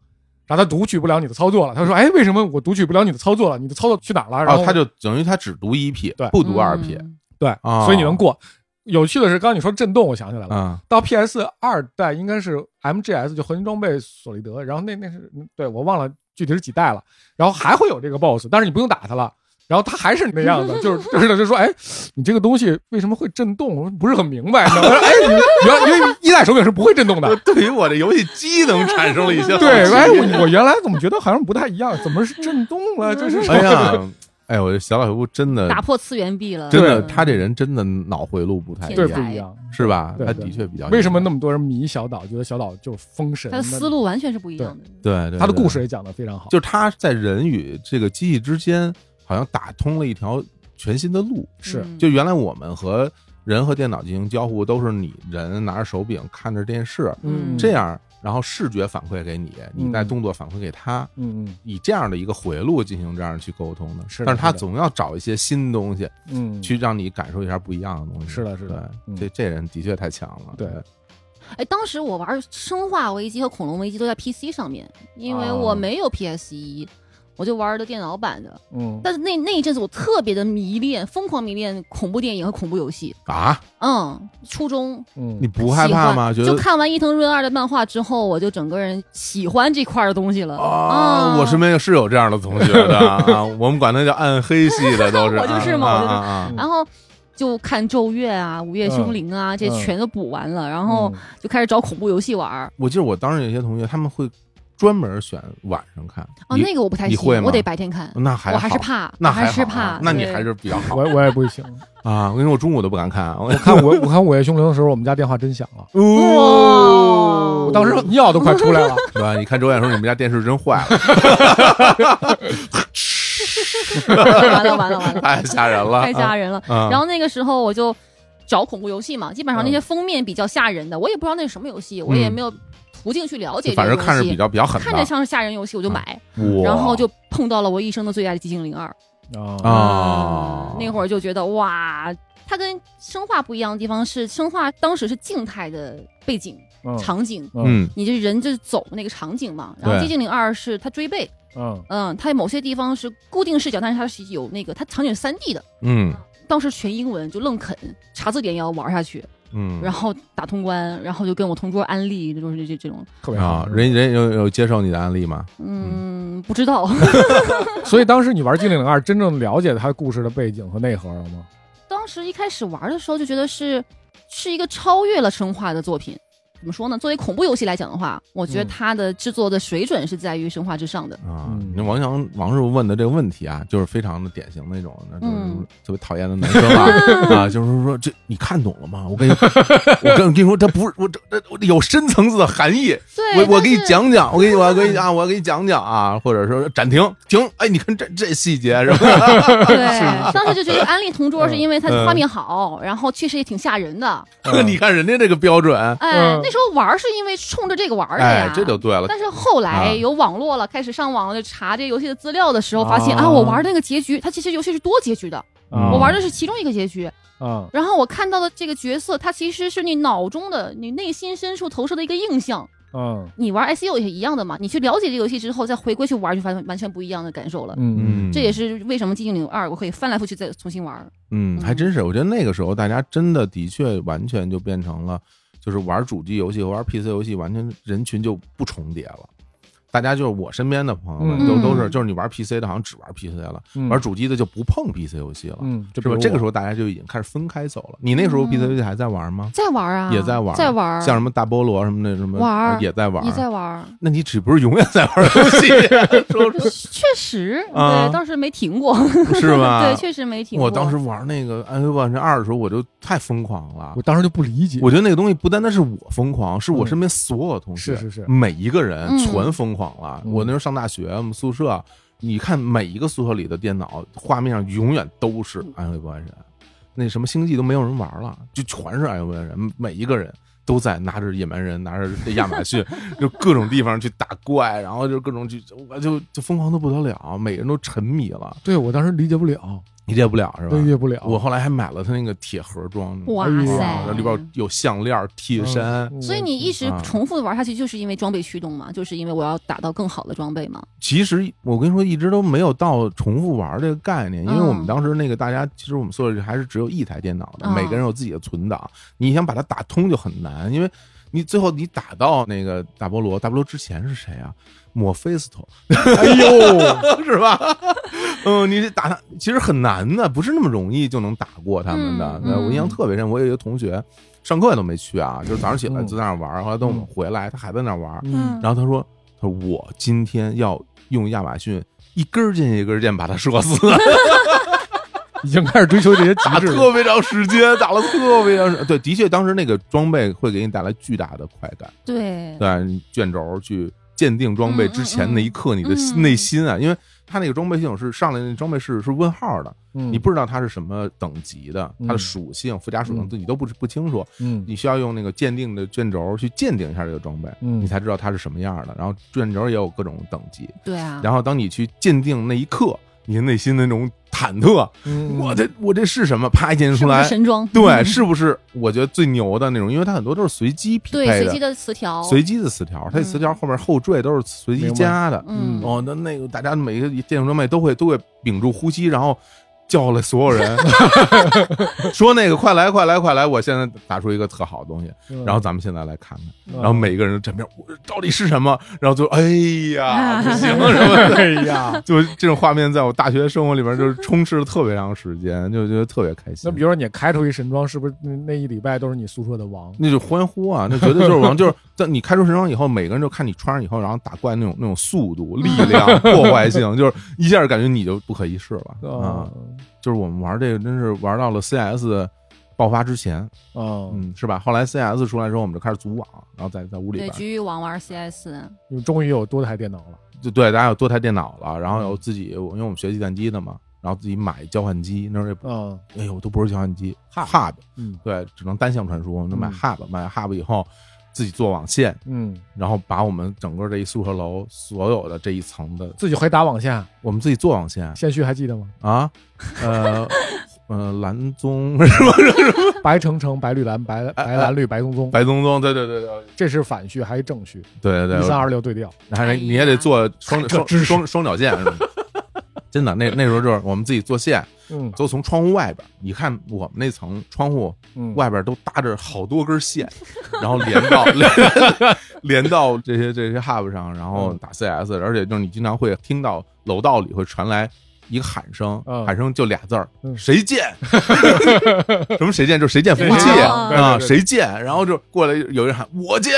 Speaker 2: 然后他读取不了你的操作了，他说：“哎，为什么我读取不了你的操作了？你的操作去哪儿了？”然
Speaker 1: 然
Speaker 2: 后
Speaker 1: 哦后他就等于他只读一 P，
Speaker 2: 对
Speaker 1: 不读二 P
Speaker 3: 嗯
Speaker 2: 对，
Speaker 1: 啊
Speaker 2: 所以你能过。有趣的是，刚刚你说震动，我想起来了。
Speaker 1: 啊，
Speaker 2: 到 PS 二代应该是 MGS 就合金装备索利德，然后那那是对我忘了具体是几代了，然后还会有这个 BOSS，但是你不用打他了，然后他还是那样子，就是就是就说哎，你这个东西为什么会震动？我不是很明白。然后我说哎，你原因为一代手柄是不会震动的，
Speaker 1: 对于我这游戏机能产生了一些好奇
Speaker 2: 对，哎我我原来怎么觉得好像不太一样，怎么是震动了？这是什么
Speaker 1: 哎呀，哎，我这小岛秀夫真的
Speaker 3: 打破次元壁了，
Speaker 1: 真的，
Speaker 3: 嗯
Speaker 1: 他这人真的脑回路不太一
Speaker 2: 对
Speaker 3: 天
Speaker 2: 不
Speaker 1: 样，
Speaker 3: 才
Speaker 2: 一样？
Speaker 1: 是吧？
Speaker 2: 对
Speaker 1: 他
Speaker 2: 对
Speaker 1: 的确比较
Speaker 2: 为什么那
Speaker 1: 么
Speaker 2: 么多人迷小岛，觉得小岛就是封神？
Speaker 3: 他的思路完全是不一样的。
Speaker 1: 对对
Speaker 2: 他的
Speaker 1: 对
Speaker 2: 故事也讲得非常好。
Speaker 1: 就是他在人与这个机器之间好像打通了一条全新的路。
Speaker 2: 是
Speaker 3: 嗯
Speaker 1: 就原来我们和人和电脑进行交互，都是你人拿着手柄看着电视
Speaker 2: 嗯
Speaker 1: 这样，然后视觉反馈给你，你再
Speaker 2: 嗯
Speaker 1: 动作反馈给他。
Speaker 2: 嗯嗯
Speaker 1: 以这样的一个回路进行这样去沟通的，
Speaker 2: 是的
Speaker 1: 但是他
Speaker 2: 是的
Speaker 1: 总要找一些新东西
Speaker 2: 嗯，
Speaker 1: 去让你感受一下不一样的东西。
Speaker 2: 是的是
Speaker 1: 对
Speaker 2: 的嗯
Speaker 1: 这这人的确太强了。
Speaker 2: 对
Speaker 3: 哎，当时我玩《生化危机》和《恐龙危机》都在 PC 上面，因为
Speaker 1: 哦
Speaker 3: 我没有 PS 一，我就玩的电脑版的。
Speaker 2: 嗯，
Speaker 3: 但是那那一阵子我特别的迷恋，疯狂迷恋恐怖电影和恐怖游戏。
Speaker 1: 啊，
Speaker 3: 嗯，初中
Speaker 2: 嗯
Speaker 1: 你不害怕吗？
Speaker 3: 喜
Speaker 1: 觉
Speaker 3: 欢
Speaker 1: 得
Speaker 3: 就看完伊藤润二的漫画之后，我就整个人喜欢这块儿的东西了。
Speaker 1: 啊，
Speaker 3: 嗯
Speaker 1: 我身边是有这样的同学的啊，我们管他叫暗黑系的 都是，
Speaker 3: 哦我就是嘛
Speaker 1: 啊
Speaker 3: 我就是
Speaker 1: 啊啊
Speaker 3: 然后就看《咒怨》啊，《午夜凶铃》
Speaker 1: 嗯
Speaker 3: 啊，这全都补完了，然后就开始找恐怖游戏玩儿。
Speaker 1: 我记得我当时有些同学他们会专门选晚上看，
Speaker 3: 哦，
Speaker 1: 你
Speaker 3: 那个我不太
Speaker 1: 你
Speaker 3: 行
Speaker 1: 会，吗嗯
Speaker 3: 我得白天看，
Speaker 1: 那还
Speaker 3: 我还是
Speaker 1: 好，
Speaker 3: 怕，
Speaker 1: 那
Speaker 3: 我还是
Speaker 1: 好啊
Speaker 3: 怕。
Speaker 1: 那你
Speaker 3: 对
Speaker 1: 还是比较好
Speaker 2: 嗯我我也不行。
Speaker 1: 啊！我跟你说，我中午都不敢看， 我
Speaker 2: 我看我我看《午夜凶铃》的时候，我们家电话真响了，
Speaker 1: 哦
Speaker 2: 我 当时尿都快出来了。
Speaker 1: 对吧？你看周燕说你们家电视真坏 了，
Speaker 3: 完了完了完了，
Speaker 1: 太吓人了，
Speaker 3: 太吓人了。
Speaker 1: 啊！
Speaker 3: 然后那个时候我就找恐怖游戏嘛，基本上那
Speaker 2: 嗯
Speaker 3: 些封面比较吓人的，我也不知道那是什么游戏，我也没有途径去了解
Speaker 1: 就嗯
Speaker 3: 这
Speaker 1: 反
Speaker 3: 个
Speaker 1: 正
Speaker 3: 游戏。
Speaker 1: 看着比较比较狠
Speaker 3: 看着
Speaker 1: 的，
Speaker 3: 像是吓人游戏，我就买，
Speaker 1: 哇
Speaker 3: 然后就碰到了我一生的最爱的《寂静岭二》
Speaker 2: 啊
Speaker 1: 啊
Speaker 3: 嗯那会儿就觉得哇，它跟生化不一样的地方是，生化当时是静态的背景、
Speaker 2: 嗯
Speaker 3: 场景，
Speaker 1: 嗯
Speaker 3: 你这人就是走那个场景嘛。然后
Speaker 1: 对
Speaker 3: 《寂静岭二》是它追背，
Speaker 2: 嗯
Speaker 3: 嗯，它某些地方是固定视角，但是它是有那个它场景是三 D 的。
Speaker 1: 嗯
Speaker 3: 当时全英文就愣啃，查字典也要玩下去，
Speaker 1: 嗯，
Speaker 3: 然后打通关，然后就跟我同桌安利，就是这这这种，
Speaker 2: 特别
Speaker 1: 啊
Speaker 2: 好，。
Speaker 1: 人人有有接受你的案例吗？
Speaker 3: 嗯，不知道。
Speaker 2: 所以当时你玩《精灵二》，真正了解它故事的背景和内核了吗？
Speaker 3: 当时一开始玩的时候就觉得是是一个超越了生化的作品。怎么说呢？作为恐怖游戏来讲的话，我觉得
Speaker 2: 嗯
Speaker 3: 它的制作的水准是在于生化之上的。
Speaker 1: 啊，
Speaker 2: 嗯
Speaker 1: 你王翔王师傅问的这个问题啊，就是非常的典型那种，那就是
Speaker 3: 嗯
Speaker 1: 特别讨厌的男生啊 啊，就是说这你看懂了吗？我跟你，我跟我跟你说，这不是我这这我有深层次的含义，
Speaker 3: 对，
Speaker 1: 我我
Speaker 3: 但
Speaker 1: 给你
Speaker 3: 是，
Speaker 1: 讲讲，我给你我给你啊，我给你讲讲啊，或者说暂停停，哎，你看这这细 节是 吧？
Speaker 3: 对，当时就觉得安利同桌是因为它
Speaker 1: 嗯
Speaker 3: 画面好，然后确实也挺吓人的。
Speaker 2: 嗯
Speaker 1: 你看人家这个标准，
Speaker 3: 哎
Speaker 2: 嗯，
Speaker 3: 那时候玩是因为冲着这个玩的
Speaker 1: 哎
Speaker 3: 呀，，
Speaker 1: 这就对了，
Speaker 3: 啊但是后
Speaker 1: 啊
Speaker 3: 来有网络了，开始上网就查这游戏的资料的时候，发现
Speaker 2: 啊
Speaker 3: 啊，我玩那个结局，它其实游戏是多结局的，
Speaker 2: 啊
Speaker 1: 哦
Speaker 3: 我玩的是其中一个结局，
Speaker 2: 啊
Speaker 3: 然后我看到的这个角色，他其实是你脑中的、你内心深处投射的一个印象。
Speaker 2: 嗯
Speaker 3: 你玩 ICU 也一样的嘛，你去了解这个游戏之后，再回归去玩，就发现完全不一样的感受了。
Speaker 2: 嗯
Speaker 1: 嗯，
Speaker 3: 这也是为什么《寂静岭二》我可以翻来覆去再重新玩。
Speaker 1: 嗯，还真是，我觉得那个时候大家真的的确完全就变成了，就是玩主机游戏和玩 PC 游戏完全人群就不重叠了。大家就是我身边的朋友们，
Speaker 2: 嗯
Speaker 1: 都都是就是你玩 PC 的，好像只玩 PC 了，
Speaker 2: 嗯
Speaker 1: 玩主机的就不碰 PC 游戏了，
Speaker 2: 嗯，就是
Speaker 1: 吧？这个时
Speaker 2: 候
Speaker 1: 候大家就已经开始分开走了。你那时候
Speaker 3: 嗯
Speaker 1: PC 游戏还在玩吗？
Speaker 3: 在玩啊，
Speaker 1: 也在玩
Speaker 3: 在玩，
Speaker 1: 像什么大菠萝什么的什么
Speaker 3: 玩儿
Speaker 1: 也在玩
Speaker 3: 也。在玩，
Speaker 1: 那你只不是永远在玩游戏，说
Speaker 3: 确实，
Speaker 1: 啊
Speaker 3: 对，当时没停过，
Speaker 1: 是吧？
Speaker 3: 对，确实没停过。
Speaker 1: 我当时玩那个《暗黑破坏神二》的时候，我就太疯狂了
Speaker 2: 我。当时就不理解，
Speaker 1: 我觉得那个东西不单单是我疯狂，是我
Speaker 2: 嗯
Speaker 1: 身边所有同学，
Speaker 2: 是是是
Speaker 1: 每一个人
Speaker 3: 嗯
Speaker 1: 全疯狂了。
Speaker 2: 嗯
Speaker 1: 我那时候上大学，我们宿舍，你看每一个宿舍里的电脑画面上永远都是《
Speaker 2: 嗯
Speaker 1: 暗黑破坏神》，那什么星际都没有人玩了，就全是《暗黑破坏神》，每一个人。都在拿着野蛮人，拿着亚马 逊，就各种地方去打怪，然后就各种去，我就就疯狂的不得了，每个人都沉迷了，
Speaker 2: 对我当时理解不了，
Speaker 1: 理解不了是吧？
Speaker 2: 理解不了。
Speaker 1: 我后来还买了他那个铁盒装的，
Speaker 3: 哇
Speaker 2: 哎呦
Speaker 1: 然后
Speaker 3: 塞，
Speaker 1: 啊里边有项链、替身。
Speaker 2: 嗯
Speaker 3: 所以你一直
Speaker 1: 啊
Speaker 3: 重复的玩下去，就是因为装备驱动嘛，就是因为我要打到更好的装备嘛。
Speaker 1: 其实我跟你说，一直都没有到重复玩这个概念，因为
Speaker 3: 嗯
Speaker 1: 我们当时那个大家，其实我们宿舍还是只有一台电脑的，
Speaker 3: 嗯
Speaker 1: 每个人有自己的存档，你想把它打通就很难，因为你最后你打到那个大菠萝，大菠萝之前是谁啊？莫菲斯托
Speaker 2: 哎呦，
Speaker 1: 是吧？嗯，你得打他其实很难的，不是那么容易就能打过他们的。
Speaker 3: 嗯嗯
Speaker 1: 我印象特别深，我有一个同学上课都没去啊，就是早上起来
Speaker 2: 嗯
Speaker 1: 就在那玩，后来等我们回来，他还在那玩。
Speaker 2: 嗯，
Speaker 1: 然后他说：“他说我今天要用亚马逊一根箭一根箭把他射死，
Speaker 2: 已经开始追求这些极
Speaker 1: 打
Speaker 2: 致了，
Speaker 1: 特别长时间，打了特别长时间。 对，的确，当时那个装备会给你带来巨大的快感。
Speaker 3: 对，
Speaker 1: 对，啊卷轴去鉴定装备之前那一刻，你的
Speaker 3: 嗯嗯
Speaker 1: 内心啊，因为它那个装备系统是上来那装备是是问号的，
Speaker 2: 你
Speaker 1: 你不知道它是什么等级的，它的属性、附加属性
Speaker 2: 嗯
Speaker 1: 自己都不不清楚，
Speaker 2: 嗯
Speaker 1: 你需要用那个鉴定的卷轴去鉴定一下这个装备。”
Speaker 2: 嗯
Speaker 1: 你才知道它是什么样的，然后卷轴也有各种等级，
Speaker 3: 对啊，
Speaker 1: 然后当你去鉴定那一刻，你内心的那种忐忑，
Speaker 2: 嗯
Speaker 1: 我这我这是什么？啪一鉴定
Speaker 3: 是
Speaker 1: 出
Speaker 3: 不是
Speaker 1: 来，
Speaker 3: 神装？
Speaker 1: 对，
Speaker 3: 嗯
Speaker 1: 是不是我觉得最牛的那种？因为它很多都是随机匹
Speaker 3: 对，
Speaker 1: 配
Speaker 3: 随
Speaker 1: 的
Speaker 3: 机，的词条，
Speaker 1: 随机的词条，它
Speaker 3: 嗯
Speaker 1: 词条后面后缀都是随机加的。
Speaker 3: 嗯，
Speaker 1: 哦，那那个大家每个鉴定装备都会都会屏住呼吸，然后叫了所有人，说那个快来快来快来！我现在打出一个特好的东西，
Speaker 2: 嗯
Speaker 1: 然后咱们现在来看看。
Speaker 2: 嗯
Speaker 1: 然后 每个人都站边，我到底是什么？然后就哎呀，不行什么的，
Speaker 2: 哎呀，
Speaker 1: 就这种画面在我大学生活里边就是充斥了特别长时间，就觉得特别开心
Speaker 2: 那。比如说你开出一神装，是不是那那一礼拜都是你宿舍的王？
Speaker 1: 那就欢呼啊！那绝对就是王，就是在你开出神装以后，每个人就看你穿上以后，然后打怪那种那种速度、力 量、破坏性，就是一下感觉你就不可一世了啊！就是我们玩这个，真是玩到了 CS 爆发之前，
Speaker 2: 啊，
Speaker 1: 嗯，是吧？后来 CS 出来之后，我们就开始组网，然后在在屋里
Speaker 3: 对，
Speaker 1: 边嗯
Speaker 3: 局域网玩 CS，
Speaker 2: 你们终于有多台电脑了，
Speaker 1: 就对，大家有多台电脑了，然后
Speaker 2: 嗯
Speaker 1: 有自己，因为我们学计算机的嘛，然后自己买交换机，那时候也不
Speaker 2: 嗯
Speaker 1: 哎呦都不是交换机
Speaker 2: Hub
Speaker 1: ，Hub
Speaker 2: 嗯
Speaker 1: 对，只能单向传输，那买
Speaker 2: 嗯
Speaker 1: Hub，买 Hub 以后自己做网线，
Speaker 2: 嗯，
Speaker 1: 然后把我们整个这一宿舍楼所有的这一层的，
Speaker 2: 自己会打网线，
Speaker 1: 我们自己做网线
Speaker 2: 线序还记得吗？
Speaker 1: 啊，呃 呃蓝棕是吧？
Speaker 2: 白橙橙，白绿蓝，白白蓝绿，白棕棕，
Speaker 1: 哎白棕棕，对对对对
Speaker 2: 这是反序还是正序？
Speaker 1: 对对
Speaker 2: 一
Speaker 1: 对，
Speaker 2: 三二六对调，
Speaker 1: 还你也得做双
Speaker 2: 这
Speaker 1: 双
Speaker 2: 知识
Speaker 1: 双双脚线是吧？ 真的，那那时候就是我们自己做线。
Speaker 2: 嗯
Speaker 1: 都从窗户外边儿，你看我们那层窗户
Speaker 2: 嗯，
Speaker 1: 外边儿都搭着好多根线，然后连到连连到这些这些 hub 上，然
Speaker 2: 嗯
Speaker 1: 后打 CS，而且就是你经常会听到楼道里会传来一个喊声，
Speaker 2: 嗯
Speaker 1: 喊声就俩字儿
Speaker 2: 嗯，
Speaker 1: 谁见？ 什么谁见？就是谁见服务器
Speaker 3: 对对
Speaker 1: 啊，
Speaker 2: 对对
Speaker 1: 谁见？然后就过来有人喊我 见。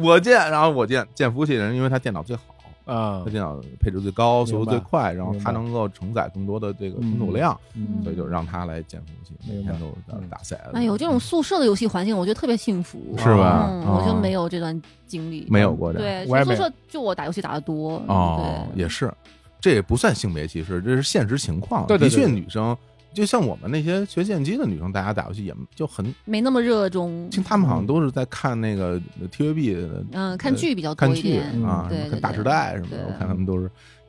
Speaker 1: 我见，然后我见见服务器的人，因为他电脑最好，
Speaker 2: 啊
Speaker 1: 它，电脑配置最高，
Speaker 2: 明白
Speaker 1: 速度最快，然后它
Speaker 2: 明白
Speaker 1: 能够承载更多的这个存储量，
Speaker 2: 嗯
Speaker 1: 所以就让它来建服务器，每
Speaker 2: 明白
Speaker 1: 天都在
Speaker 2: 嗯
Speaker 1: 打赛。
Speaker 3: 哎呦，这种宿舍的游戏环境，我觉得特别幸福，
Speaker 1: 是吧？
Speaker 3: 嗯，
Speaker 1: 啊
Speaker 3: 我就没有这段经历，
Speaker 1: 没有过这样
Speaker 3: 对，
Speaker 2: 我也
Speaker 3: 宿
Speaker 2: 没
Speaker 3: 舍就我打游戏打的多，
Speaker 1: 哦，
Speaker 3: 对，
Speaker 1: 也是，这也不算性别歧视，这是现实情况。
Speaker 2: 对对对
Speaker 1: 的确，
Speaker 2: 对
Speaker 1: 女生就像我们那些学计算机的女生，大家打游戏也就很，
Speaker 3: 没那么热衷，
Speaker 1: 听她们
Speaker 3: 嗯
Speaker 1: 好像都是在看那个呃 TVB 的
Speaker 3: 嗯，看剧比较多
Speaker 1: 看
Speaker 3: 一
Speaker 1: 剧
Speaker 3: 点，
Speaker 2: 嗯
Speaker 1: 啊，什么
Speaker 3: 对对
Speaker 1: 看《大时
Speaker 3: 对
Speaker 1: 代》什么的，
Speaker 3: 对
Speaker 1: 我看他们都是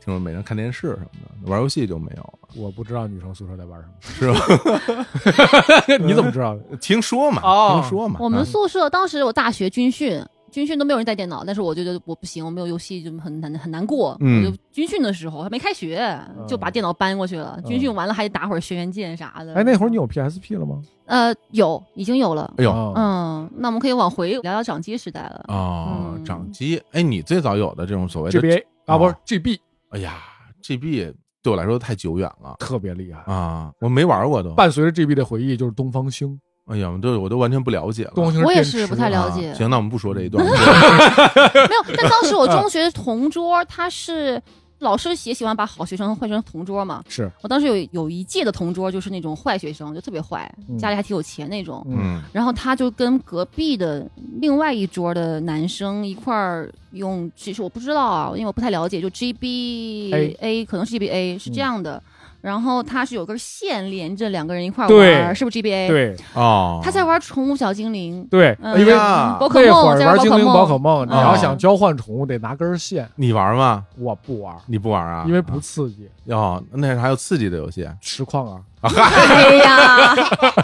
Speaker 1: 听说每天看电视什么的，玩游戏就没有了，
Speaker 2: 我不知道女生宿舍在玩什
Speaker 1: 是吧？
Speaker 2: 么， 你怎么知道的？
Speaker 3: 嗯
Speaker 1: 呃听说嘛，
Speaker 2: 哦
Speaker 1: 听说嘛。
Speaker 3: 我们
Speaker 1: 啊
Speaker 3: 宿舍当时我大学军训，军训都没有人带电脑，但是我就觉得我不行，我没有游戏就很难很难过。
Speaker 1: 嗯
Speaker 3: 我就军训的时候还没开学，就把电脑搬过去了。
Speaker 2: 嗯
Speaker 3: 军训完了还得打会儿轩辕剑啥的。
Speaker 2: 哎，那会儿你有 PSP 了吗？
Speaker 3: 呃有已经有了，
Speaker 1: 哎呦
Speaker 2: 啊，
Speaker 3: 嗯，那我们可以往回聊聊掌机时代 了。
Speaker 1: 哦，
Speaker 3: 嗯
Speaker 1: 掌机，哎，你最早有的这种所谓的，
Speaker 2: GBA 啊，不是
Speaker 1: 哦
Speaker 2: GB，
Speaker 1: 哎呀，GB 对我来说太久远了
Speaker 2: 特别厉害。
Speaker 1: 啊，我没玩过都。
Speaker 2: 伴随着 GB 的回忆就是东方星，
Speaker 1: 哎呀，我都我都完全不了解了。
Speaker 2: 东方星
Speaker 3: 我也
Speaker 2: 电
Speaker 3: 是
Speaker 2: 池
Speaker 3: 不太了
Speaker 1: 啊
Speaker 3: 解
Speaker 1: 行，那我们不说这一 段。
Speaker 3: 没有，但当时我
Speaker 2: 嗯
Speaker 3: 中学同桌他是。老师也喜欢把好学生换成同桌嘛。
Speaker 2: 是
Speaker 3: 我当时有有一届的同桌就是那种坏学生，就特别坏，
Speaker 2: 嗯
Speaker 3: 家里还挺有钱那 种。
Speaker 1: 嗯
Speaker 3: 然后他就跟隔壁的另外一桌的男生一块儿用，其实我不知道啊，因为我不太了解，就 G B A 可能是 G B
Speaker 2: 嗯
Speaker 3: A 是这样的。然后他是有根线连着两个人一块儿
Speaker 2: 对
Speaker 3: 玩，是不是 G B A？，
Speaker 2: 对
Speaker 1: 哦，
Speaker 3: 他在玩宠物小精灵，
Speaker 2: 对，
Speaker 3: 嗯
Speaker 2: 因为
Speaker 1: 呀
Speaker 3: 宝可
Speaker 2: 那会
Speaker 3: 梦，
Speaker 2: 儿
Speaker 3: 在
Speaker 2: 玩
Speaker 3: 宝
Speaker 2: 精
Speaker 3: 可
Speaker 2: 灵
Speaker 3: 梦，
Speaker 2: 宝可梦，你
Speaker 1: 嗯
Speaker 2: 要想交换宠物得拿根线，
Speaker 1: 你玩吗？
Speaker 2: 我不玩，
Speaker 1: 你不玩啊？
Speaker 2: 因为不刺激，
Speaker 1: 哦，那还有刺激的游 戏，
Speaker 2: 实况啊，
Speaker 3: 哎 呀，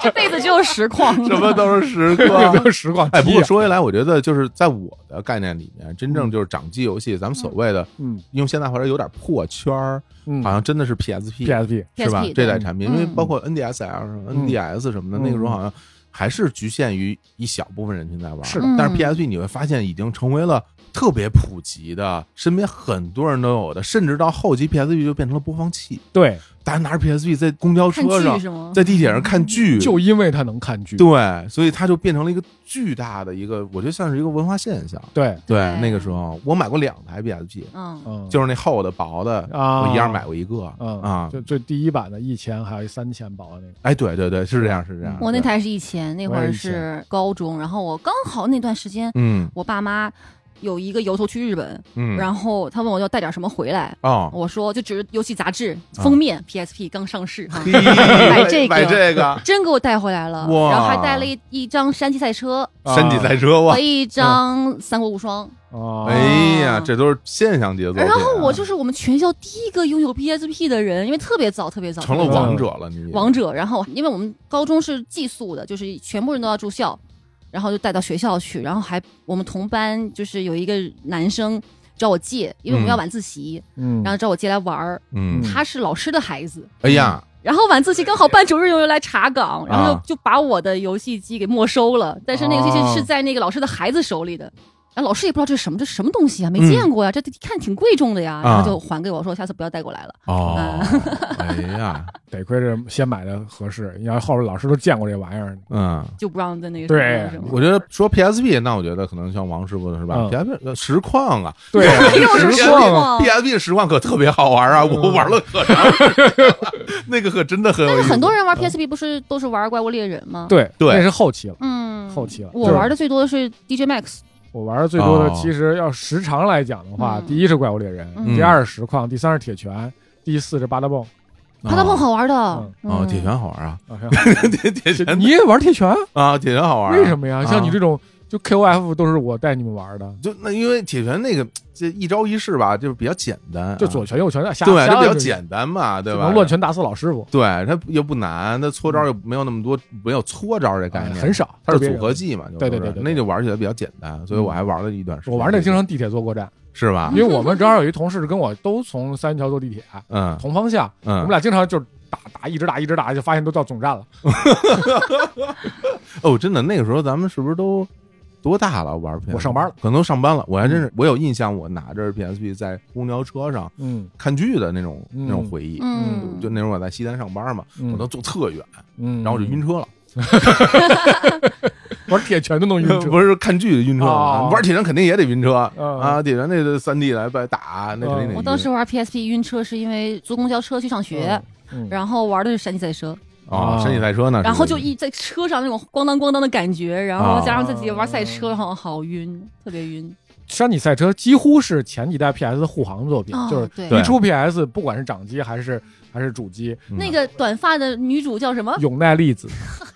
Speaker 3: 这辈子只有实况。
Speaker 1: 什么都是时
Speaker 2: 有没
Speaker 1: 刻。
Speaker 2: 有实况？啊
Speaker 1: 哎，不
Speaker 2: 急
Speaker 1: 过
Speaker 2: 呀
Speaker 1: 说回来，我觉得就是在我的概念里面，真
Speaker 3: 嗯
Speaker 1: 正就是掌机游戏，咱们所谓的
Speaker 2: 嗯
Speaker 1: 用现在话说有点破圈儿，
Speaker 2: 嗯
Speaker 1: 好像真的是 PSP
Speaker 2: ，PSP
Speaker 1: 是吧
Speaker 3: PSP？
Speaker 1: 这
Speaker 3: 对
Speaker 1: 代产品，
Speaker 3: 嗯
Speaker 1: 因为包括 NDSL 啊什么
Speaker 2: 嗯
Speaker 1: NDS 什么的，
Speaker 2: 嗯
Speaker 1: 那个时候好像还是局限于一小部分人群在玩。
Speaker 2: 是
Speaker 3: 的
Speaker 1: 但是
Speaker 3: 嗯
Speaker 1: PSP 你会发现已经成为了特别普及的，身边很多人都有的，甚至到后期 PSP 就变成了播放器，
Speaker 2: 对，
Speaker 1: 大家拿着 PSP 在公交
Speaker 3: 看
Speaker 1: 车上
Speaker 3: 剧、是嗯吗？
Speaker 1: 在地铁上看剧，
Speaker 2: 就因为它能看剧，
Speaker 1: 对，所以它就变成了一个巨大的一个，我觉得像是一个文化现象。
Speaker 2: 对，
Speaker 1: 对，
Speaker 3: 对
Speaker 1: 那个时候我买过两台 PSP，
Speaker 3: 嗯，
Speaker 2: 嗯，
Speaker 1: 就是那厚的、薄的，
Speaker 2: 啊，
Speaker 1: 我一样买过一个
Speaker 2: 嗯
Speaker 1: 啊。
Speaker 2: 就最第一版的一千，还有一三千薄的那个，
Speaker 1: 哎，对对对，是这样，是这样。
Speaker 3: 我那
Speaker 1: 对，
Speaker 3: 台是以前，那会
Speaker 2: 我也
Speaker 3: 儿
Speaker 2: 是以前
Speaker 3: 是高中，然后我刚好那段时间，
Speaker 1: 嗯
Speaker 3: 我爸妈有一个由头去日本，
Speaker 1: 嗯，
Speaker 3: 然后他问我要带点什么回来，
Speaker 1: 哦，
Speaker 3: 我说就只是游戏杂志
Speaker 1: 啊
Speaker 3: 封面、PSP 刚上市哈，
Speaker 1: 买
Speaker 3: 这个
Speaker 1: 买这
Speaker 2: 啊
Speaker 1: 个
Speaker 3: 真给我带回来了，
Speaker 1: 哇
Speaker 3: 然后还带了一一张山地赛车
Speaker 1: 山脊赛车哇
Speaker 3: 和！一张三国无双，
Speaker 2: 啊，
Speaker 1: 哎呀，这都是现象级的作品啊。
Speaker 3: 然后我就是我们全校第一个拥有 PSP 的人，因为特别早，特别早
Speaker 1: 成了王者了，你
Speaker 3: 王者，然后因为我们高中是寄宿的，就是全部人都要住校，然后就带到学校去，然后还我们同班就是有一个男生找我借，因为我们
Speaker 1: 嗯
Speaker 3: 要晚自习，
Speaker 2: 嗯
Speaker 3: 然后找我借来玩儿，
Speaker 1: 嗯，
Speaker 3: 他是老师的孩子。
Speaker 1: 哎呀，
Speaker 3: 然后晚自习刚好班主任又来查岗，然后
Speaker 1: 啊
Speaker 3: 就就把我的游戏机给没收了。但是那个游戏
Speaker 2: 哦
Speaker 3: 机是在那个老师的孩子手里的，然后老师也不知道这是什么，这什么东西啊，没见过呀，这看挺贵重的呀，
Speaker 1: 嗯
Speaker 3: 然
Speaker 1: 啊
Speaker 3: 后就还给我说，下次不要带过来了。
Speaker 1: 哦，哎呀，
Speaker 2: 得亏这先买的合适，你要后边老师都见过这玩意儿，
Speaker 1: 嗯，
Speaker 3: 就不让在那个
Speaker 2: 对
Speaker 3: 什么什么
Speaker 1: 我觉得说 PSP，那我觉得可能像王师傅的是吧
Speaker 2: 嗯
Speaker 1: ？PSP 实况啊，
Speaker 2: 对，
Speaker 3: 又是
Speaker 2: 实
Speaker 3: 实
Speaker 2: 况啊，
Speaker 3: 况
Speaker 1: PSP 实况可特别好玩啊，
Speaker 2: 嗯
Speaker 1: 我玩了可长 时间了，那个可真的很有
Speaker 3: 但
Speaker 1: 意
Speaker 3: 是
Speaker 1: 思。
Speaker 3: 很多人玩 PSP 不是都是玩怪物猎人吗？，
Speaker 2: 对
Speaker 1: 嗯对啊
Speaker 2: 那是后期了。
Speaker 3: 嗯，
Speaker 2: 后期了
Speaker 3: 我玩的最多的是 DJ Max，
Speaker 2: 我玩的最多的
Speaker 1: 哦，
Speaker 2: 其实要时长来讲的话，
Speaker 3: 嗯
Speaker 2: 第一是怪物猎人，
Speaker 3: 嗯
Speaker 2: 第二是实况，第三是铁拳，第四是八达蹦。
Speaker 3: 爬大蹦好玩的。
Speaker 2: 嗯
Speaker 1: 哦，
Speaker 3: 嗯
Speaker 1: 啊铁拳好玩啊，
Speaker 2: 啊
Speaker 1: 铁铁拳
Speaker 2: 你也玩铁拳？
Speaker 1: 啊，铁拳好玩啊。
Speaker 2: 为什么呀？
Speaker 1: 啊
Speaker 2: 像你这种就 KOF 都是我带你们玩的，
Speaker 1: 就那因为铁拳那个这一招一式吧，就是比较简单，啊
Speaker 2: 就左拳右拳的，瞎
Speaker 1: 嗯对，啊
Speaker 2: 瞎
Speaker 1: 它比较
Speaker 2: 就是
Speaker 1: 简单嘛，对
Speaker 2: 只
Speaker 1: 吧
Speaker 2: 能？乱拳打死老师傅，
Speaker 1: 对，它又不难，它搓招又没有那么多，没有搓招这概
Speaker 2: 哎
Speaker 1: 念，
Speaker 2: 很少，
Speaker 1: 它是
Speaker 2: 特别
Speaker 1: 组合
Speaker 2: 人。
Speaker 1: 技嘛，就
Speaker 2: 对
Speaker 1: 是
Speaker 2: 对对对对嗯
Speaker 1: 那就玩起来比较简单，所以我还玩了一段时间。
Speaker 2: 我玩那经常地铁坐过站，
Speaker 1: 是吧
Speaker 2: 因？为我们正好有一同事跟我都从三元桥坐地铁，
Speaker 1: 嗯
Speaker 2: 同方向，我们
Speaker 1: 嗯，
Speaker 2: 俩经常就是打打一直打一直打，就发现都到总站了。
Speaker 1: 哦，真的，那个时候咱们是不是都多大了玩 PSP？
Speaker 2: 我上班了，
Speaker 1: 可能上班了。我还真是，我有印象，我拿着 PSP 在公交车上
Speaker 2: 嗯，
Speaker 1: 看剧的那种
Speaker 2: 嗯
Speaker 1: 那种回忆。
Speaker 3: 嗯，
Speaker 1: 就那时候我在西单上班嘛，
Speaker 2: 嗯
Speaker 1: 我能坐特远，
Speaker 2: 嗯，嗯
Speaker 1: 然后我就晕车了。
Speaker 2: 玩铁拳都能晕车。
Speaker 1: 不是看剧晕车了，
Speaker 2: 哦
Speaker 1: 玩铁拳肯定也得晕车
Speaker 2: 嗯
Speaker 1: 啊！铁拳那个三 D 来打，那肯定得
Speaker 2: 嗯
Speaker 1: 晕。
Speaker 3: 我当时玩 PSP 晕车是因为坐公交车去上学，
Speaker 2: 嗯，
Speaker 3: 然后玩的是山地赛车，
Speaker 1: 啊，山地赛车呢，
Speaker 3: 然后
Speaker 1: 是
Speaker 3: 就一在车上那种咣当咣当的感觉，然
Speaker 1: 啊
Speaker 3: 后加上自己
Speaker 2: 哦
Speaker 3: 玩赛车，好好晕，特别晕。
Speaker 2: 山地赛车几乎是前几代 PS 的护航作品，
Speaker 3: 哦
Speaker 2: 就是
Speaker 3: 对
Speaker 2: 一出 PS，不管是掌机还是还是主机，
Speaker 1: 嗯
Speaker 3: 那个短发的女主叫什么？
Speaker 2: 永奈粒子
Speaker 1: 嗯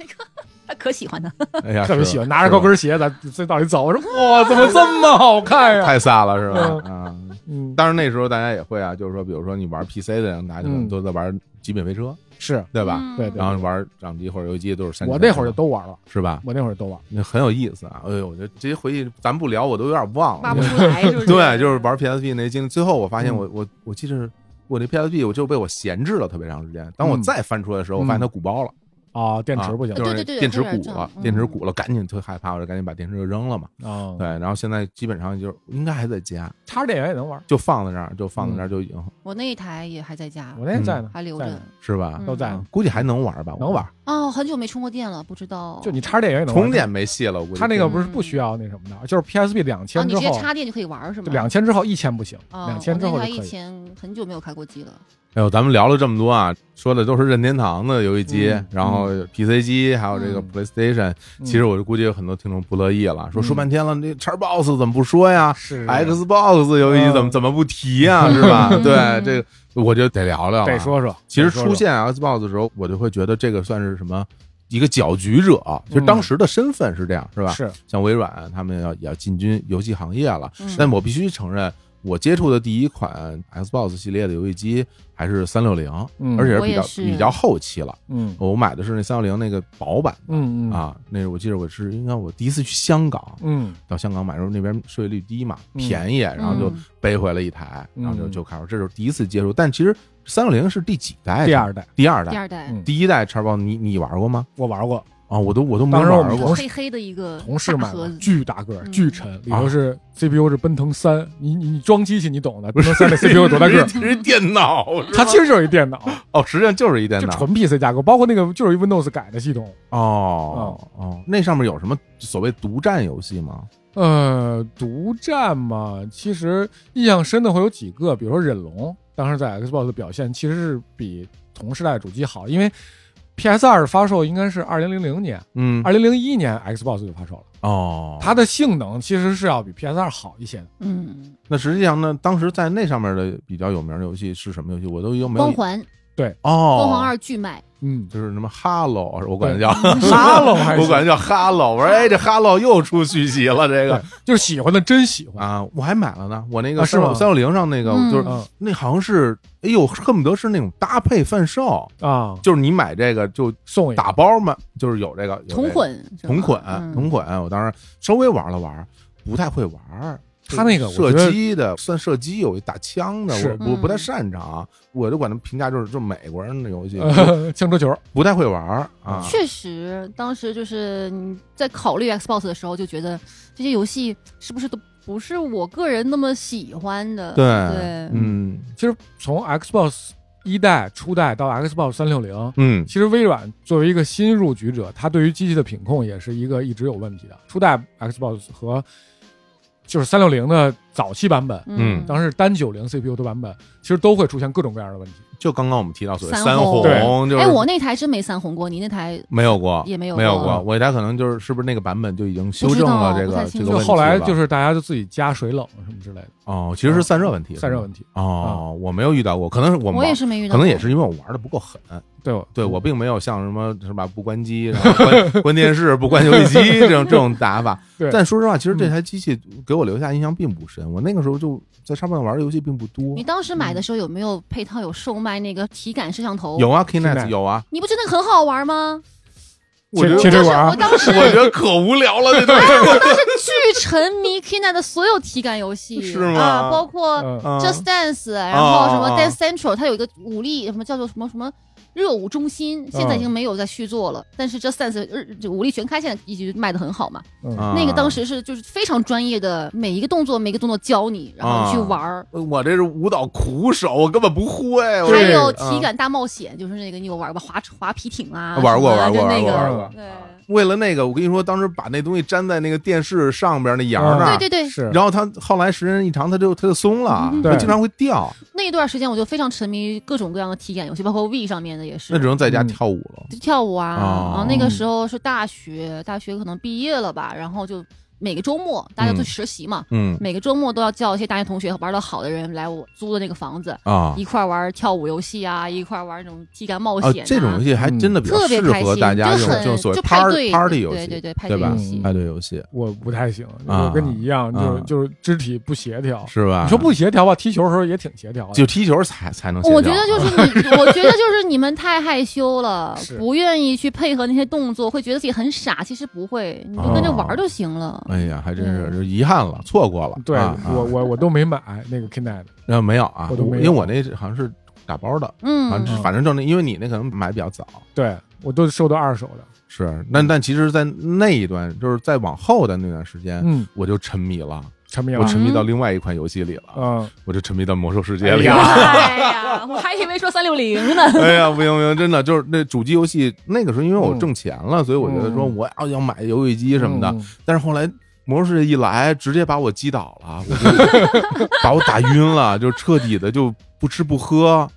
Speaker 3: 她可喜欢她，
Speaker 1: 哎呀，
Speaker 2: 特别
Speaker 1: 是
Speaker 2: 喜欢，拿着高跟鞋在隧道里走，我说哇，怎么这么好看呀？
Speaker 1: 太飒了是吧？啊，
Speaker 2: 嗯，
Speaker 1: 当然那时候大家也会啊，就是说，比如说你玩 PC 的人，大家可能
Speaker 2: 嗯
Speaker 1: 都在玩《极品飞车》，
Speaker 2: 是
Speaker 1: 对吧？
Speaker 3: 嗯
Speaker 2: 对对
Speaker 1: 然后玩掌机或者游戏机都是三。
Speaker 2: 我那会儿就都玩了，
Speaker 1: 是吧？
Speaker 2: 我那会儿都玩。
Speaker 1: 那很有意思啊！哎呦，我觉得这些回忆咱不聊，我都有点忘
Speaker 3: 挖
Speaker 1: 了
Speaker 3: 不。出来，是不是？
Speaker 1: 对，就是玩 PSP 那经历。最后我发现
Speaker 2: 嗯
Speaker 1: 我，我我记得是我这 PSP 我就被我闲置了特别长时间。当我
Speaker 2: 嗯
Speaker 1: 再翻出来的时候，我发现它鼓包了，
Speaker 2: 啊，电池不行
Speaker 1: 就
Speaker 3: 对
Speaker 1: 是
Speaker 3: 对对
Speaker 1: 电池
Speaker 3: 有点
Speaker 1: 鼓
Speaker 3: 儿
Speaker 1: 了
Speaker 3: 胀，嗯
Speaker 1: 电池鼓了，赶紧特害怕，我就赶紧把电池就扔了嘛。
Speaker 2: 啊
Speaker 1: 对，，然后现在基本上就是应该还在家，
Speaker 2: 插着电源也能玩。
Speaker 1: 就放在那儿，就放
Speaker 2: 嗯
Speaker 1: 在那儿就已经
Speaker 3: 我那一台也还在家，
Speaker 2: 我那
Speaker 1: 嗯
Speaker 2: 也在呢，
Speaker 3: 还留
Speaker 2: 在
Speaker 3: 着
Speaker 2: 呢。啊
Speaker 1: 是吧？
Speaker 2: 都在
Speaker 1: 嗯
Speaker 2: 呢，
Speaker 1: 估计还能玩吧，我
Speaker 2: 能玩。。
Speaker 3: 哦，很久没充过电了，不知道。
Speaker 2: 就你插着电源也能玩
Speaker 1: 充。电没戏了，我估计
Speaker 2: 它那个不是不需要那什么的，就是 PSP 两
Speaker 3: 啊，
Speaker 2: 千
Speaker 3: 你
Speaker 2: 之
Speaker 3: 直接
Speaker 2: 后，
Speaker 3: 插电就可以玩是吗？
Speaker 2: 两千之后一千不行，
Speaker 3: 哦
Speaker 2: 两千之后
Speaker 3: 我
Speaker 2: 就
Speaker 3: 那
Speaker 2: 可
Speaker 3: 台以
Speaker 2: 以。
Speaker 3: 前很久没有开过机了，
Speaker 1: 哎呦，咱们聊了这么多啊，说的都是任天堂的游戏机，
Speaker 2: 嗯
Speaker 1: 然后 PC 机，还有这个
Speaker 2: 嗯
Speaker 1: PlayStation、
Speaker 2: 嗯
Speaker 1: 其实我就估计有很多听众不乐意了，说
Speaker 2: 嗯
Speaker 1: 说半天了，那 Xbox 怎么不说呀
Speaker 2: 是
Speaker 1: ？Xbox 游戏
Speaker 2: 嗯
Speaker 1: 怎么怎么不提呀？ 是吧？
Speaker 3: 嗯
Speaker 1: 对，这个我就得聊聊了。
Speaker 2: 得说说。
Speaker 1: 其实
Speaker 2: 得说说
Speaker 1: 出现 Xbox 的时候，我就会觉得这个算是什么一个搅局者。啊其实当时的身份是这样，是吧？
Speaker 2: 嗯是
Speaker 1: 像微软啊他们要也要进军游戏行业了，
Speaker 3: 嗯
Speaker 1: 但我必须承认，我接触的第一款 Xbox 系列的游戏机还是三六零，
Speaker 2: 嗯
Speaker 1: 而且是
Speaker 3: 我
Speaker 1: 比
Speaker 3: 也
Speaker 1: 较
Speaker 3: 是
Speaker 1: 比较后期了。
Speaker 2: 嗯
Speaker 1: 我买的是那三六零那个薄版
Speaker 2: 嗯嗯
Speaker 1: 啊，那是我记得我是应该我第一次去香港，
Speaker 2: 嗯
Speaker 1: 到香港买的时候那边税率低嘛，
Speaker 2: 嗯
Speaker 1: 便宜，然后就
Speaker 3: 嗯
Speaker 1: 背回来一台，然后就
Speaker 2: 嗯
Speaker 1: 就开始，这是第一次接触。但其实三六零是第几代？
Speaker 2: 第二代
Speaker 1: 第二
Speaker 3: 第
Speaker 1: 代，
Speaker 3: 二代
Speaker 2: 嗯，
Speaker 1: 第一代叉 box 你你玩过吗？
Speaker 2: 我玩过，
Speaker 1: 啊，我都我都没
Speaker 2: 当时我
Speaker 1: 玩
Speaker 2: 们
Speaker 1: 过
Speaker 3: 一
Speaker 2: 同
Speaker 3: 个黑黑的一个
Speaker 2: 同事
Speaker 3: 大
Speaker 2: 买
Speaker 3: 盒
Speaker 2: 的
Speaker 3: 子，
Speaker 2: 巨大个儿，
Speaker 3: 嗯
Speaker 2: 巨沉，里
Speaker 1: 啊
Speaker 2: 头是 CPU 是奔腾三，你你你装机器你懂的，奔腾 三的 CPU 多大个儿？
Speaker 1: 这是电脑，是
Speaker 2: 它
Speaker 1: 吧
Speaker 2: 其实就是一电脑，
Speaker 1: 哦，实际上就是一电
Speaker 2: 就
Speaker 1: 脑
Speaker 2: 纯 PC 架构，包括那个就是一 Windows 改的系统。
Speaker 1: 哦
Speaker 2: 嗯
Speaker 1: 哦，那上面有什么所谓独占游戏吗？
Speaker 2: 呃，独占嘛，其实印象深的会有几个，比如说忍龙，当时在 Xbox 的表现其实是比同时代的主机好，因为 PS 二发售应该是二零零零年，
Speaker 1: 嗯
Speaker 2: 二零零一年 Xbox 就发售了，
Speaker 1: 哦，
Speaker 2: 它的性能其实是要比 PS 二好一些的。
Speaker 3: 嗯，
Speaker 1: 那实际上呢，当时在那上面的比较有名的游戏是什么游戏？我都已经没有
Speaker 3: 光环，
Speaker 1: 哦，
Speaker 3: 光环二拒卖，
Speaker 2: 嗯，
Speaker 1: 就是什么哈喽，我管它叫
Speaker 2: 沙龙还
Speaker 1: 我管它
Speaker 2: 是
Speaker 1: 叫哈喽。我说哎，这哈喽又出续集了，这个
Speaker 2: 对就是喜欢的真喜欢，
Speaker 1: 啊，我还买了呢。我那个
Speaker 2: 啊是吗
Speaker 1: 三六零上那个
Speaker 3: 嗯
Speaker 1: 就是
Speaker 2: 嗯
Speaker 1: 那好像是，哎呦，恨不得是那种搭配贩售，
Speaker 2: 啊，
Speaker 1: 就是你买这个就
Speaker 2: 送一个
Speaker 1: 打包嘛，就是有这个有这个
Speaker 3: 同混是吧，
Speaker 1: 同捆
Speaker 3: 嗯
Speaker 1: 同捆。我当时稍微玩了玩，不太会玩。
Speaker 2: 他那个我
Speaker 1: 射
Speaker 2: 觉得
Speaker 1: 击的算射击，有一打枪的，
Speaker 2: 是
Speaker 1: 我我不太
Speaker 3: 嗯
Speaker 1: 擅长，我就管他评价就是就是美国人的游戏，
Speaker 2: 呃 枪车球，
Speaker 1: 不太会玩儿啊。
Speaker 3: 确实，当时就是你在考虑 Xbox 的时候，就觉得这些游戏是不是都不是我个人那么喜欢的。
Speaker 1: 对
Speaker 3: 对，
Speaker 1: 嗯
Speaker 2: 其实从 Xbox 一代初代到 Xbox 三六零。
Speaker 1: 嗯
Speaker 2: 其实微软作为一个新入局者，它对于机器的品控也是一个一直有问题的。初代 Xbox 和就是三六零的早期版本，
Speaker 1: 嗯
Speaker 2: 当时单九零 CPU 的版本，其实都会出现各种各样的问题。
Speaker 1: 就刚刚我们提到所谓
Speaker 3: 三
Speaker 1: 三
Speaker 3: 红
Speaker 1: 红，就是
Speaker 3: 哎，我那台真没三红过，你那台
Speaker 1: 没有过，
Speaker 3: 也没有
Speaker 1: 没有
Speaker 3: 过
Speaker 1: 过，我家可能就是是不是那个版本就已经修正了这
Speaker 3: 不知道不太
Speaker 1: 个这
Speaker 3: 清
Speaker 1: 个
Speaker 3: 楚
Speaker 1: 问题
Speaker 2: 就
Speaker 1: 了。
Speaker 2: 后来就是大家就自己加水冷什么之类的
Speaker 1: 哦，其实是散热问题，
Speaker 2: 嗯散热问题。
Speaker 1: 哦，我没有遇到过，可能是我
Speaker 3: 我
Speaker 1: 们
Speaker 3: 也
Speaker 1: 玩
Speaker 3: 是没遇到
Speaker 1: 可
Speaker 3: 过，
Speaker 1: 能也是因为我玩的不够狠，
Speaker 2: 对我
Speaker 1: 对我并没有像什么是吧不关机，然后关关电视不关游戏 机这种这种打法。
Speaker 2: 对嗯
Speaker 1: 但说实话，其实这台机器给我留下印象并不深，我那个时候就在上面玩的游戏并不多
Speaker 3: 你。当时买的时候有没有配套有售卖那个体感摄像头？
Speaker 1: 有，啊 k n e t
Speaker 2: Kinect
Speaker 1: 有 啊，
Speaker 3: 你不觉得很好玩吗？
Speaker 1: 我觉得
Speaker 2: 切切
Speaker 3: 就
Speaker 2: 水
Speaker 3: 是
Speaker 2: 管儿
Speaker 3: 我，当时
Speaker 1: 我觉得可无聊了，这东
Speaker 3: 我当时巨沉迷 Kina 的所有体感游 戏，
Speaker 1: 是吗
Speaker 3: 啊，包括
Speaker 2: 嗯，
Speaker 1: 西。
Speaker 3: Just Dance，然后什么
Speaker 1: 啊啊啊
Speaker 3: Dance Central，它有一个舞力什么叫做什么什么热舞中心，现
Speaker 1: 嗯
Speaker 3: 在已经没有在续作了。但是 Just Dance 日这舞力全开，现在一直卖的很好嘛。
Speaker 1: 啊
Speaker 3: 那个当时是就是非常专业的，每一个动作每一个动作教你，然后你去
Speaker 1: 嗯
Speaker 3: 玩儿。
Speaker 1: 我这是舞蹈苦手，我根本不会。我
Speaker 3: 还
Speaker 2: 对
Speaker 3: 有体感大冒险，就是那个你有玩吧，滑滑皮艇啊，
Speaker 1: 玩过
Speaker 3: 什么
Speaker 1: 玩过
Speaker 3: 的就
Speaker 1: 玩
Speaker 3: 那
Speaker 1: 过嗯
Speaker 3: 个
Speaker 1: 玩过。
Speaker 3: 对
Speaker 1: 为了那个，我跟你说，当时把那东西粘在那个电视上边那沿儿那儿，
Speaker 3: 对对对，
Speaker 2: 是
Speaker 1: 然后它后来时间一长，它就它就松了，
Speaker 3: 嗯
Speaker 1: 它
Speaker 2: 对
Speaker 1: 经常会掉，
Speaker 3: 那一段时间我就非常沉迷各种各样的体感游戏，包括 V 上面的也是。
Speaker 1: 那只能在家跳舞了。
Speaker 3: 就跳舞啊，
Speaker 1: 哦
Speaker 3: 然后那个时候是大学，大学可能毕业了吧，然后就每个周末大家
Speaker 1: 嗯
Speaker 3: 都去实习嘛，
Speaker 1: 嗯
Speaker 3: 每个周末都要叫一些大学同学玩的好的人来我租的那个房子，
Speaker 1: 啊
Speaker 3: 一块玩跳舞游戏啊，一块玩那种体感冒
Speaker 1: 啊
Speaker 3: 险、，
Speaker 1: 这种游戏还真的比较
Speaker 3: 嗯特别
Speaker 1: 适
Speaker 3: 开
Speaker 1: 合
Speaker 3: 心，
Speaker 1: 大家
Speaker 3: 就
Speaker 1: 用，
Speaker 3: 很
Speaker 1: 就所谓
Speaker 3: 就派
Speaker 1: party
Speaker 3: 对
Speaker 1: party 游
Speaker 3: 对对
Speaker 1: 戏，
Speaker 3: 对，派
Speaker 1: 对
Speaker 3: 对
Speaker 1: 吧
Speaker 3: 游戏
Speaker 2: 嗯。
Speaker 1: 派对游戏
Speaker 2: 我不太行，
Speaker 1: 啊
Speaker 2: 我跟你一样，就
Speaker 1: 啊
Speaker 2: 是就是肢体不协调。
Speaker 1: 是吧？
Speaker 2: 你说不协调吧，踢球的时候也挺协调的。
Speaker 1: 就踢球才才能协调，
Speaker 3: 我觉
Speaker 2: 啊
Speaker 3: 得就是 你，我觉得就是你们太害羞了
Speaker 2: 是，
Speaker 3: 不愿意去配合那些动作，会觉得自己很傻。其实不会，你就跟着玩儿就行了。
Speaker 1: 哦哎呀，还真是就遗憾了，错过了。
Speaker 2: 对
Speaker 1: 啊、
Speaker 2: 我我我都没买那个 Kinect，
Speaker 1: 啊没有啊，
Speaker 2: 我都没
Speaker 1: 因
Speaker 2: 有
Speaker 1: 为我那是好像是打包的，反
Speaker 3: 嗯，
Speaker 1: 正反正就那，因为你那可能买比较早。
Speaker 2: 对我都是收到二手的。
Speaker 1: 是，
Speaker 2: 嗯
Speaker 1: 但但其实，在那一段，就是在往后的那段时间，
Speaker 2: 嗯，
Speaker 1: 我就沉迷了，
Speaker 2: 陈明
Speaker 1: 我
Speaker 2: 啊，
Speaker 1: 沉迷到另外一款游戏里了，
Speaker 2: 嗯，
Speaker 1: 我就沉迷到魔兽世界里
Speaker 2: 哎
Speaker 1: 了。
Speaker 3: 哎呀，我还以为说三六零呢。
Speaker 1: 哎呀，不行不行，真的就是那主机游戏，那个时候因为我挣钱了，所以我觉得说
Speaker 2: 嗯
Speaker 1: 我要要买游戏机什么的。
Speaker 2: 嗯，
Speaker 1: 但是后来魔兽世界一来，直接把我击倒了，我就 把我打晕了，就彻底的就不吃不喝，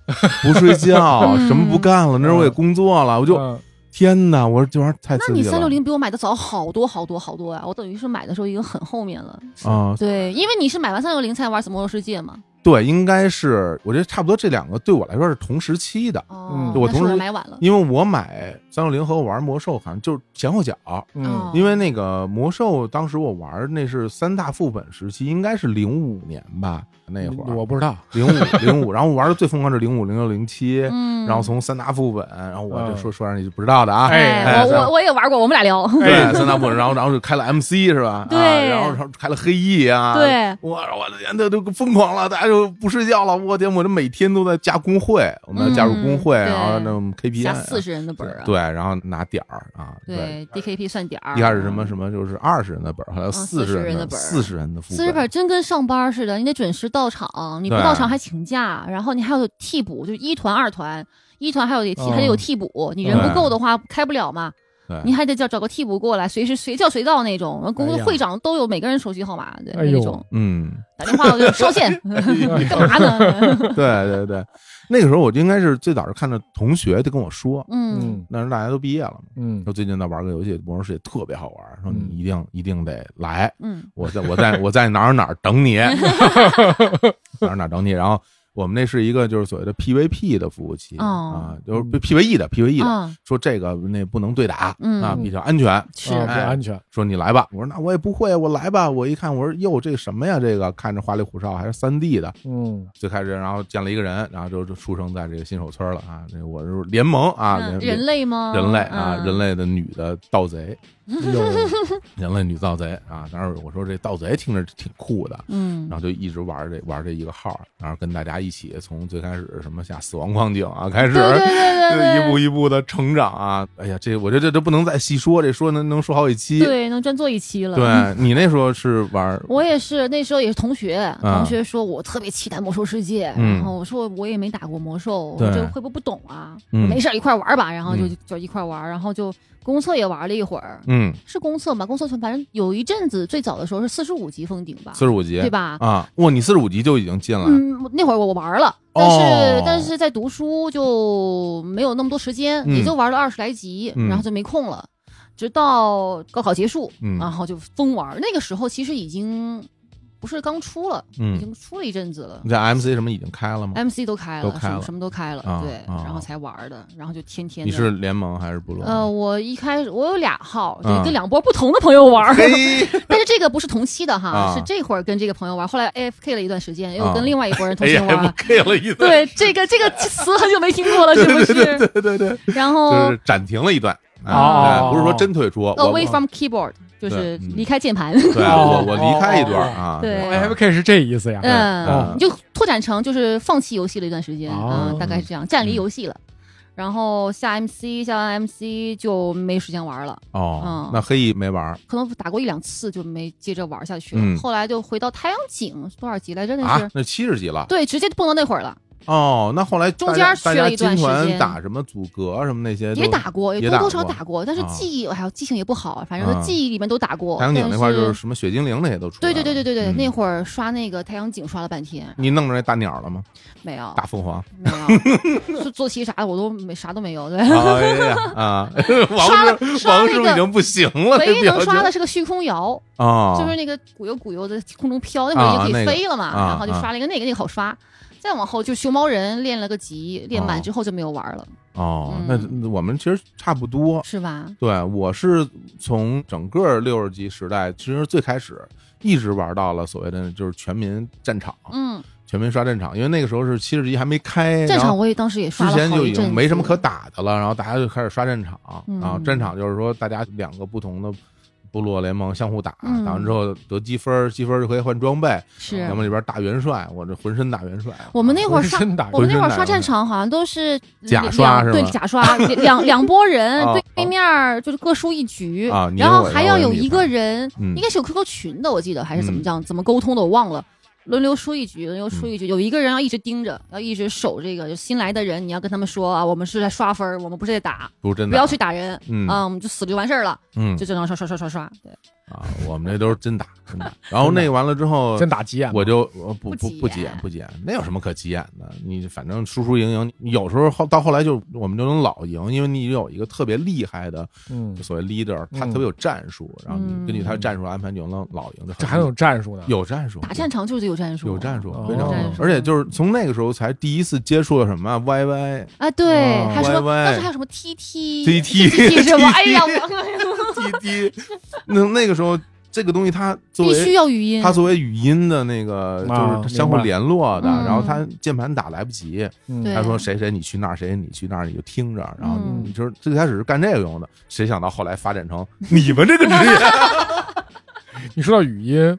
Speaker 1: 不睡觉，
Speaker 3: 嗯
Speaker 1: 什么不干了。那时候我也工作了，我就、
Speaker 2: 嗯
Speaker 1: 天哪，我说这玩意儿太刺激
Speaker 3: 那
Speaker 1: 了。
Speaker 3: 你三六零比我买的早好多好多好多呀、我等于是买的时候已经很后面了。
Speaker 1: 啊、
Speaker 3: 对，因为你是买完三六零才玩《魔兽世界》嘛。
Speaker 1: 对，应该是我觉得差不多这两个对我来说是同时期的，
Speaker 3: 哦，
Speaker 2: 嗯
Speaker 1: 我
Speaker 3: 那是
Speaker 1: 同时
Speaker 3: 买晚了。
Speaker 1: 因为我买三六零和我玩魔兽好像就是前后脚。
Speaker 2: 嗯
Speaker 3: 哦
Speaker 1: 因为那个魔兽，当时我玩儿那是三大副本时期，应该是零五年吧，那会儿
Speaker 2: 我不知道，
Speaker 1: 零五零五，05然后我玩的最疯狂是零五零六零七，
Speaker 3: 嗯，
Speaker 1: 然后从三大副本，然后我就
Speaker 2: 嗯
Speaker 1: 说说让你就不知道的啊，
Speaker 2: 哎
Speaker 3: 哎，我
Speaker 1: 哎
Speaker 3: 我我也玩过，我们俩聊。
Speaker 1: 对
Speaker 2: 哎
Speaker 1: 三大副本，然后然后就开了 MC 是吧？
Speaker 3: 对
Speaker 1: 啊然后然后开了黑翼啊，
Speaker 3: 对，
Speaker 1: 我我的天，都都疯狂了，大家就不睡觉了，我天，我这每天都在加工会，我们要加入工会，
Speaker 3: 嗯
Speaker 1: 然后
Speaker 3: 对
Speaker 1: 那种 KPI
Speaker 3: 下
Speaker 1: 啊
Speaker 3: 四十人的本儿啊。
Speaker 1: 对，然后拿点儿啊，对。
Speaker 3: 对，DKP 算点儿。
Speaker 1: 一开始什么什么就是二十人的本儿，后来四十人
Speaker 3: 40人的本儿
Speaker 1: 四十人的副
Speaker 3: 四十本真跟上班似的，你得准时到场，你不
Speaker 1: 对
Speaker 3: 到场还请假，然后你还有替补，就是一团、二团，一团还有得替，
Speaker 1: 嗯
Speaker 2: 哦
Speaker 3: 还得有替补，你人不够的话开不了嘛，
Speaker 1: 对，
Speaker 3: 你还得叫找个替补过来，随时随叫随到那种。然后公
Speaker 2: 哎
Speaker 3: 司
Speaker 2: 呀
Speaker 3: 会长都有每个人手机号码，对
Speaker 2: 哎呦哎
Speaker 3: 那种
Speaker 1: 嗯，
Speaker 3: 打电话我就 收线，你干嘛呢？
Speaker 1: 对 对对，那个时候我就应该是最早是看着同学就跟我说，
Speaker 3: 嗯，
Speaker 2: 嗯
Speaker 1: 那时候大家都毕业了嘛，
Speaker 2: 嗯
Speaker 1: 说最近在玩个游戏《魔兽世界》特别好玩，说
Speaker 2: 嗯
Speaker 1: 你一定一定得来，
Speaker 3: 嗯
Speaker 1: 我在我在我在哪儿哪儿等 你，哪儿哪儿等你。然后我们那是一个就是所谓的 PVP 的服务器、
Speaker 3: 哦
Speaker 1: 啊，就是 PVE 的 PVE 的，
Speaker 3: 啊，
Speaker 1: 说这个那不能对打、
Speaker 3: 嗯
Speaker 1: 啊，比较安全。
Speaker 3: 是
Speaker 2: 啊不
Speaker 1: 哎
Speaker 2: 安全，
Speaker 1: 说你来吧，我说那我也不会，我来吧。我一看，我说哟，这什么呀？这个看着花里胡哨，还是三 D 的。
Speaker 2: 嗯
Speaker 1: 最开始，然后见了一个人，然后就就出生在这个新手村了啊。这我是联盟啊，
Speaker 3: 嗯
Speaker 1: 联
Speaker 3: 人类吗？
Speaker 1: 人类啊，
Speaker 3: 嗯
Speaker 1: 人类的女的盗贼，
Speaker 2: 有
Speaker 1: 人类女盗贼啊。当时我说这盗贼听着挺酷的，
Speaker 3: 嗯
Speaker 1: 然后就一直玩这玩这一个号儿，然后跟大家一起从最开始什么下死亡矿井啊开始，
Speaker 3: 对 对对对
Speaker 1: 这
Speaker 3: 对，
Speaker 1: 一步一步的成长啊。哎呀，这我觉得这都不能再细说，这说能能说好几期。
Speaker 3: 对能专做一期了。
Speaker 1: 对，你那时候是玩儿
Speaker 3: 我也是，那时候也是同学，同学说我特别期待魔兽世界，
Speaker 1: 啊嗯
Speaker 3: 然后我说我也没打过魔兽，我
Speaker 1: 对
Speaker 3: 这会不会不懂啊？
Speaker 1: 嗯
Speaker 3: 没事儿一块儿玩儿吧，然后就、
Speaker 1: 嗯
Speaker 3: 就一块儿玩儿，然后就公测也玩了一会儿，
Speaker 1: 嗯
Speaker 3: 是公测吗？公测反正有一阵子最早的时候是四十五级封顶吧
Speaker 1: 四，十五级
Speaker 3: 对吧？
Speaker 1: 啊，哇，你四十五级就已经进了，
Speaker 3: 嗯，那会儿我玩了，但是、
Speaker 1: 哦
Speaker 3: 但是在读书就没有那么多时间，
Speaker 1: 嗯
Speaker 3: 也就玩了二十来集，
Speaker 1: 嗯
Speaker 3: 然后就没空了，直到高考结束，
Speaker 1: 嗯
Speaker 3: 然后就疯玩。那个时候其实已经不是刚出了，已
Speaker 1: 嗯，
Speaker 3: 经哎出了一阵子了。
Speaker 1: 你在 MC 什么已经开了吗？
Speaker 3: MC 都开了，
Speaker 1: 都开
Speaker 3: 什
Speaker 1: 了
Speaker 3: 么什么都开了，
Speaker 1: 啊
Speaker 3: 对，
Speaker 1: 啊
Speaker 3: 然后才玩的，然后就天天
Speaker 1: 你
Speaker 3: 的。
Speaker 1: 是联盟还是部落？
Speaker 3: 呃，我一开始我有俩号，就
Speaker 1: 啊
Speaker 3: 跟两波不同的朋友 玩，
Speaker 1: 嘿，
Speaker 3: 但是这个不是同期的哈，
Speaker 1: 啊
Speaker 3: 是这会儿跟这个朋友玩，后来 AFK 了一段时间，
Speaker 1: 啊
Speaker 3: 又跟另外一拨人
Speaker 1: 哎
Speaker 3: 同时啊
Speaker 1: 呀，
Speaker 3: 玩。
Speaker 1: 不 K 了一段，
Speaker 3: 对，这个这个词很久没听过了，是不是？
Speaker 1: 对对对，
Speaker 3: 然
Speaker 1: 就
Speaker 3: 后
Speaker 1: 是暂停了一段
Speaker 2: 哦
Speaker 1: 哎不是说真退出，我
Speaker 3: away from keyboard 就是
Speaker 1: 嗯
Speaker 3: 离开 键盘，
Speaker 1: 对我
Speaker 2: 哦
Speaker 1: 我离开一段
Speaker 2: 哦
Speaker 1: 啊，
Speaker 3: 对
Speaker 1: 啊
Speaker 2: AFK 是这意思呀？
Speaker 3: 嗯
Speaker 1: 啊，
Speaker 3: 你就拓展成就是放弃游戏了一段时间
Speaker 2: 哦
Speaker 3: 啊，大概是
Speaker 1: 嗯
Speaker 3: 这样，站离游戏了。然后下 MC，下完 MC 就没时间玩了，
Speaker 1: 哦
Speaker 3: 嗯，
Speaker 1: 那黑翼没玩儿
Speaker 3: 可能打过一两次就没接着玩下去了。
Speaker 1: 嗯
Speaker 3: 后来就回到太阳井多少级来着？那是、
Speaker 1: 啊，那七十级了，
Speaker 3: 对，直接蹦到那会儿了。
Speaker 1: 哦，那后来
Speaker 3: 中间
Speaker 1: 大家
Speaker 3: 缺了一
Speaker 1: 大家
Speaker 3: 段
Speaker 1: 金
Speaker 3: 时
Speaker 1: 团
Speaker 3: 间
Speaker 1: 打什么阻隔什么那些
Speaker 3: 也
Speaker 1: 都
Speaker 3: 打过，
Speaker 1: 也
Speaker 3: 多多
Speaker 1: 打
Speaker 3: 少少
Speaker 1: 过
Speaker 3: 打过，但是
Speaker 1: 啊
Speaker 3: 记忆哎呀记性也不好，反
Speaker 1: 啊
Speaker 3: 正记忆里面都打过。
Speaker 1: 太阳
Speaker 3: 但
Speaker 1: 井那块儿就是
Speaker 3: 是
Speaker 1: 什么雪精灵那些都出来
Speaker 3: 对
Speaker 1: 了。
Speaker 3: 对对对对对，
Speaker 1: 嗯
Speaker 3: 那会儿刷那个太阳井刷了半天，
Speaker 1: 你弄着那大鸟了吗？
Speaker 3: 没有
Speaker 1: 大凤凰
Speaker 3: 没 有，坐坐骑啥的我都没啥都没有。对，
Speaker 1: 哎呀 啊！王
Speaker 3: 刷了
Speaker 1: 师
Speaker 3: 刷
Speaker 1: 王
Speaker 3: 了
Speaker 1: 师
Speaker 3: 那
Speaker 1: 傅已
Speaker 3: 个
Speaker 1: 经不行了，
Speaker 3: 唯
Speaker 1: 这
Speaker 3: 一
Speaker 1: 表
Speaker 3: 能
Speaker 1: 情
Speaker 3: 刷的是个虚空摇，
Speaker 1: 啊，
Speaker 3: 就是那个鼓悠鼓悠的空中飘，那会儿
Speaker 1: 啊
Speaker 3: 就可
Speaker 1: 那
Speaker 3: 以
Speaker 1: 个
Speaker 3: 飞了嘛，
Speaker 1: 啊
Speaker 3: 然后就刷了一个那个，那个好刷。再往后就熊猫人练了个级，练
Speaker 1: 哦
Speaker 3: 满之后就没有玩了，
Speaker 1: 哦，那
Speaker 3: 嗯
Speaker 1: 那我们其实差不多。
Speaker 3: 是吧？
Speaker 1: 对，我是从整个六十级时代，其实最开始一直玩到了所谓的就是全民战场，
Speaker 3: 嗯，
Speaker 1: 全民刷战场，因为那个时候是七十级还没开，
Speaker 3: 战
Speaker 1: 然后
Speaker 3: 场我也当时也
Speaker 1: 之
Speaker 3: 刷了
Speaker 1: 前
Speaker 3: 好
Speaker 1: 就
Speaker 3: 一
Speaker 1: 已
Speaker 3: 阵子，
Speaker 1: 经没什么可打的了，然后大家就开始刷战场，
Speaker 3: 嗯
Speaker 1: 然后战场就是说大家两个不同的部落联盟相互打，
Speaker 3: 嗯
Speaker 1: 打完之后得积分，积分就可以换装备，啊
Speaker 3: 是
Speaker 1: 要么里边大元帅，我这浑身大元帅，啊
Speaker 3: 我们那会儿刷
Speaker 2: 真打
Speaker 3: 我
Speaker 2: 过
Speaker 3: 们那会
Speaker 1: 浑
Speaker 3: 儿
Speaker 1: 身
Speaker 3: 刷
Speaker 1: 难
Speaker 3: 战场好像都是
Speaker 1: 假
Speaker 3: 两
Speaker 1: 刷是
Speaker 3: 对
Speaker 1: 吗
Speaker 3: 假刷，两两两拨人
Speaker 1: 啊
Speaker 3: 对对面儿就是各输一局
Speaker 1: 啊你有
Speaker 3: 然后
Speaker 1: 我
Speaker 3: 还
Speaker 1: 有我有
Speaker 3: 要有
Speaker 1: 你
Speaker 3: 一
Speaker 1: 吧
Speaker 3: 个人，
Speaker 1: 嗯
Speaker 3: 应该是有 QQ 群的，我记得还是怎么
Speaker 1: 嗯
Speaker 3: 讲，怎么沟通的我忘了。轮流输一局，轮流输一局，有一个人要一直盯着，要一直守这个。就新来的人，你要跟他们说啊，我们是在刷分儿，我们不是在打，
Speaker 1: 不是真
Speaker 3: 不
Speaker 1: 的
Speaker 3: 要，去打人
Speaker 1: 嗯
Speaker 3: 啊，我们就死了就完事儿了，
Speaker 1: 嗯
Speaker 3: 就正常刷刷刷刷刷。对，
Speaker 1: 啊，我们那都是真打，真打，然后那个完了之后
Speaker 2: 真。打急眼了，
Speaker 1: 我就我不不
Speaker 3: 不急
Speaker 1: 不急
Speaker 3: 眼
Speaker 1: 眼不急眼，那有什么可急眼的？你反正输输赢赢，有时候后到后来就我们就能老赢，因为你有一个特别厉害的
Speaker 2: 嗯
Speaker 1: 就，所谓 leader，他
Speaker 2: 嗯
Speaker 1: 特别有战术，然后
Speaker 3: 嗯
Speaker 1: 你根据他的战术安排，你就能老赢。
Speaker 2: 这还有战术呢，
Speaker 1: 有战术，
Speaker 3: 打战场就是得有战术，
Speaker 1: 哦有战术
Speaker 2: 哦，
Speaker 1: 非常
Speaker 2: 有
Speaker 1: 好
Speaker 2: 战。
Speaker 3: 术嗯
Speaker 1: 而且就是从那个时候才第一次接触了什么啊 YY
Speaker 3: 啊，对，
Speaker 2: 哦
Speaker 3: 还有什么
Speaker 1: 歪歪
Speaker 3: 当时还有什么 TT
Speaker 1: TT
Speaker 3: TT 是 吗？哎呀，我
Speaker 1: TT，那 那个时候这个东西它作
Speaker 3: 必须
Speaker 1: 为。
Speaker 3: 要语音，
Speaker 1: 它作为语音的那个，
Speaker 2: 啊
Speaker 1: 就是相互
Speaker 2: 明白
Speaker 1: 联络的，
Speaker 3: 嗯
Speaker 1: 然后它键盘打来不及，
Speaker 2: 嗯
Speaker 3: 对
Speaker 1: 他说谁谁你去那儿，谁谁你去那儿，你就听着，然后
Speaker 3: 嗯
Speaker 1: 你就是最开始是干这个用的，谁想到后来发展成你们这个职业？
Speaker 2: 你说到语音，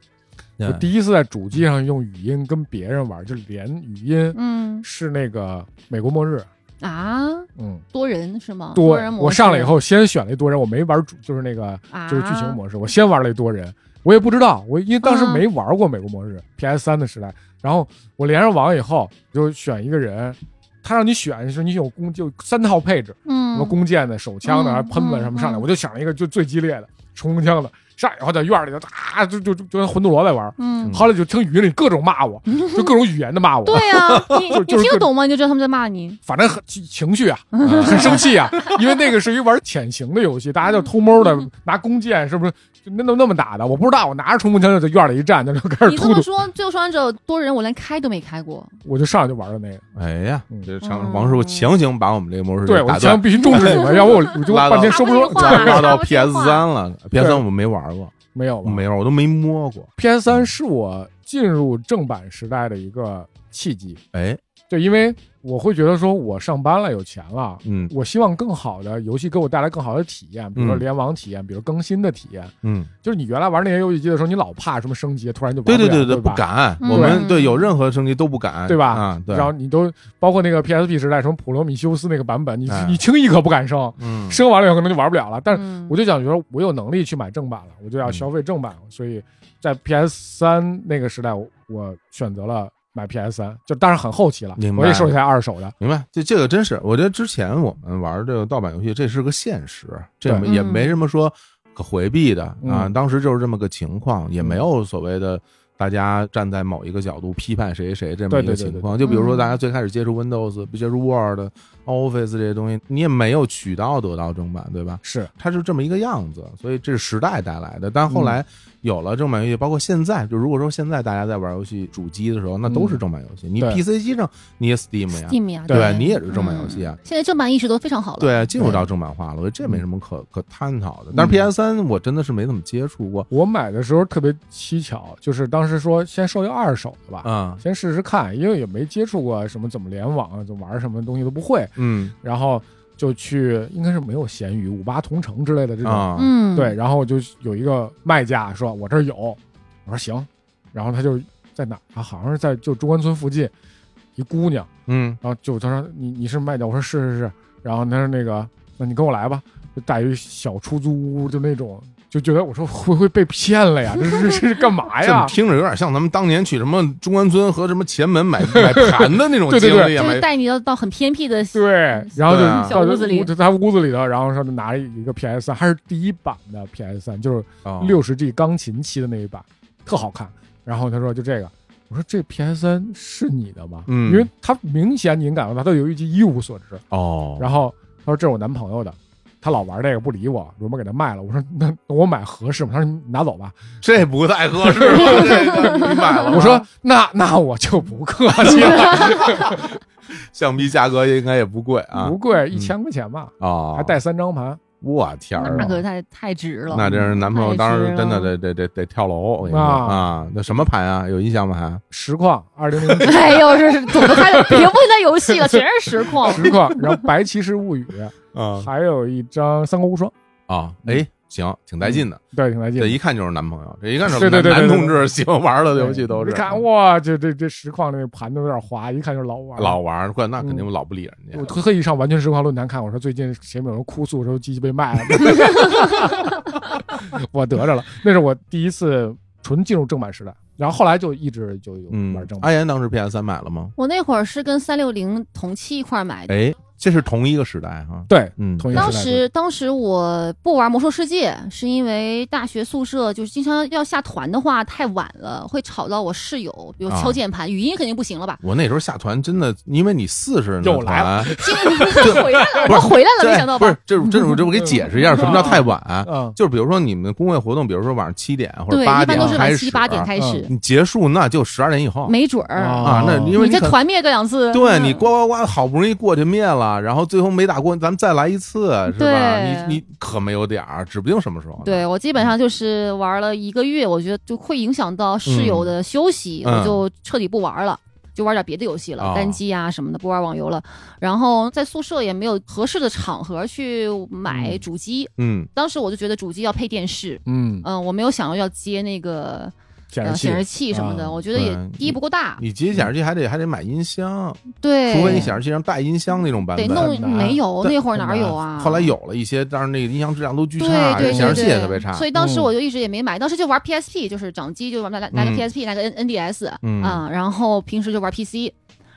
Speaker 2: 我
Speaker 1: 一
Speaker 2: 第一次在主机上用语音跟别人玩，就连语音
Speaker 3: 嗯
Speaker 2: 是那个《美国末日》。
Speaker 3: 啊，
Speaker 2: 嗯，
Speaker 3: 多人是吗？
Speaker 2: 对，
Speaker 3: 啊多人模式
Speaker 2: 我上来以后先选了一多人，我没玩主，就是那个
Speaker 3: 啊，
Speaker 2: 就是剧情模式，我先玩了一多人，我也不知道，我因为当时
Speaker 3: 嗯
Speaker 2: 没玩过《美国末日》PS 三的时代，然后我连上网以后就选一个人，他让你选是你有弓就三套配置，什
Speaker 3: 嗯
Speaker 2: 么，弓箭的、手枪的、
Speaker 3: 嗯
Speaker 2: 还喷子什么上来，
Speaker 3: 嗯嗯
Speaker 2: 我就想了一个就最激烈的冲锋枪的，上来以后在院里就啊就就就就跟魂斗罗在玩，
Speaker 3: 嗯，
Speaker 2: 后来就听语音里各种骂 我，就各种语言的骂我，
Speaker 3: 对呀， 你
Speaker 2: 就
Speaker 3: 你
Speaker 2: 就是
Speaker 3: 听
Speaker 2: 各
Speaker 3: 得懂吗？你就知道他们在骂你，
Speaker 2: 反正很情情 绪啊，很生气啊，因为那个是一玩潜行的游戏，大家就偷摸
Speaker 3: 嗯
Speaker 2: 的拿弓箭，是不是？就那那那么打的，我不知道，我拿着冲锋枪就在院里一站，就就开始
Speaker 3: 你这
Speaker 2: 突
Speaker 3: 么
Speaker 2: 突，
Speaker 3: 说，《最后生还者》多人我连开都没开过，
Speaker 2: 我就上来就玩了那个。
Speaker 1: 哎呀
Speaker 2: 嗯，
Speaker 1: 这常
Speaker 3: 嗯
Speaker 1: 王师傅强行把我们这个模式
Speaker 2: 对，
Speaker 1: 给打
Speaker 2: 我枪
Speaker 1: 断，
Speaker 2: 必须终止你们，要不我我就
Speaker 1: 拉倒
Speaker 2: 半天说不出
Speaker 3: 拉
Speaker 2: 来。
Speaker 1: 拉到
Speaker 3: 插不进啊
Speaker 1: PS 三了，PS 三我没玩过，
Speaker 2: 没有吧？
Speaker 1: 没有，我都没摸过。
Speaker 2: PS 三是我进入正版时代的一个契机，
Speaker 1: 哎，
Speaker 2: 对，因为我会觉得说我上班了，有钱了。
Speaker 1: 嗯
Speaker 2: 我希望更好的游戏给我带来更好的体验，比如说
Speaker 1: 嗯
Speaker 2: 联网体验，比如更新的体验，
Speaker 1: 嗯，
Speaker 2: 就是你原来玩那些游戏机的时候，你老怕什么升级，突然就玩
Speaker 1: 对
Speaker 2: 不
Speaker 1: 对
Speaker 2: 了
Speaker 1: 对
Speaker 2: 对，
Speaker 1: 不。敢，
Speaker 3: 嗯
Speaker 1: 我们
Speaker 3: 对
Speaker 1: 对有任何升级都不敢，
Speaker 2: 对吧
Speaker 1: 啊，对
Speaker 2: 然，后你都包括那个 PSP 时代，什么普罗米修斯那个版本，你
Speaker 1: 哎
Speaker 2: 你轻易可不敢升，
Speaker 1: 嗯，
Speaker 2: 升完了以后可能就玩不了了。但是
Speaker 3: 嗯
Speaker 2: 我就想觉得我有能力去买正版了，我
Speaker 1: 嗯
Speaker 2: 就要消费正版，所以在 PS 三那个时代，我我选择了买 PS 三，就当然很后期了
Speaker 1: 明，白
Speaker 2: 我也收一台二手的。
Speaker 1: 明白，这这个真是，我觉得之前我们玩这个盗版游戏，这是个现实，这
Speaker 2: 对
Speaker 1: 没也
Speaker 3: 嗯
Speaker 1: 没什么说可回避的啊。
Speaker 2: 嗯
Speaker 1: 当时就是这么个情况，也
Speaker 2: 嗯
Speaker 1: 没有所谓的大家站在某一个角度批判谁谁这么
Speaker 2: 对
Speaker 1: 一个
Speaker 2: 对对
Speaker 1: 情
Speaker 2: 对
Speaker 1: 况。就比如说
Speaker 3: 嗯
Speaker 1: 大家最开始接触 Windows、接触 Word、Office 这些东西，你也没有渠道得到正版，对吧？
Speaker 2: 是，
Speaker 1: 它是这么一个样子，所以这是时代带来的。但后
Speaker 2: 嗯
Speaker 1: 来有了正版游戏，包括现在，就如果说现在大家在玩游戏主机的时候，那都是正版游戏。你
Speaker 2: 对
Speaker 1: PC 机上你也 Steam 呀。
Speaker 3: Steam 呀，
Speaker 1: 对吧你也是正版游戏啊
Speaker 3: 啊嗯现在正版意识都非常好了，，
Speaker 1: 对，啊进入到正版化了，我觉得这没什么可可探讨
Speaker 2: 嗯
Speaker 1: 的。但是 PS 三我真的是没怎么接触过，
Speaker 2: 我买的时候特别蹊跷，就是当时说先收一二手的吧，
Speaker 1: 啊，
Speaker 2: 先试试看，因为也没接触过什么怎么联网啊，怎么玩什么东西都不会，
Speaker 1: 嗯
Speaker 2: 然后就去应该是没有闲鱼、五八同城之类的这种，
Speaker 1: 啊，
Speaker 3: 嗯，
Speaker 2: 对，，然后我就有一个卖家说我这儿有，我说行，然后他就在哪儿啊？好像是在就中关村附近，一姑娘，
Speaker 1: 嗯
Speaker 2: 然后就他说你你是卖家，我说是是是，然后他说那个那你跟我来吧，就带一小出租屋，就那种。就觉得我说会不会被骗了呀？这是这是干嘛
Speaker 1: 这么
Speaker 2: 哎呀？
Speaker 1: 听着有点像咱们当年去什么中关村和什么前门买 买盘的那种
Speaker 2: 对对
Speaker 1: 经
Speaker 2: 对
Speaker 1: 历啊，
Speaker 3: 就是
Speaker 1: 买
Speaker 3: 带你到到很偏僻的，
Speaker 2: 对，然后就
Speaker 1: 对啊
Speaker 2: 到
Speaker 3: 小屋子里
Speaker 2: 就在屋子里头，然后说拿了一个 PS 三，还是第一版的 PS 三，就是
Speaker 1: 啊
Speaker 2: 六十 G 钢琴期的那一版，特好看。然后他说就这个，我说这 PS 三是你的吗？
Speaker 1: 嗯
Speaker 2: 因为他明显你能感到他对游戏机一无所知。
Speaker 1: 哦，
Speaker 2: 然后他说这是我男朋友的，他老玩这个不理我，我们给他卖了。我说那我买合适吗？他说你拿走吧。
Speaker 1: 这不太合 适吧？这个你买
Speaker 3: 啊
Speaker 1: 了吗，
Speaker 2: 我说那那我就不客气了，
Speaker 1: 橡皮价格应该也不贵啊
Speaker 2: 不贵，一千块钱吧，
Speaker 1: 啊，
Speaker 2: 嗯还带三张盘。
Speaker 1: 我天儿
Speaker 3: 那
Speaker 1: 啊！
Speaker 3: 可太太值了。
Speaker 1: 那真是男朋友，当时真的
Speaker 3: 太
Speaker 1: 得得得得跳楼，我跟你说
Speaker 2: 啊
Speaker 1: 啊！那什么盘啊？有印象吗？还
Speaker 2: 实况二零零
Speaker 3: 哎呦，这是怎么还别问他游戏了，全是实况。
Speaker 2: 实况，然后《白骑士物语》，
Speaker 1: 啊
Speaker 2: 还有一张《三国无双》，
Speaker 1: 啊！哎，行，挺带劲的，
Speaker 2: 对，挺来劲
Speaker 1: 这
Speaker 2: 的。
Speaker 1: 一看就是男朋友，这一看就是
Speaker 2: 嗯对对对
Speaker 1: 男
Speaker 2: 对对
Speaker 1: 同志喜欢玩的游戏都是。啊
Speaker 2: 哎你看哇，这这这实况那个盘都有点滑，一看就是老玩。
Speaker 1: 老玩儿，怪那肯定老不理人家。
Speaker 2: 嗯我特意上完全实况论坛看，我说最近前面有人哭诉说机器被 卖了，我得着了。那是我第一次纯进入正版时代，然后后来就一直就有
Speaker 1: 嗯
Speaker 2: 玩正，版。
Speaker 1: 阿岩当时 PS 三买了吗？
Speaker 3: 我那会儿是跟三六零同期一块儿买的，
Speaker 1: 哎，这是同一个时代哈。
Speaker 2: 对，
Speaker 1: 嗯，
Speaker 2: 同一个
Speaker 3: 当
Speaker 2: 时代
Speaker 3: 时当时我不玩魔兽世界，是因为大学宿舍就是经常要下团的话太晚了，会吵到我室友，比如
Speaker 1: 啊
Speaker 3: 敲键盘，语音肯定不行
Speaker 1: ？
Speaker 3: 了吧
Speaker 1: 我那时候下团真的，因为你四十
Speaker 2: 又来了，
Speaker 3: 今 天回来了，我回来了，
Speaker 1: 这
Speaker 3: 没想到
Speaker 1: 不
Speaker 3: 吧？
Speaker 1: 是这这我这我给解释一下什么叫太晚啊，
Speaker 2: 嗯，
Speaker 1: 就是比如说你们工会活动，比如说晚上七点或者
Speaker 3: 对，
Speaker 1: 八
Speaker 3: 一般
Speaker 1: 点
Speaker 3: 都是
Speaker 1: 开始，啊
Speaker 3: 晚
Speaker 1: 嗯
Speaker 3: 七八点开始，
Speaker 1: 你结束那就十二点以后
Speaker 3: 没准儿
Speaker 2: 啊
Speaker 1: 啊，那因为
Speaker 3: 你再
Speaker 1: 可
Speaker 3: 团灭个两次，
Speaker 1: 对
Speaker 3: 嗯
Speaker 1: 你呱呱呱，好不容易过去灭了，然后最后没打过，咱们再来一次，是吧？
Speaker 3: 对
Speaker 1: 你你可没有点儿，指不定什么时候呢。
Speaker 3: 对我基本上就是玩了一个月，我觉得就会影响到室友的休息，
Speaker 1: 嗯
Speaker 3: 我就彻底不玩了。就玩点别的游戏了，
Speaker 1: 啊
Speaker 3: 单机啊什么的，不玩网游了。然后在宿舍也没有合适的场合去买
Speaker 2: 嗯
Speaker 3: 主机，
Speaker 1: 嗯，
Speaker 3: 当时我就觉得主机要配电视，
Speaker 2: 嗯，
Speaker 3: 嗯，我没有想到要接那个
Speaker 2: 显示
Speaker 3: 呃
Speaker 2: 器，
Speaker 3: 显示器什么的，
Speaker 2: 啊
Speaker 3: 我觉得也
Speaker 1: 对
Speaker 3: 第一不够大，
Speaker 1: 你接显示器还得还得买音箱，
Speaker 3: 对，
Speaker 1: 除非你显示器上带音箱那种版
Speaker 3: 得
Speaker 1: 本。
Speaker 3: 弄
Speaker 2: 难
Speaker 3: 没有，
Speaker 1: 对
Speaker 3: 那会儿哪
Speaker 2: 很难
Speaker 3: 有啊？
Speaker 1: 后来有了一些，但是那个音箱质量都巨
Speaker 3: 对
Speaker 1: 差，啊
Speaker 3: 对对
Speaker 1: 显示器也
Speaker 3: 对
Speaker 1: 特别差。
Speaker 3: 所以当时
Speaker 2: 嗯
Speaker 3: 我就一直也没买，当时就玩 PSP，就是掌机，就玩来来来个
Speaker 1: 嗯
Speaker 3: PSP，来个 N NDS
Speaker 1: 嗯
Speaker 3: 啊，然后平时就玩 PC，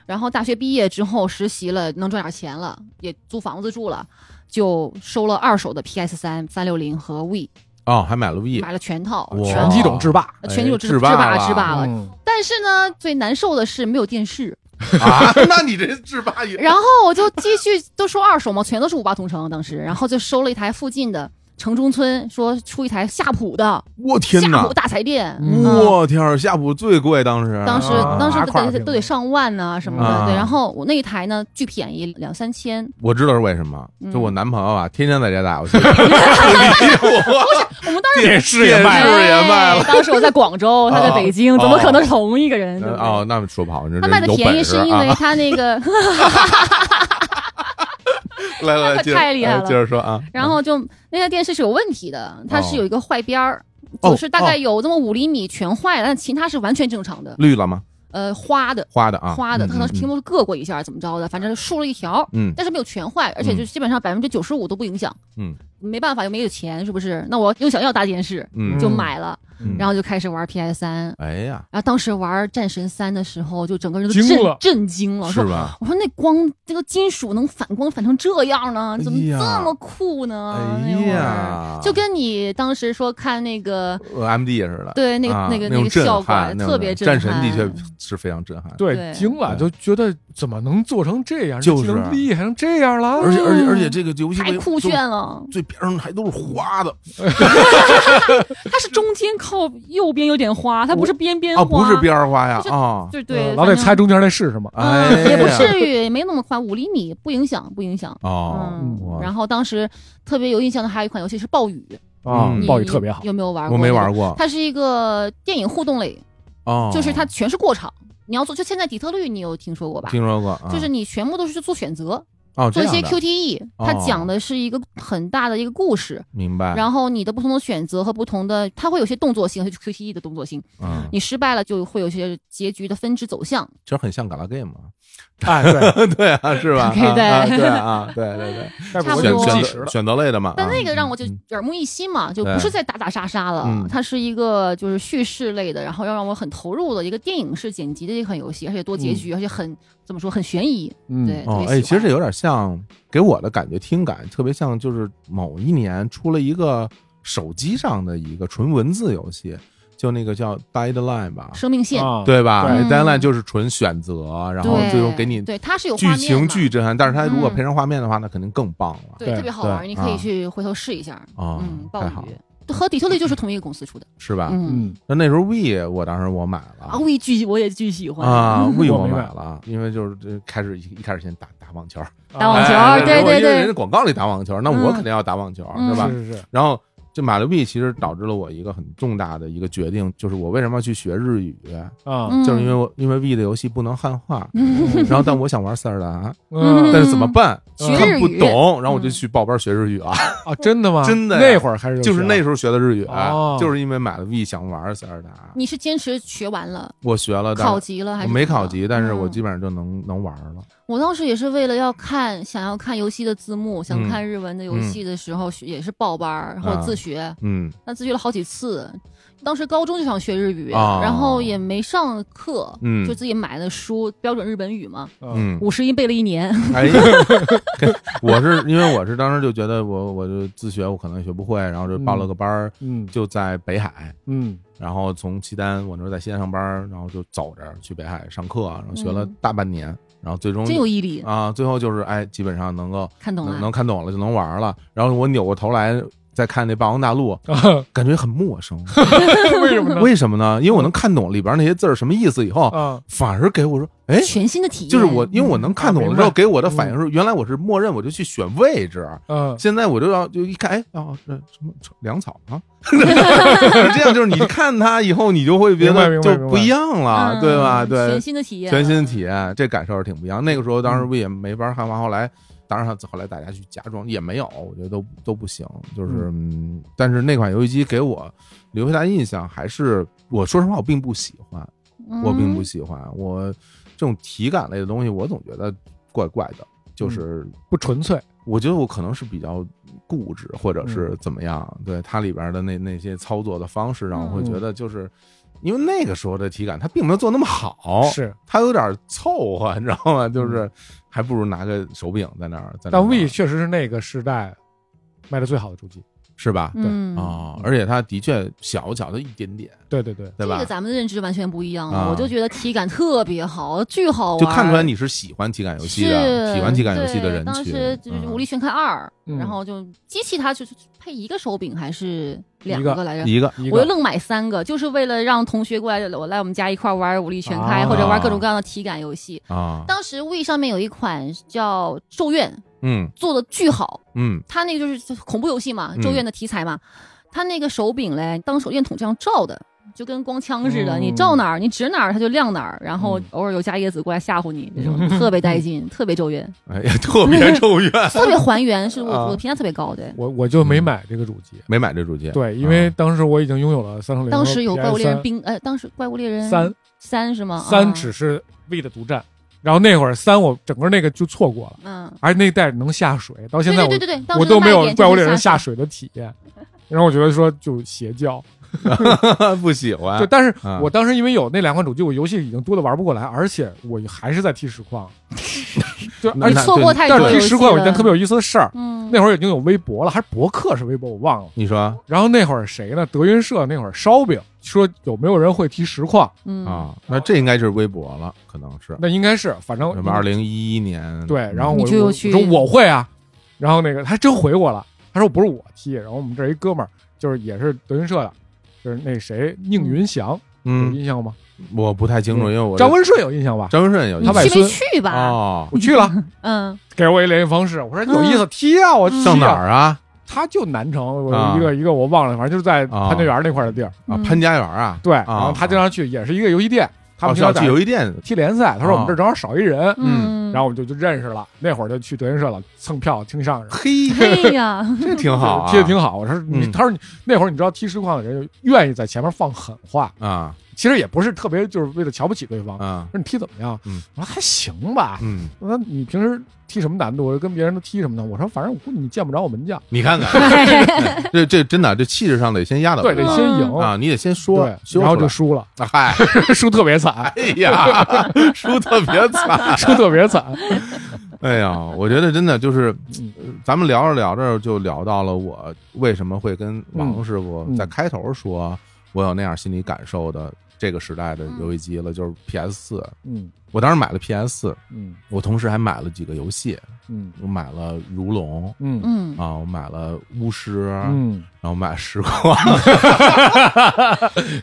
Speaker 3: 然后大学毕业之后实习了，能赚点钱了，也租房子住了。就收了二手的 PS 三、三六零和 V，
Speaker 1: 哦，还买了 V，
Speaker 3: 买了全套，
Speaker 1: 哇
Speaker 2: 全机种制霸。
Speaker 1: 哎
Speaker 3: 全机种制
Speaker 1: 制霸
Speaker 3: 霸
Speaker 1: 了
Speaker 3: 制霸了。
Speaker 2: 嗯，
Speaker 3: 但是呢，最难受的是没有电视。
Speaker 1: 啊， 那你这制霸也
Speaker 3: 然后我就继续都收二手嘛，全都是五八同城当时，然后就收了一台附近的城中村，说出一台夏普的
Speaker 1: 我天
Speaker 3: 夏
Speaker 1: 哪
Speaker 3: 普！大彩电，
Speaker 2: 嗯
Speaker 3: 嗯
Speaker 1: 我天儿，夏普最贵，当时
Speaker 3: 当时
Speaker 2: 啊
Speaker 3: 当时
Speaker 2: 八块
Speaker 3: 都
Speaker 2: 儿
Speaker 3: 得
Speaker 2: 屏
Speaker 3: 都得上万呐、什么
Speaker 1: 啊
Speaker 3: 的，对。然后我那一台呢，巨便宜，两三千。
Speaker 1: 我知道是为什么，
Speaker 3: 嗯
Speaker 1: 就我男朋友啊，天天在家 打游戏，不理我。
Speaker 3: 我们当时
Speaker 2: 电视也卖
Speaker 1: 电
Speaker 2: 了，
Speaker 1: 视也卖了
Speaker 3: 哎当时我在广 州，他在北京，
Speaker 1: 哦
Speaker 3: 怎么可能是同一个人？对不对
Speaker 1: 哦，那说不好，这
Speaker 3: 他卖的
Speaker 1: 有
Speaker 3: 便宜
Speaker 1: 本
Speaker 3: 是
Speaker 1: 事
Speaker 3: 因
Speaker 1: 啊
Speaker 3: 为他那个，
Speaker 1: 来来，
Speaker 3: 那
Speaker 1: 接着
Speaker 3: 太厉害
Speaker 1: 哎
Speaker 3: 了
Speaker 1: 接着说啊，
Speaker 3: 然后就那台电视是有问题的，它是有一个坏边儿，
Speaker 1: 哦
Speaker 3: 就是大概有这么五厘米全坏了，但其他是完全正常的，
Speaker 1: 绿了吗？
Speaker 3: 呃，花的。
Speaker 1: 花的啊，
Speaker 3: 花的，
Speaker 1: 嗯
Speaker 3: 它可能是屏
Speaker 1: 嗯
Speaker 3: 幕是硌过一下，怎么着的，反正竖了一条，
Speaker 1: 嗯
Speaker 3: 但是没有全坏，而且就基本上百分之九十五都不影响，
Speaker 1: 嗯，
Speaker 3: 没办法，又没有钱，是不是？那我又想要大电视，
Speaker 1: 嗯，
Speaker 3: 就买了，
Speaker 1: 嗯
Speaker 3: 然后就开始玩 PS 三。
Speaker 1: 哎呀，
Speaker 3: 然后当时玩《战神三》的时候，就整个人都
Speaker 2: 惊
Speaker 3: 震
Speaker 2: 了
Speaker 3: 震惊了，
Speaker 1: 是
Speaker 3: 说
Speaker 1: 吧？
Speaker 3: 我说那光这个金属能反光反成这样呢，怎么
Speaker 1: 哎呀
Speaker 3: 这么酷呢？
Speaker 1: 哎
Speaker 3: 那会儿
Speaker 1: 呀，
Speaker 3: 就跟你当时说看那个。
Speaker 1: 呃 MD 似的，
Speaker 3: 对，那个、
Speaker 1: 啊
Speaker 3: 那
Speaker 1: 那
Speaker 3: 个
Speaker 1: 种
Speaker 3: 个
Speaker 1: 震
Speaker 3: 效果
Speaker 1: 撼那种
Speaker 3: 特别
Speaker 1: 的
Speaker 3: 震
Speaker 1: 战
Speaker 3: 撼。
Speaker 1: 神的确是非常震撼，
Speaker 2: 对，
Speaker 3: 对
Speaker 2: 惊了，就
Speaker 1: 对
Speaker 2: 觉得怎么能做成这样？
Speaker 1: 就是
Speaker 2: 这技能厉害成这样了，啊
Speaker 1: 而且而且而且这个游戏
Speaker 3: 太
Speaker 1: 为
Speaker 3: 酷
Speaker 1: 就
Speaker 3: 炫了。
Speaker 1: 最边上还都是花的
Speaker 3: 它是中间靠右边有点花，它不是边边花，
Speaker 1: 啊，不是边儿花呀
Speaker 3: 就
Speaker 1: 啊，
Speaker 3: 对
Speaker 2: 嗯
Speaker 3: 对，
Speaker 2: 老得
Speaker 3: 反正嗯
Speaker 2: 猜。中间那是什么。
Speaker 1: 哎呀，
Speaker 3: 也不至于，也没那么宽，五厘米不影响，不影响。
Speaker 1: 哦，
Speaker 3: 嗯
Speaker 1: 我，
Speaker 3: 然后当时特别有印象的还有一款游戏是暴雨，
Speaker 2: 啊
Speaker 1: 嗯，
Speaker 3: 你
Speaker 2: 暴雨特别好，
Speaker 3: 有没有玩过？
Speaker 1: 我没玩。过
Speaker 3: 它是一个电影互动类，
Speaker 1: 哦，
Speaker 3: 就是它全是过场，你要做。就现在底特律，你有听说过吧？
Speaker 1: 听说过，啊
Speaker 3: 就是你全部都是去做选择，
Speaker 1: 哦，
Speaker 3: 做一
Speaker 1: 这
Speaker 3: 些
Speaker 1: 样的
Speaker 3: QTE，
Speaker 1: 哦啊
Speaker 3: 它讲的是一个很大的一个故事，
Speaker 1: 明白，
Speaker 3: 然后你的不同的选择和不同的，它会有些动作性，就是 QTE E 的动作性，
Speaker 1: 嗯，
Speaker 3: 你失败了就会有些结局的分支走向。
Speaker 1: 其实很像 gala game 嘛，
Speaker 2: 哎，对，
Speaker 1: 对啊，是吧？
Speaker 3: 对
Speaker 1: 啊啊
Speaker 3: 对
Speaker 1: 对啊，对对对，
Speaker 2: 差
Speaker 3: 差不
Speaker 1: 选
Speaker 3: 多
Speaker 1: 选
Speaker 2: 计
Speaker 1: 择
Speaker 2: 时了。
Speaker 1: 选择类的嘛，
Speaker 3: 但
Speaker 1: 啊
Speaker 3: 那个让我就
Speaker 1: 嗯
Speaker 3: 耳目一新嘛，就
Speaker 1: 对
Speaker 3: 不是在打打杀杀了，
Speaker 1: 嗯
Speaker 3: 它是一个就是叙事类的，然后要让我很投入的一个电影式剪辑的一款游戏，而且多结局，而且很怎么说很悬疑，
Speaker 2: 嗯，
Speaker 3: 对，
Speaker 1: 嗯
Speaker 3: 特
Speaker 1: 哦
Speaker 3: 别，
Speaker 1: 哎，
Speaker 3: 喜
Speaker 1: 其实
Speaker 3: 欢
Speaker 1: 这有点像，给我的感觉听感特别像，就是某一年出了一个手机上的一个纯文字游戏，就那个叫 Deadline 吧，
Speaker 3: 生命线，
Speaker 2: 啊，
Speaker 1: 对吧、
Speaker 3: 对
Speaker 1: d e a d l i n e 就是纯选择，然后
Speaker 3: 嗯对
Speaker 1: 最后给你
Speaker 3: 对，它是有画
Speaker 1: 剧
Speaker 3: 面
Speaker 1: 情
Speaker 3: 嘛
Speaker 1: 巨震撼，但是它如果
Speaker 3: 嗯
Speaker 1: 配上画面的话，那肯定更棒了。
Speaker 3: 对，特别好
Speaker 2: 对
Speaker 3: 玩，你可以
Speaker 1: 啊
Speaker 3: 去回头试一下。
Speaker 1: 啊、
Speaker 3: 嗯，暴
Speaker 1: 太好啊了
Speaker 3: 雨，和底特律就是同一个公司出的。
Speaker 1: 是吧？
Speaker 3: 嗯，
Speaker 2: 嗯，
Speaker 1: 那那时候 We 我当时我买了。
Speaker 3: 啊，我也巨我嗯也巨喜欢
Speaker 1: 啊，We
Speaker 2: 我
Speaker 1: 我
Speaker 2: 明白
Speaker 1: 买了，因为就是这开始一一开始先打打网球，
Speaker 3: 打网球
Speaker 1: 哎
Speaker 3: 对
Speaker 1: 如果
Speaker 3: 对
Speaker 1: 因为
Speaker 3: 对
Speaker 1: 人家广告里打网球，那我
Speaker 3: 嗯
Speaker 1: 肯定要打网球，
Speaker 3: 嗯
Speaker 1: 是吧？
Speaker 2: 是是是，
Speaker 1: 然后这马六币其实导致了我一个很重大的一个决定，就是我为什么要去学日语，
Speaker 2: 啊，
Speaker 3: 嗯
Speaker 1: 就是因为我因为 V 的游戏不能汉化， 然后但我想玩塞尔达，
Speaker 2: 嗯
Speaker 1: 但是怎么办？
Speaker 2: 学
Speaker 1: 看
Speaker 3: 日
Speaker 1: 不
Speaker 3: 语嗯
Speaker 1: 懂，然后我就去报班学日语了，
Speaker 2: 啊，真的吗？
Speaker 1: 真的呀
Speaker 2: 那会儿开始
Speaker 1: 就是那
Speaker 2: 学
Speaker 1: 时候学的日语
Speaker 2: 啊
Speaker 1: 啊
Speaker 2: 哦，
Speaker 1: 就是因为买了 V 想玩塞尔达，
Speaker 3: 你是坚持学完了，
Speaker 1: 我学了，但
Speaker 3: 考级了
Speaker 1: 我
Speaker 3: 还啊是
Speaker 1: 没
Speaker 3: 怎么
Speaker 1: 考
Speaker 3: 着
Speaker 1: 级，但是我
Speaker 3: 嗯
Speaker 1: 基本上就能能玩了。
Speaker 3: 我当时也是为了要看，想要看游戏的字幕，想
Speaker 1: 嗯
Speaker 3: 看日文的游戏的时候，学也是报班儿，然
Speaker 1: 啊
Speaker 3: 后自学，
Speaker 1: 嗯，
Speaker 3: 但自学了好几次。当时高中就想学日语，
Speaker 1: 啊
Speaker 3: 然后也没上课，
Speaker 1: 嗯
Speaker 3: 就自己买的书，标准日本语嘛，
Speaker 2: 候嗯，
Speaker 1: 嗯，
Speaker 3: 五十音背了一年。
Speaker 1: 哎呀，跟我是因为我是当时就觉得我我就自学我可能学不会，然后就报了个班儿，
Speaker 2: 嗯
Speaker 1: 就在北海，
Speaker 2: 嗯
Speaker 1: 然后从西单，我那时候在西单上班儿，然后就走着去北海上课，然后学了
Speaker 3: 嗯
Speaker 1: 大半年，然后最终
Speaker 3: 真有毅力，
Speaker 1: 啊，最后就是哎，基本上能够
Speaker 3: 看懂
Speaker 1: 能
Speaker 3: 了。
Speaker 1: 能看懂了就能玩儿了。然后我扭过头来再看那《霸王大陆》，
Speaker 2: 啊，
Speaker 1: 感觉很陌生，
Speaker 2: 为什么呢？
Speaker 1: 为什么呢？因为我能看懂里边那些字儿什么意思以后，
Speaker 2: 啊，
Speaker 1: 反而给我说，哎。
Speaker 3: 全新的体验，
Speaker 1: 就是我，因为我能看懂了之后，
Speaker 2: 啊明白
Speaker 1: 给我的反应是，原来我是默认我就去选位置，
Speaker 2: 嗯，
Speaker 1: 现在我就要就一看，哎，哦，这什么粮草 啊？这样就是你看它以后，你就会觉
Speaker 2: 明白
Speaker 1: 得
Speaker 2: 明白
Speaker 1: 就不一样了，
Speaker 3: 嗯
Speaker 1: 啊对吧？
Speaker 3: 全
Speaker 1: 对，
Speaker 3: 新的体
Speaker 2: 啊
Speaker 3: 验，
Speaker 1: 全新体验，这感受是挺不一样。那个时
Speaker 2: 嗯
Speaker 1: 候当时不也没玩汉化，后来当然后来大家去假装也没有，我觉得都都不行。就是，嗯但是那款游戏机给我留下的印象还是，我说实话，我并不喜欢，
Speaker 3: 嗯，
Speaker 1: 我并不喜欢我这种体感类的东西，我总觉得怪怪的，
Speaker 3: 嗯
Speaker 1: 就是
Speaker 2: 不纯粹，
Speaker 1: 我觉得我可能是比较固执，或者
Speaker 3: 嗯
Speaker 1: 是怎么样。对它里边的那那些操作的方式，让我
Speaker 3: 嗯
Speaker 1: 会觉得就是。因为那个时候的体感，它并没有做那么好，
Speaker 2: 是。
Speaker 1: 它有点凑合，你知道吗？
Speaker 3: 嗯
Speaker 1: 就是还不如拿个手柄在那儿，在那儿
Speaker 2: 但 We
Speaker 1: 玩
Speaker 2: 确实是那个时代卖的最好的主机，
Speaker 1: 是吧？
Speaker 3: 嗯，
Speaker 1: 啊，而且它的确小巧的一点点，
Speaker 2: 对对对，
Speaker 1: 对
Speaker 3: 这
Speaker 1: 吧
Speaker 3: 个？咱们的认知完全不一样了，
Speaker 1: 啊
Speaker 3: 我就觉得体感特别好，巨好玩，
Speaker 1: 就看出来你是喜欢体感游戏的，
Speaker 3: 是
Speaker 1: 喜欢体感游戏的
Speaker 3: 对
Speaker 1: 人
Speaker 3: 当
Speaker 1: 群。
Speaker 3: 时就是
Speaker 1: 嗯
Speaker 3: 《无力旋开二》
Speaker 2: 嗯
Speaker 3: 然后就机器它就是配一个手柄还是两
Speaker 2: 一个
Speaker 3: 来着？
Speaker 1: 一个
Speaker 2: 一
Speaker 3: 我
Speaker 2: 个
Speaker 3: 又愣买三个，就是为了让同学过来，我来我们家一块玩《武力全开》
Speaker 2: 啊
Speaker 3: 或者玩各种各样的体感游戏。
Speaker 1: 啊，
Speaker 3: 当时 We 上面有一款叫《咒怨》，
Speaker 1: 嗯
Speaker 3: 做的巨好，
Speaker 1: 嗯，
Speaker 3: 它那个就是恐怖游戏嘛，
Speaker 1: 嗯
Speaker 3: 《咒怨》的题材嘛，它那个手柄嘞，当手电筒这样照的。就跟光枪似的，
Speaker 2: 嗯
Speaker 3: 你照哪儿，你指哪儿，它就亮哪儿。然后
Speaker 2: 嗯
Speaker 3: 偶尔有加叶子过来吓唬你，那 种特别带劲，特别咒怨。
Speaker 1: 哎呀，特别咒怨，
Speaker 3: 特别还原，是我、
Speaker 1: 啊
Speaker 3: 我的评价特别高对。
Speaker 2: 我我就 没买这个主机，
Speaker 1: 没买这主机，
Speaker 2: 对，因
Speaker 1: 啊
Speaker 2: 为当时我已经拥有了三六零，
Speaker 3: 当时有怪物猎人冰，呃，当时怪物猎人
Speaker 2: 三
Speaker 3: 三是吗？
Speaker 2: 三
Speaker 3: 啊
Speaker 2: 只是 We 的独占，然后那会儿三我整个那个就错过了，
Speaker 3: 嗯，
Speaker 2: 而且那代能下水，到现
Speaker 3: 对
Speaker 2: 在
Speaker 3: 对
Speaker 2: 我
Speaker 3: 对对对，当时
Speaker 2: 我都没
Speaker 3: 的卖
Speaker 2: 有
Speaker 3: 点就
Speaker 2: 怪
Speaker 3: 是
Speaker 2: 物猎人
Speaker 3: 下
Speaker 2: 下水的体验，然后我觉得说就邪教，
Speaker 1: 不喜欢
Speaker 2: 就。但是
Speaker 1: 啊
Speaker 2: 我当时因为有那两款主机，我游戏已经多的玩不过来，而且我还是在踢实 况，就
Speaker 1: 那
Speaker 2: 而
Speaker 3: 水，
Speaker 1: 那
Speaker 2: 且
Speaker 3: 错过太多
Speaker 2: 但
Speaker 3: 游
Speaker 2: 是
Speaker 3: 戏
Speaker 2: 踢实
Speaker 3: 了。
Speaker 2: 况有一件特别有意思的事儿，
Speaker 3: 嗯，
Speaker 2: 那会儿已经有微博了，还是博客是微博我忘了。
Speaker 1: 你说啊
Speaker 2: 然后那会儿谁呢？德云社那会儿烧饼说有没有人会踢实况？
Speaker 3: 嗯，
Speaker 2: 啊
Speaker 1: 啊那这应该就是微博了，可能是
Speaker 2: 那应该是，反正
Speaker 1: 什么二零一一年
Speaker 2: 哦嗯对，然后我
Speaker 3: 嗯你就
Speaker 2: 我我
Speaker 3: 去
Speaker 2: 说我会啊，然后那个他还真回我了，他说不是我踢，然后我们这儿一哥们儿就是也是德云社的，就是那谁宁云祥有
Speaker 1: 嗯，
Speaker 2: 印象吗？
Speaker 1: 我不太清楚，因为我
Speaker 2: 嗯张文顺有印象吧？
Speaker 1: 张文顺有
Speaker 3: 你
Speaker 2: 他外
Speaker 3: 去没
Speaker 2: 孙啊
Speaker 3: 去吧？
Speaker 1: 哦，
Speaker 2: 我去了，
Speaker 3: 嗯，
Speaker 2: 给我一联系方式，我说有意思踢啊，我去啊
Speaker 1: 上哪？儿啊？
Speaker 2: 他就南城，我
Speaker 1: 啊
Speaker 2: 一个一个我忘了，反正就是在潘家园那块儿的地儿。
Speaker 1: 啊
Speaker 3: 嗯，
Speaker 1: 潘家园啊，
Speaker 2: 对，
Speaker 1: 啊
Speaker 2: 然后他经常去，也是一个游戏店。他
Speaker 1: 哦
Speaker 2: 们平
Speaker 1: 是要
Speaker 2: 常打
Speaker 1: 去游戏 啊店，
Speaker 2: 踢联赛，他说我们这儿正好少一人，
Speaker 1: 嗯
Speaker 3: 嗯，
Speaker 2: 然
Speaker 3: 后
Speaker 2: 后我们就就认识了。那会儿就去德云社了，蹭票听相声，
Speaker 1: 嘿，
Speaker 3: 对哎呀，
Speaker 1: 这挺好啊，
Speaker 2: 踢的挺好。我说你，
Speaker 1: 嗯
Speaker 2: 他说你那会儿你知道踢实况的人就愿意在前面放狠话，
Speaker 1: 啊
Speaker 2: 其实也不是特别就是为了瞧不起对方。
Speaker 1: 啊
Speaker 2: 说你踢怎么样？
Speaker 1: 嗯
Speaker 2: 我说还行吧。
Speaker 1: 嗯，
Speaker 2: 我说你平时踢什么难度？我说跟别人都踢什么呢？我说反正我估计你见不着我门将，
Speaker 1: 你看看， 这这真的，这气势上得先压倒
Speaker 2: 对，得先
Speaker 3: 嗯
Speaker 2: 赢，
Speaker 1: 啊，你得先说，
Speaker 2: 对，
Speaker 1: 修
Speaker 2: 然后
Speaker 1: 出
Speaker 2: 就
Speaker 1: 来
Speaker 2: 输了，
Speaker 1: 嗨，
Speaker 2: 输特别惨，
Speaker 1: 哎呀， 输特别惨，
Speaker 2: 输特别惨。
Speaker 1: 哎呀，我觉得真的就是
Speaker 2: 嗯，
Speaker 1: 呃咱们聊着聊着就聊到了我为什么会跟王师傅
Speaker 2: 嗯嗯
Speaker 1: 在开头说我有那样心理感受的这个时代的游戏机了，就是 PS 四。
Speaker 2: 嗯
Speaker 1: 我当时买了 PS 四，
Speaker 2: 嗯
Speaker 1: 我同时还买了几个游戏，
Speaker 2: 嗯
Speaker 1: 我买了《如龙》
Speaker 2: 嗯
Speaker 3: 嗯，
Speaker 1: 啊，我买了《巫师》，
Speaker 2: 嗯，
Speaker 1: 然后买《实况》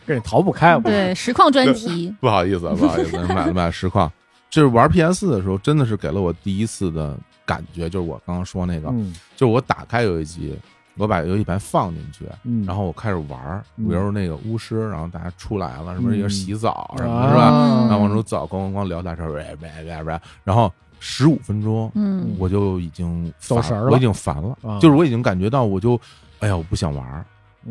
Speaker 2: 跟你逃不开
Speaker 1: 嗯
Speaker 2: 嘛。
Speaker 3: 对，实况专题，
Speaker 1: 不好意思，啊，不好意 思，买了买了实况。就是玩 PS 四的时候，真的是给了我第一次的感觉，就是我刚刚说那个，
Speaker 2: 嗯
Speaker 1: 就是我打开游戏机，我把游戏盘放进去，
Speaker 2: 嗯，
Speaker 1: 然后我开始玩儿，比
Speaker 2: 嗯
Speaker 1: 如那个巫师，然后大家出来了，什么
Speaker 2: 嗯
Speaker 1: 一个洗澡什么
Speaker 2: 啊
Speaker 1: 的，是吧？
Speaker 3: 嗯
Speaker 1: 然后往出走，咣咣咣聊大车，喂喂喂喂，然后十五分钟，
Speaker 3: 嗯
Speaker 1: 我就已经
Speaker 2: 走
Speaker 1: 烦
Speaker 2: 神儿了
Speaker 1: 我已经烦了
Speaker 2: 啊，
Speaker 1: 就是我已经感觉到，我就，哎呀，我不想玩儿。
Speaker 2: 嗯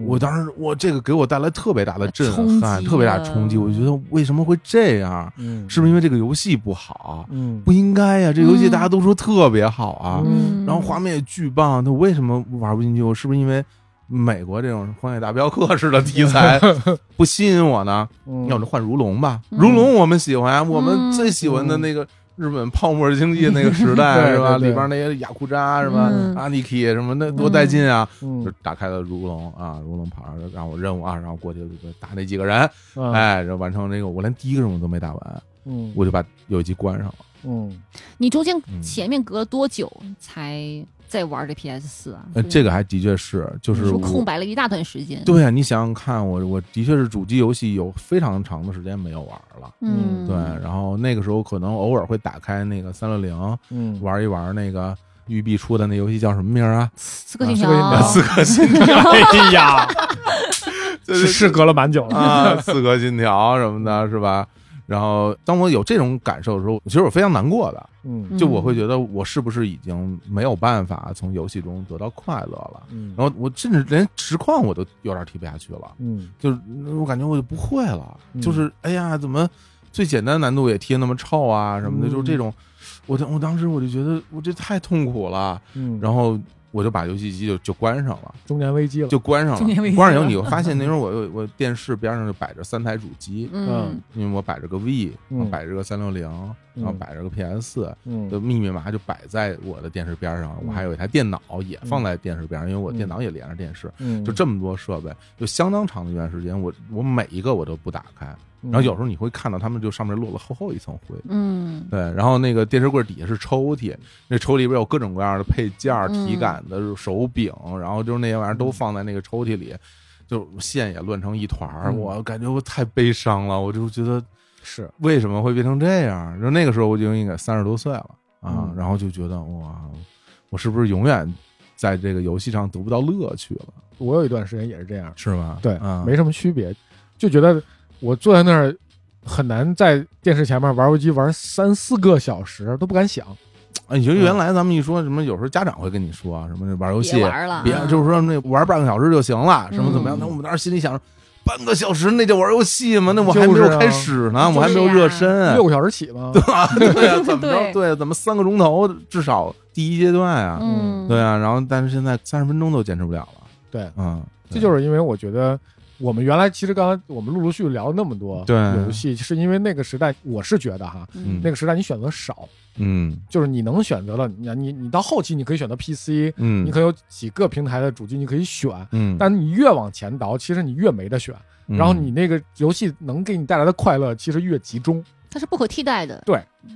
Speaker 1: 我当时我这个给我带来特别大的震
Speaker 3: 冲
Speaker 1: 撼，
Speaker 3: 击
Speaker 1: 特别大
Speaker 3: 了
Speaker 1: 冲击。我觉得为什么会这样？
Speaker 2: 嗯
Speaker 1: 是不是因为这个游戏不好？
Speaker 2: 嗯
Speaker 1: 不应该呀，这游戏
Speaker 3: 嗯
Speaker 1: 大家都说特别好啊。
Speaker 3: 嗯
Speaker 1: 然后画面也巨棒，他为什么玩不进去？我是不是因为美国这种荒野大镖客式的题 材不吸引我呢？
Speaker 2: 嗯
Speaker 1: 要不就换如龙吧，
Speaker 3: 嗯
Speaker 1: 如龙我们喜欢啊，我们最喜欢的
Speaker 2: 嗯
Speaker 1: 那个日本泡沫经济那个时代
Speaker 2: 对
Speaker 1: 是吧？
Speaker 2: 对对
Speaker 1: 里边那些雅库扎是吧啊
Speaker 3: 嗯？
Speaker 1: 阿尼基什么的多带劲啊！
Speaker 2: 嗯
Speaker 1: 就打开了如龙啊，如龙跑上来让我任务啊，让我过去就打那几个人，
Speaker 2: 嗯
Speaker 1: 哎，然后完成这个，我连第一个任务都没打完，
Speaker 2: 嗯
Speaker 1: 我就把游戏机关上了。
Speaker 2: 嗯
Speaker 3: 你中间
Speaker 1: 嗯
Speaker 3: 前面隔了多久才在玩这 PS 四啊？
Speaker 1: 呃，这个还的确是，就是
Speaker 3: 说
Speaker 1: 我
Speaker 3: 空白了一大段时间。，
Speaker 1: 对啊呀、你想想看，我我的确是主机游戏有非常长的时间没有玩了。
Speaker 3: 嗯，
Speaker 1: 对，然后那个时候可能偶尔会打开那个三六零
Speaker 2: 嗯，
Speaker 1: 玩一玩那个育碧出的那游戏叫什么名儿啊？
Speaker 3: 刺客
Speaker 2: 啊
Speaker 3: 信
Speaker 2: 刺
Speaker 3: 条
Speaker 2: 客信，
Speaker 1: 刺
Speaker 2: 条
Speaker 1: 客信
Speaker 2: 哎 呀，是是隔了蛮久了。
Speaker 1: 啊，刺客信条什么的，是吧？然后当我有这种感受的时候，其实我非常难过的，
Speaker 2: 嗯
Speaker 1: 就我会觉得我是不是已经没有办法从游戏中得到快乐了？
Speaker 2: 嗯
Speaker 1: 然后我甚至连实况我都有点踢不下去了。
Speaker 2: 嗯
Speaker 1: 就是嗯我感觉我就不会了，
Speaker 2: 嗯
Speaker 1: 就是哎呀，怎么最简单难度也贴那么臭啊什么的，
Speaker 2: 嗯
Speaker 1: 就是这种，我当我当时我就觉得我这太痛苦了，
Speaker 2: 嗯，
Speaker 1: 然后我就把游戏机就就关上了，
Speaker 2: 中年危机了，
Speaker 1: 就关上
Speaker 3: 中年危
Speaker 1: 了。
Speaker 3: 机
Speaker 1: 关上以后，你会发现那时候我有我电视边上就摆着三台主机，
Speaker 3: 嗯
Speaker 1: 因为我摆着个 V，
Speaker 2: 嗯
Speaker 1: 然后摆着个三六零，然后摆着个 PS 四。
Speaker 2: 嗯
Speaker 1: 就密密麻麻就摆在我的电视边上，
Speaker 2: 嗯
Speaker 1: 我还有一台电脑也放在电视边上，因为我电脑也连着电视，
Speaker 2: 嗯
Speaker 1: 就，这么多设备，就相当长的一段时间，我我每一个我都不打开，
Speaker 2: 然
Speaker 1: 然后有时候你会看到他们就上面落了厚厚一层灰。
Speaker 3: 嗯
Speaker 1: 对，然后那个电视柜底下是抽屉，那抽屉里边有各种各样的配件儿、
Speaker 3: 嗯
Speaker 1: 体感的手柄，然后就是那些玩意儿都放在那个抽屉里，就线也乱成一团儿。
Speaker 2: 嗯
Speaker 1: 我感觉我太悲伤了，我就觉得
Speaker 2: 是
Speaker 1: 为什么会变成这样？就那个时候我就应该三十多岁了啊，
Speaker 2: 嗯
Speaker 1: 然后就觉得哇，我是不是永远在这个游戏上得不到乐趣了？
Speaker 2: 我有一段时间也是这样，
Speaker 1: 是吗？
Speaker 2: 对，
Speaker 1: 啊，
Speaker 2: 没什么区别，就觉得我坐在那儿很难在电视前面玩游戏玩三四个小时都不敢想，
Speaker 1: 啊，你
Speaker 2: 嗯
Speaker 1: 觉得原来咱们一说什么，有时候家长会跟你说啊什么玩游戏
Speaker 3: 别，玩了，
Speaker 1: 别
Speaker 3: 啊
Speaker 1: 就是说那玩半个小时就行了，什么怎么样？
Speaker 2: 嗯
Speaker 1: 那我们当时心里想，半个小时那叫玩游戏吗？那我还
Speaker 2: 就
Speaker 1: 没
Speaker 2: 是啊
Speaker 1: 有开始呢，
Speaker 3: 就是啊
Speaker 1: 我还没有热身
Speaker 2: 六，个小时起嘛，
Speaker 1: 啊嗯 对啊，怎么着？
Speaker 3: 对
Speaker 1: 对啊，怎么三个钟头至少第一阶段啊？
Speaker 3: 嗯，
Speaker 1: 对啊，然后但是现在三十分钟都坚持不了了。
Speaker 2: 对
Speaker 1: 嗯，
Speaker 2: 这就是因为我觉得我们原来其实刚才我们陆陆续续聊了那么多
Speaker 1: 对
Speaker 2: 游戏，是因为那个时代，我是觉得哈，
Speaker 3: 嗯，
Speaker 2: 那个时代你选择少，
Speaker 1: 嗯
Speaker 2: 就是你能选择了，你你你到后期你可以选择 PC，
Speaker 1: 嗯，
Speaker 2: 你可能有几个平台的主机你可以选。
Speaker 1: 嗯，
Speaker 2: 但你越往前倒，其实你越没得选，
Speaker 1: 嗯
Speaker 2: 然后你那个游戏能给你带来的快乐其实越集中，
Speaker 3: 它是不可替代的，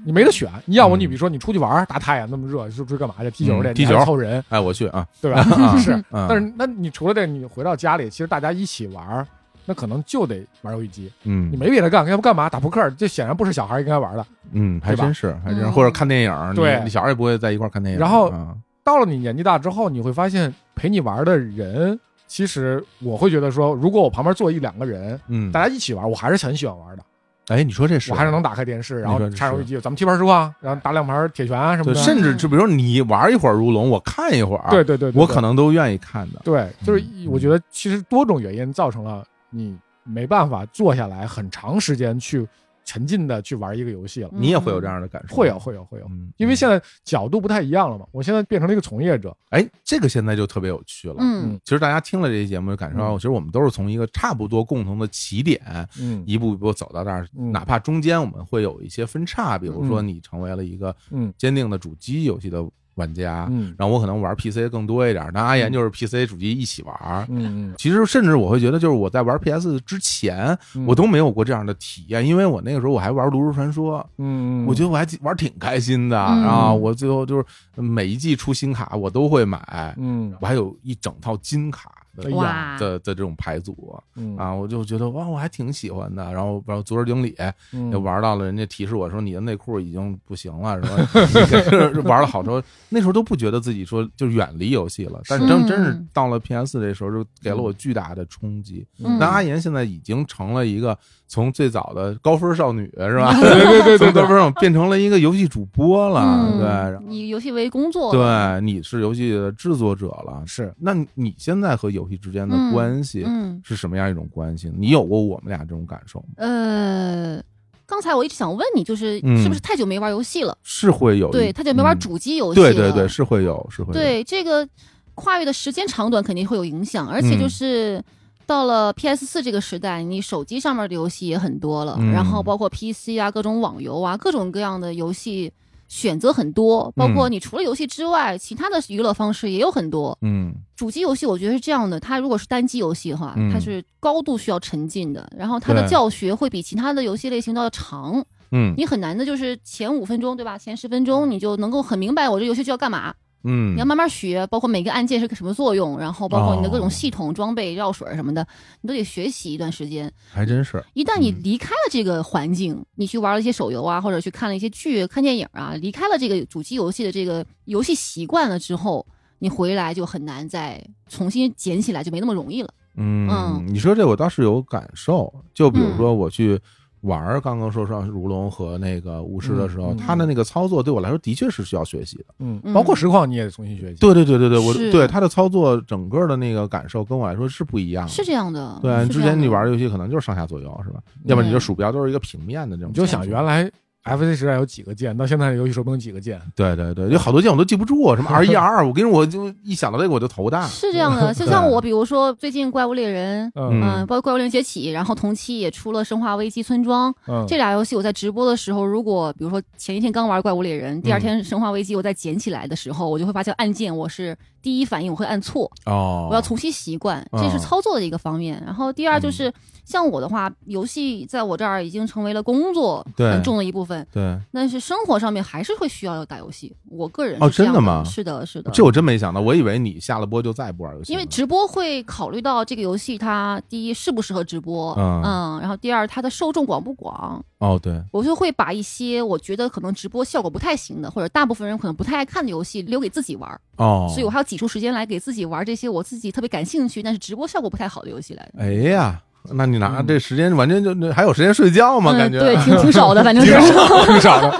Speaker 2: 你没得选。你要不
Speaker 1: 嗯
Speaker 2: 你比如说你出去玩儿，大太阳那么热，是不是干嘛去踢球去？
Speaker 1: 嗯踢
Speaker 2: 你还
Speaker 1: 球
Speaker 2: 凑人，
Speaker 1: 哎，我去 啊，
Speaker 2: 对吧？
Speaker 1: 啊
Speaker 2: 是，
Speaker 1: 嗯
Speaker 2: 但是那你除了这个，你回到家里，其实大家一起玩儿，那可能就得玩游戏机，
Speaker 1: 嗯，
Speaker 2: 你没别的干，要不干嘛？打扑克，这显然不是小孩儿应该玩的。
Speaker 1: 嗯，还
Speaker 2: 对吧
Speaker 1: 真是还真是，
Speaker 3: 嗯
Speaker 1: 或者看电影，你
Speaker 2: 对
Speaker 1: 你小孩也不会在一块儿看电影。
Speaker 2: 然后
Speaker 1: 啊
Speaker 2: 到了你年纪大之后，你会发现陪你玩的人，其实我会觉得说，如果我旁边坐一两个人，
Speaker 1: 嗯，
Speaker 2: 大家一起玩，我还是很喜欢玩的。
Speaker 1: 哎，你说这是
Speaker 2: 我还是能打开电视，然后
Speaker 1: 你说这
Speaker 2: 插上游
Speaker 1: 是
Speaker 2: 戏机，咱们踢盘实况，然后打两盘铁拳啊什么
Speaker 1: 对，
Speaker 2: 的。
Speaker 1: 甚至就比如你玩一会儿如龙，我看一会儿，啊
Speaker 2: 对对对，对
Speaker 1: 我
Speaker 2: 对
Speaker 1: 可能都愿意看的。
Speaker 2: 对，就是
Speaker 1: 嗯
Speaker 2: 一我觉得其实多种原因造成了你没办法坐下来很长时间去沉浸的去玩一个游戏了，
Speaker 3: 嗯
Speaker 1: 你也会有这样的感受，
Speaker 2: 会有，会有会有，
Speaker 1: 嗯，
Speaker 2: 因为现
Speaker 1: 在
Speaker 2: 在角度不太一样了嘛，我现在变成了一个从业者，
Speaker 1: 哎，这个现在就特别有趣了。
Speaker 3: 嗯
Speaker 1: 其实大家听了这期节目，就感受到，
Speaker 2: 嗯
Speaker 1: 其实我们都是从一个差不多共同的起点，
Speaker 2: 嗯
Speaker 1: 一步一步走到这儿，
Speaker 2: 嗯
Speaker 1: 哪怕中间我们会有一些分叉，比如说你成为了一个
Speaker 2: 嗯
Speaker 1: 坚定的主机游戏的玩家，
Speaker 2: 嗯
Speaker 1: 然后我可能玩 PC 更多一点，但阿岩就是 PC 主机一起玩。
Speaker 2: 嗯
Speaker 1: 其实，甚至我会觉得，就是我在玩 PS 之前，
Speaker 2: 嗯，
Speaker 1: 我都没有过这样的体验，因为我那个时候我还玩《炉石传说》，
Speaker 2: 嗯，嗯
Speaker 1: 我觉得我还玩挺开心的
Speaker 3: 嗯
Speaker 1: 啊。我最后就是每一季出新卡，我都会买，
Speaker 2: 嗯
Speaker 1: 我还有一整套金卡的
Speaker 2: 哎呀
Speaker 3: 哇，
Speaker 1: 的的这种牌组
Speaker 2: 嗯
Speaker 1: 啊，我就觉得哇，我还挺喜欢的。然后，然后足球经理
Speaker 2: 嗯
Speaker 1: 也玩到了，人家提示我说你的内裤已经不行了， 什么玩了好多。那时候都不觉得自己说就远离游戏了，但
Speaker 3: 是
Speaker 1: 真真是到了 PS 这时候，就给了
Speaker 2: 嗯
Speaker 1: 我巨大的冲击。
Speaker 3: 嗯
Speaker 1: 那阿岩现在已经成了一个从最早的高分少女是吧？
Speaker 3: 嗯
Speaker 2: 对对对对
Speaker 1: 从高
Speaker 2: 对，
Speaker 1: 分少女变成了一个游戏主播了，对然
Speaker 3: 嗯，以游戏为工作，
Speaker 1: 后，对，你是游戏的制作者了。
Speaker 2: 是
Speaker 1: 那你现在和游戏之间的
Speaker 3: 嗯
Speaker 1: 关系
Speaker 3: 嗯，
Speaker 1: 是什么样一种关系呢？你有过我们俩这种感受吗？
Speaker 3: 呃，刚才我一直想问你，就是
Speaker 1: 嗯
Speaker 3: 是不是太久没玩游戏了？
Speaker 1: 是会有一
Speaker 3: 对，太久没玩
Speaker 1: 嗯
Speaker 3: 主机游戏了。
Speaker 1: 对对对，是会有，是会有。
Speaker 3: 对这个跨越的时间长短肯定会有影响，而且
Speaker 1: 嗯
Speaker 3: 就是到了 PS 四这个时代，你手机上面的游戏也很多了，
Speaker 1: 嗯
Speaker 3: 然后包括 PC 啊，各种网游啊，各种各样的游戏选择很多，包括
Speaker 1: 嗯
Speaker 3: 你除了游戏之外，其他的娱乐方式也有很多。
Speaker 1: 嗯
Speaker 3: 主机游戏我觉得是这样的，它如果是单机游戏的话，
Speaker 1: 嗯
Speaker 3: 它是高度需要沉浸的，然后它的
Speaker 1: 对
Speaker 3: 教学会比其他的游戏类型都要长，
Speaker 1: 嗯
Speaker 3: 你很难的就是前五分钟对吧，前十分钟你就能够很明白我这游戏就要干嘛。
Speaker 1: 嗯，
Speaker 3: 你要慢慢学，包括每个按键是个什么作用，然后包括你的各
Speaker 1: 哦
Speaker 3: 种系统、装备、药水什么的，你都得学习一段时间。
Speaker 1: 还真是，
Speaker 3: 一旦你
Speaker 1: 嗯
Speaker 3: 离开了这个环境，你去玩了一些手游啊，或者去看了一些剧、看电影啊，离开了这个主机游戏的这个游戏习惯了之后，你回来就很难再重新捡起来，就没那么容易了。
Speaker 1: 嗯
Speaker 3: 嗯，
Speaker 1: 你说这我倒是有感受，就比如
Speaker 3: 嗯
Speaker 1: 说我去玩儿刚刚说上如龙和那个巫师的时候，
Speaker 2: 嗯嗯
Speaker 1: 他的那个操作对我来说的确是需要学习的。
Speaker 2: 嗯，
Speaker 3: 嗯
Speaker 2: 包括实况你也重新学习，
Speaker 1: 对对对对对，我
Speaker 3: 是
Speaker 1: 对他的操作整个的那个感受跟我来说是不一样的。
Speaker 3: 是这样的。
Speaker 1: 哦对，
Speaker 3: 是
Speaker 1: 之
Speaker 3: 这样
Speaker 1: 前你
Speaker 3: 的嗯
Speaker 1: 玩游戏可能就是上下左右是吧？要不然你就
Speaker 3: 对
Speaker 1: 鼠标都是一个平面的这种操
Speaker 2: 你
Speaker 1: 作。
Speaker 2: 就想原来 FC 时代有几个键，到现在游戏手柄有几个键，
Speaker 1: 对对对，有好多键我都记不住，啊 什么 R 一 R，我跟你说我就一想到这个我就头大。
Speaker 3: 是这 样的，就像我，比如说最近《怪物猎人》。
Speaker 2: 嗯
Speaker 1: 嗯
Speaker 3: 嗯，包括《怪物猎人崛起》，然后同期也出了《生化危机：村庄》，
Speaker 2: 嗯，
Speaker 3: 这俩游戏我在直播的时候，如果比如说前一天刚玩《怪物猎人》，
Speaker 1: 嗯
Speaker 3: 第二天《生化危机》，我再捡起来的时候，我就会发现按键我是第一反应我会按错，
Speaker 1: 哦，嗯
Speaker 3: 我要重新习惯，这是操作的一个方面。然后第二就是像我的话，游戏在我这儿已经成为了工作
Speaker 1: 对
Speaker 3: 很重的一部分，
Speaker 1: 对，
Speaker 3: 但是生活上面还是会需要打游戏。我个人是
Speaker 1: 哦
Speaker 3: 这样
Speaker 1: 真的吗
Speaker 3: 是的，是的。
Speaker 1: 这我真没想到，我以为你下了播就再也不玩游戏
Speaker 3: 因
Speaker 1: 了，
Speaker 3: 为直播会考虑到这个游戏它第一适不适合直播，
Speaker 1: 嗯
Speaker 3: 然后第二它的受众广不广，
Speaker 1: 哦对，
Speaker 3: 我就会把一些我觉得可能直播效果不太行的，或者大部分人可能不太爱看的游戏留给自己玩儿，
Speaker 1: 哦，
Speaker 3: 所以我还要挤出时间来给自己玩这些我自己特别感兴趣，但是直播效果不太好的游戏来。
Speaker 1: 哎呀，那你拿
Speaker 2: 嗯
Speaker 1: 这时间完全就那还有时间睡觉吗？感
Speaker 3: 嗯，
Speaker 1: 觉 啊
Speaker 3: 对，挺挺少的，反正是
Speaker 2: 挺。少挺少的。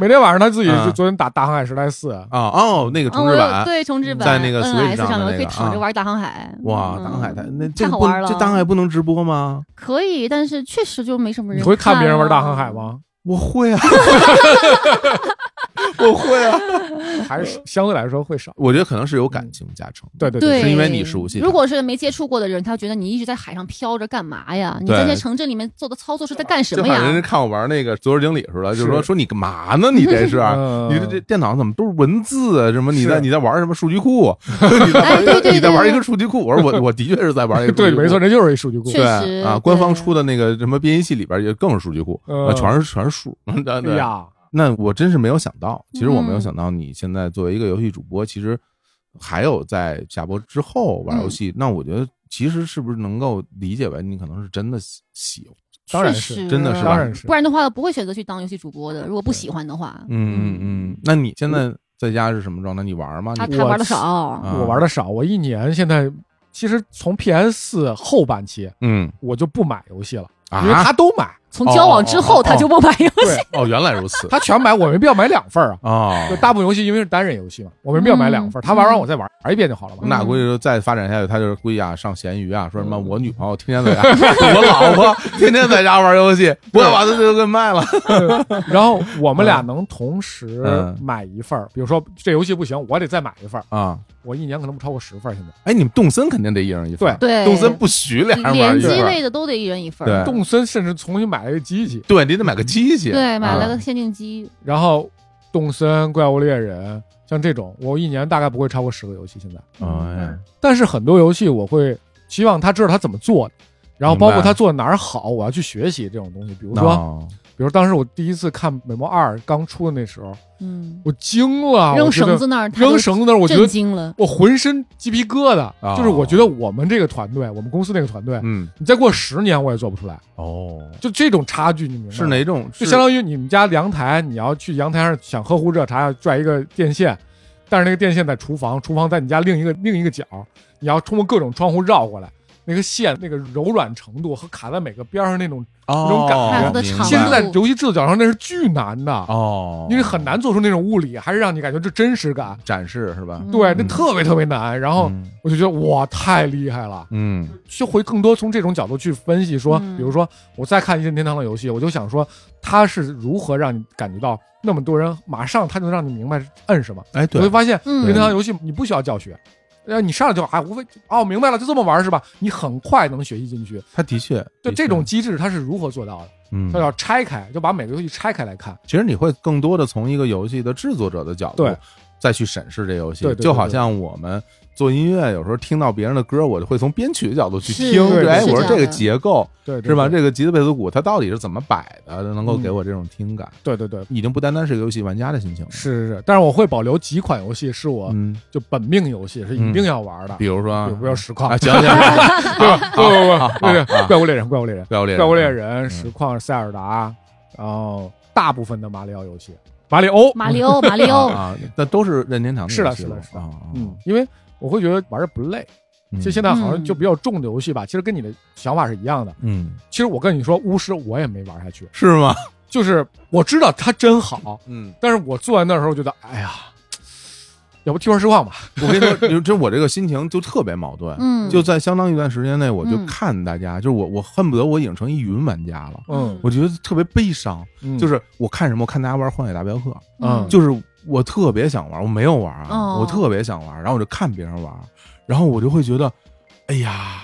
Speaker 2: 每天晚上他自己
Speaker 1: 嗯
Speaker 2: 就昨天打《大航海时代四》，
Speaker 1: 啊哦，那个
Speaker 3: 嗯，
Speaker 1: 重
Speaker 3: 我
Speaker 1: 置
Speaker 3: 有
Speaker 1: 版，
Speaker 3: 对重置版
Speaker 1: 在那个 Switch
Speaker 3: NS
Speaker 1: 上的
Speaker 3: 上面
Speaker 1: 那
Speaker 3: 可以
Speaker 1: 个
Speaker 3: 躺着
Speaker 1: 啊
Speaker 3: 玩大航海。
Speaker 1: 哇，
Speaker 3: 嗯
Speaker 1: 大航海太那这个
Speaker 3: 太好
Speaker 1: 不
Speaker 3: 玩了。嗯
Speaker 1: 这大航海不能直播吗？
Speaker 3: 可以，但是确实就没什么人。
Speaker 2: 你会看别人玩《大航海》？吗？
Speaker 1: 我 会啊，我会啊，
Speaker 2: 还是相对来说会少？
Speaker 1: 我觉得可能是有感情加成，
Speaker 2: 对对
Speaker 3: 对，
Speaker 1: 是因为你熟悉它
Speaker 3: 如果是没接触过的人，他觉得你一直在海上漂着干嘛呀？你
Speaker 1: 对
Speaker 3: 在这城镇里面做的操作是在干什
Speaker 1: 就
Speaker 3: 么
Speaker 1: 好像
Speaker 3: 呀
Speaker 1: 人？家看我玩那个足球经理似的，就是说说你干嘛呢？你这是。啊
Speaker 2: 嗯
Speaker 1: 你这这电脑怎么都是文字啊？什么？你
Speaker 2: 是
Speaker 1: 在你在玩什么数据 库？
Speaker 3: 哎，对对对，
Speaker 1: 你在玩一
Speaker 3: 对
Speaker 1: 个数据库？我说我我的确是在 玩一个数
Speaker 2: 对，
Speaker 1: 据库
Speaker 2: 没错，这就是一数据库
Speaker 3: 确。
Speaker 1: 对
Speaker 3: 实
Speaker 1: 啊，官方
Speaker 3: 对
Speaker 1: 出的那个什么编译器里边也更是数据库，
Speaker 2: 嗯
Speaker 1: 啊，全是全是数。 对
Speaker 2: 哎呀，
Speaker 1: 那我真是没有想到，其实我没有
Speaker 3: 嗯
Speaker 1: 想到你现在作为一个游戏主播，其实还有在下播之后玩游
Speaker 2: 嗯
Speaker 1: 戏。那我觉得其实是不是能够理解为你可能是真的喜喜欢？
Speaker 2: 当然
Speaker 3: 确
Speaker 2: 是
Speaker 3: 实嗯
Speaker 1: 真的是吧
Speaker 2: 哎当然是
Speaker 3: 不。然的话不会选择去当游戏主播的。如果不喜欢的话，
Speaker 1: 嗯嗯嗯。那你现在在家是什么状态？你玩吗？
Speaker 3: 他
Speaker 1: 你
Speaker 3: 他
Speaker 2: 我
Speaker 3: 玩的少，
Speaker 1: 啊
Speaker 2: 我玩的少，我一年现在其实从 PS 四后半期
Speaker 1: 嗯
Speaker 2: 我就不买游戏了，因为
Speaker 1: 啊
Speaker 2: 他都买，
Speaker 3: 从交往之后
Speaker 2: 哦哦哦哦
Speaker 3: 他就不买游 戏，
Speaker 2: 对，
Speaker 1: 哦，原来如 此
Speaker 2: 他全买，我没必要买两份儿啊。
Speaker 1: 啊
Speaker 2: 就。大部分游戏因为是单人游戏嘛，我没必要买两份儿，
Speaker 3: 嗯
Speaker 2: 他玩完我再玩玩一遍就好了嘛。
Speaker 1: 那估计就再发展下去，他就是估计啊上闲鱼啊，说
Speaker 3: 嗯
Speaker 1: 什么我女朋友天天 在家，我老婆天天在家玩游戏，我要把她这个给卖了。
Speaker 2: 然后我们俩能同时
Speaker 1: 嗯
Speaker 2: 买一份儿，比如说这游戏不行，我得再买一份儿。
Speaker 1: 啊，
Speaker 2: 我一年可能不超过十份儿。现在
Speaker 1: 哎，你们动森肯定得一人一份儿，
Speaker 3: 对，
Speaker 1: 动森不许俩人玩
Speaker 3: 联
Speaker 1: 一
Speaker 3: 机
Speaker 1: 份儿，
Speaker 3: 类的都得一人一份
Speaker 1: 对
Speaker 3: 儿。
Speaker 2: 动森甚至重新买了一个机器，
Speaker 1: 对你得买个机器，
Speaker 3: 对，买了
Speaker 1: 啊
Speaker 3: 个限定机，
Speaker 2: 然后动森、怪物猎人，像这种，我一年大概不会超过十个游戏。现在，
Speaker 3: 嗯
Speaker 1: 哎呀，
Speaker 2: 但是很多游戏我会希望他知道他怎么做的，然后包括
Speaker 1: 明白
Speaker 2: 他做的哪儿好，我要去学习这种东西。比如说，
Speaker 1: 哦
Speaker 2: 比如当时我第一次看《美魔二》刚出的那时候，
Speaker 3: 嗯，
Speaker 2: 我惊
Speaker 1: 啊
Speaker 2: 了，
Speaker 3: 扔
Speaker 2: 我觉得
Speaker 3: 绳子那儿，他
Speaker 2: 扔
Speaker 3: 都
Speaker 2: 绳子那儿，我觉
Speaker 3: 震
Speaker 2: 得
Speaker 3: 惊了。
Speaker 2: 我浑身鸡皮疙瘩。
Speaker 1: 啊
Speaker 2: 就是我觉得我们这个团队，我们公司那个团队，
Speaker 1: 嗯，
Speaker 2: 你再过十年我也做不出来，
Speaker 1: 哦，
Speaker 2: 就这种差距，你明白吗？
Speaker 1: 是哪种？
Speaker 2: 就是相当于你们家阳台，你要去阳台上想喝壶热茶，要拽一个电线，但是那个电线在厨房，厨房在你家另一个另一个角，你要通过各种窗户绕过来，那个线那个柔软程度和卡在每个边上那种，
Speaker 1: 哦
Speaker 2: 种感觉
Speaker 3: 它的
Speaker 1: 明白
Speaker 3: 长
Speaker 2: 其实，
Speaker 3: 度
Speaker 2: 在游戏制作角上那是巨难的，
Speaker 1: 哦，
Speaker 2: 因为很难做出那种物理，还是让你感觉这真实感，
Speaker 1: 展示是吧？
Speaker 3: 嗯
Speaker 2: 对，那
Speaker 1: 嗯
Speaker 2: 特别特别难。然后我就觉得哇，太厉害了。
Speaker 1: 嗯，
Speaker 2: 就会更多从这种角度去分析说，
Speaker 3: 嗯
Speaker 2: 比如说我再看《一任天堂》的游戏，我就想说它是如何让你感觉到那么多人马上他就能让你明白摁什么，
Speaker 1: 哎，
Speaker 2: 你会
Speaker 1: 对，
Speaker 2: 发现《
Speaker 3: 嗯
Speaker 2: 任天堂》游戏你不需要教学。呃，你上来就啊，无非哦，明白了，就这么玩是吧？你很快能学习进去。
Speaker 1: 他的确，
Speaker 2: 就
Speaker 1: 的
Speaker 2: 这
Speaker 1: 确
Speaker 2: 种，机制，它是如何做到的？
Speaker 1: 嗯
Speaker 2: 它，要拆开，就把每个游戏拆开来看。
Speaker 1: 其实你会更多的从一个游戏的制作者的角度
Speaker 2: 对
Speaker 1: 再去审视这游戏
Speaker 2: 对，对对
Speaker 1: 就好像我们。做音乐有时候听到别人的歌，我就会从编曲的角度去
Speaker 3: 是
Speaker 1: 听，
Speaker 2: 对
Speaker 1: 哎，
Speaker 2: 是
Speaker 1: 我说
Speaker 3: 这
Speaker 1: 这个
Speaker 3: 样的
Speaker 1: 结构
Speaker 2: 对，对
Speaker 1: 是吧？
Speaker 2: 对嗯
Speaker 1: 这个吉他贝斯鼓它到底是怎么摆的，能够给我这种听感，
Speaker 2: 对对对，
Speaker 1: 已经不单单是个游戏玩家的心情了。
Speaker 2: 是是是。但是我会保留几款游戏是我
Speaker 1: 嗯，
Speaker 2: 就本命游戏，是一定要玩的，
Speaker 1: 比如说啊，
Speaker 2: 比如说实况
Speaker 1: 啊，，行行，行
Speaker 2: 对吧？不不不，对
Speaker 1: 啊啊
Speaker 2: 对，怪物猎人，怪物猎人，
Speaker 1: 怪物猎人，
Speaker 2: 怪物猎
Speaker 1: 嗯
Speaker 2: 人、实况、塞尔达，然后大部分的马里奥游戏，马里欧，
Speaker 3: 马里奥，马里
Speaker 1: 啊
Speaker 3: 奥，
Speaker 1: 啊，那都是任天堂
Speaker 2: 是的
Speaker 1: 游戏
Speaker 2: 是的
Speaker 1: 了
Speaker 2: 是的
Speaker 1: 啊啊
Speaker 2: 嗯，因为我会觉得玩着不累。
Speaker 1: 嗯
Speaker 2: 其实现在好像就比较重的游戏吧，其实跟你的想法是一样的。
Speaker 1: 嗯，
Speaker 2: 其实我跟你说，巫师我也没玩下去，
Speaker 1: 是吗？
Speaker 2: 就是我知道它真好，
Speaker 1: 嗯，
Speaker 2: 但是我坐在那儿的时候觉得，哎呀，要不替换实况吧？
Speaker 1: 我跟你说，就这我这个心情就特别矛盾，
Speaker 3: 嗯，
Speaker 1: 就在相当一段时间内，我就
Speaker 3: 嗯
Speaker 1: 看大家，就是我我恨不得我已经成一云玩家了，
Speaker 2: 嗯
Speaker 1: 我觉得特别悲伤，
Speaker 2: 嗯，
Speaker 1: 就是我看什么，我看大家玩《荒野大镖客》，
Speaker 2: 嗯
Speaker 1: 就是我特别想玩，我没有玩啊，
Speaker 3: 哦
Speaker 1: 我特别想玩，然后我就看别人玩，然后我就会觉得，哎呀，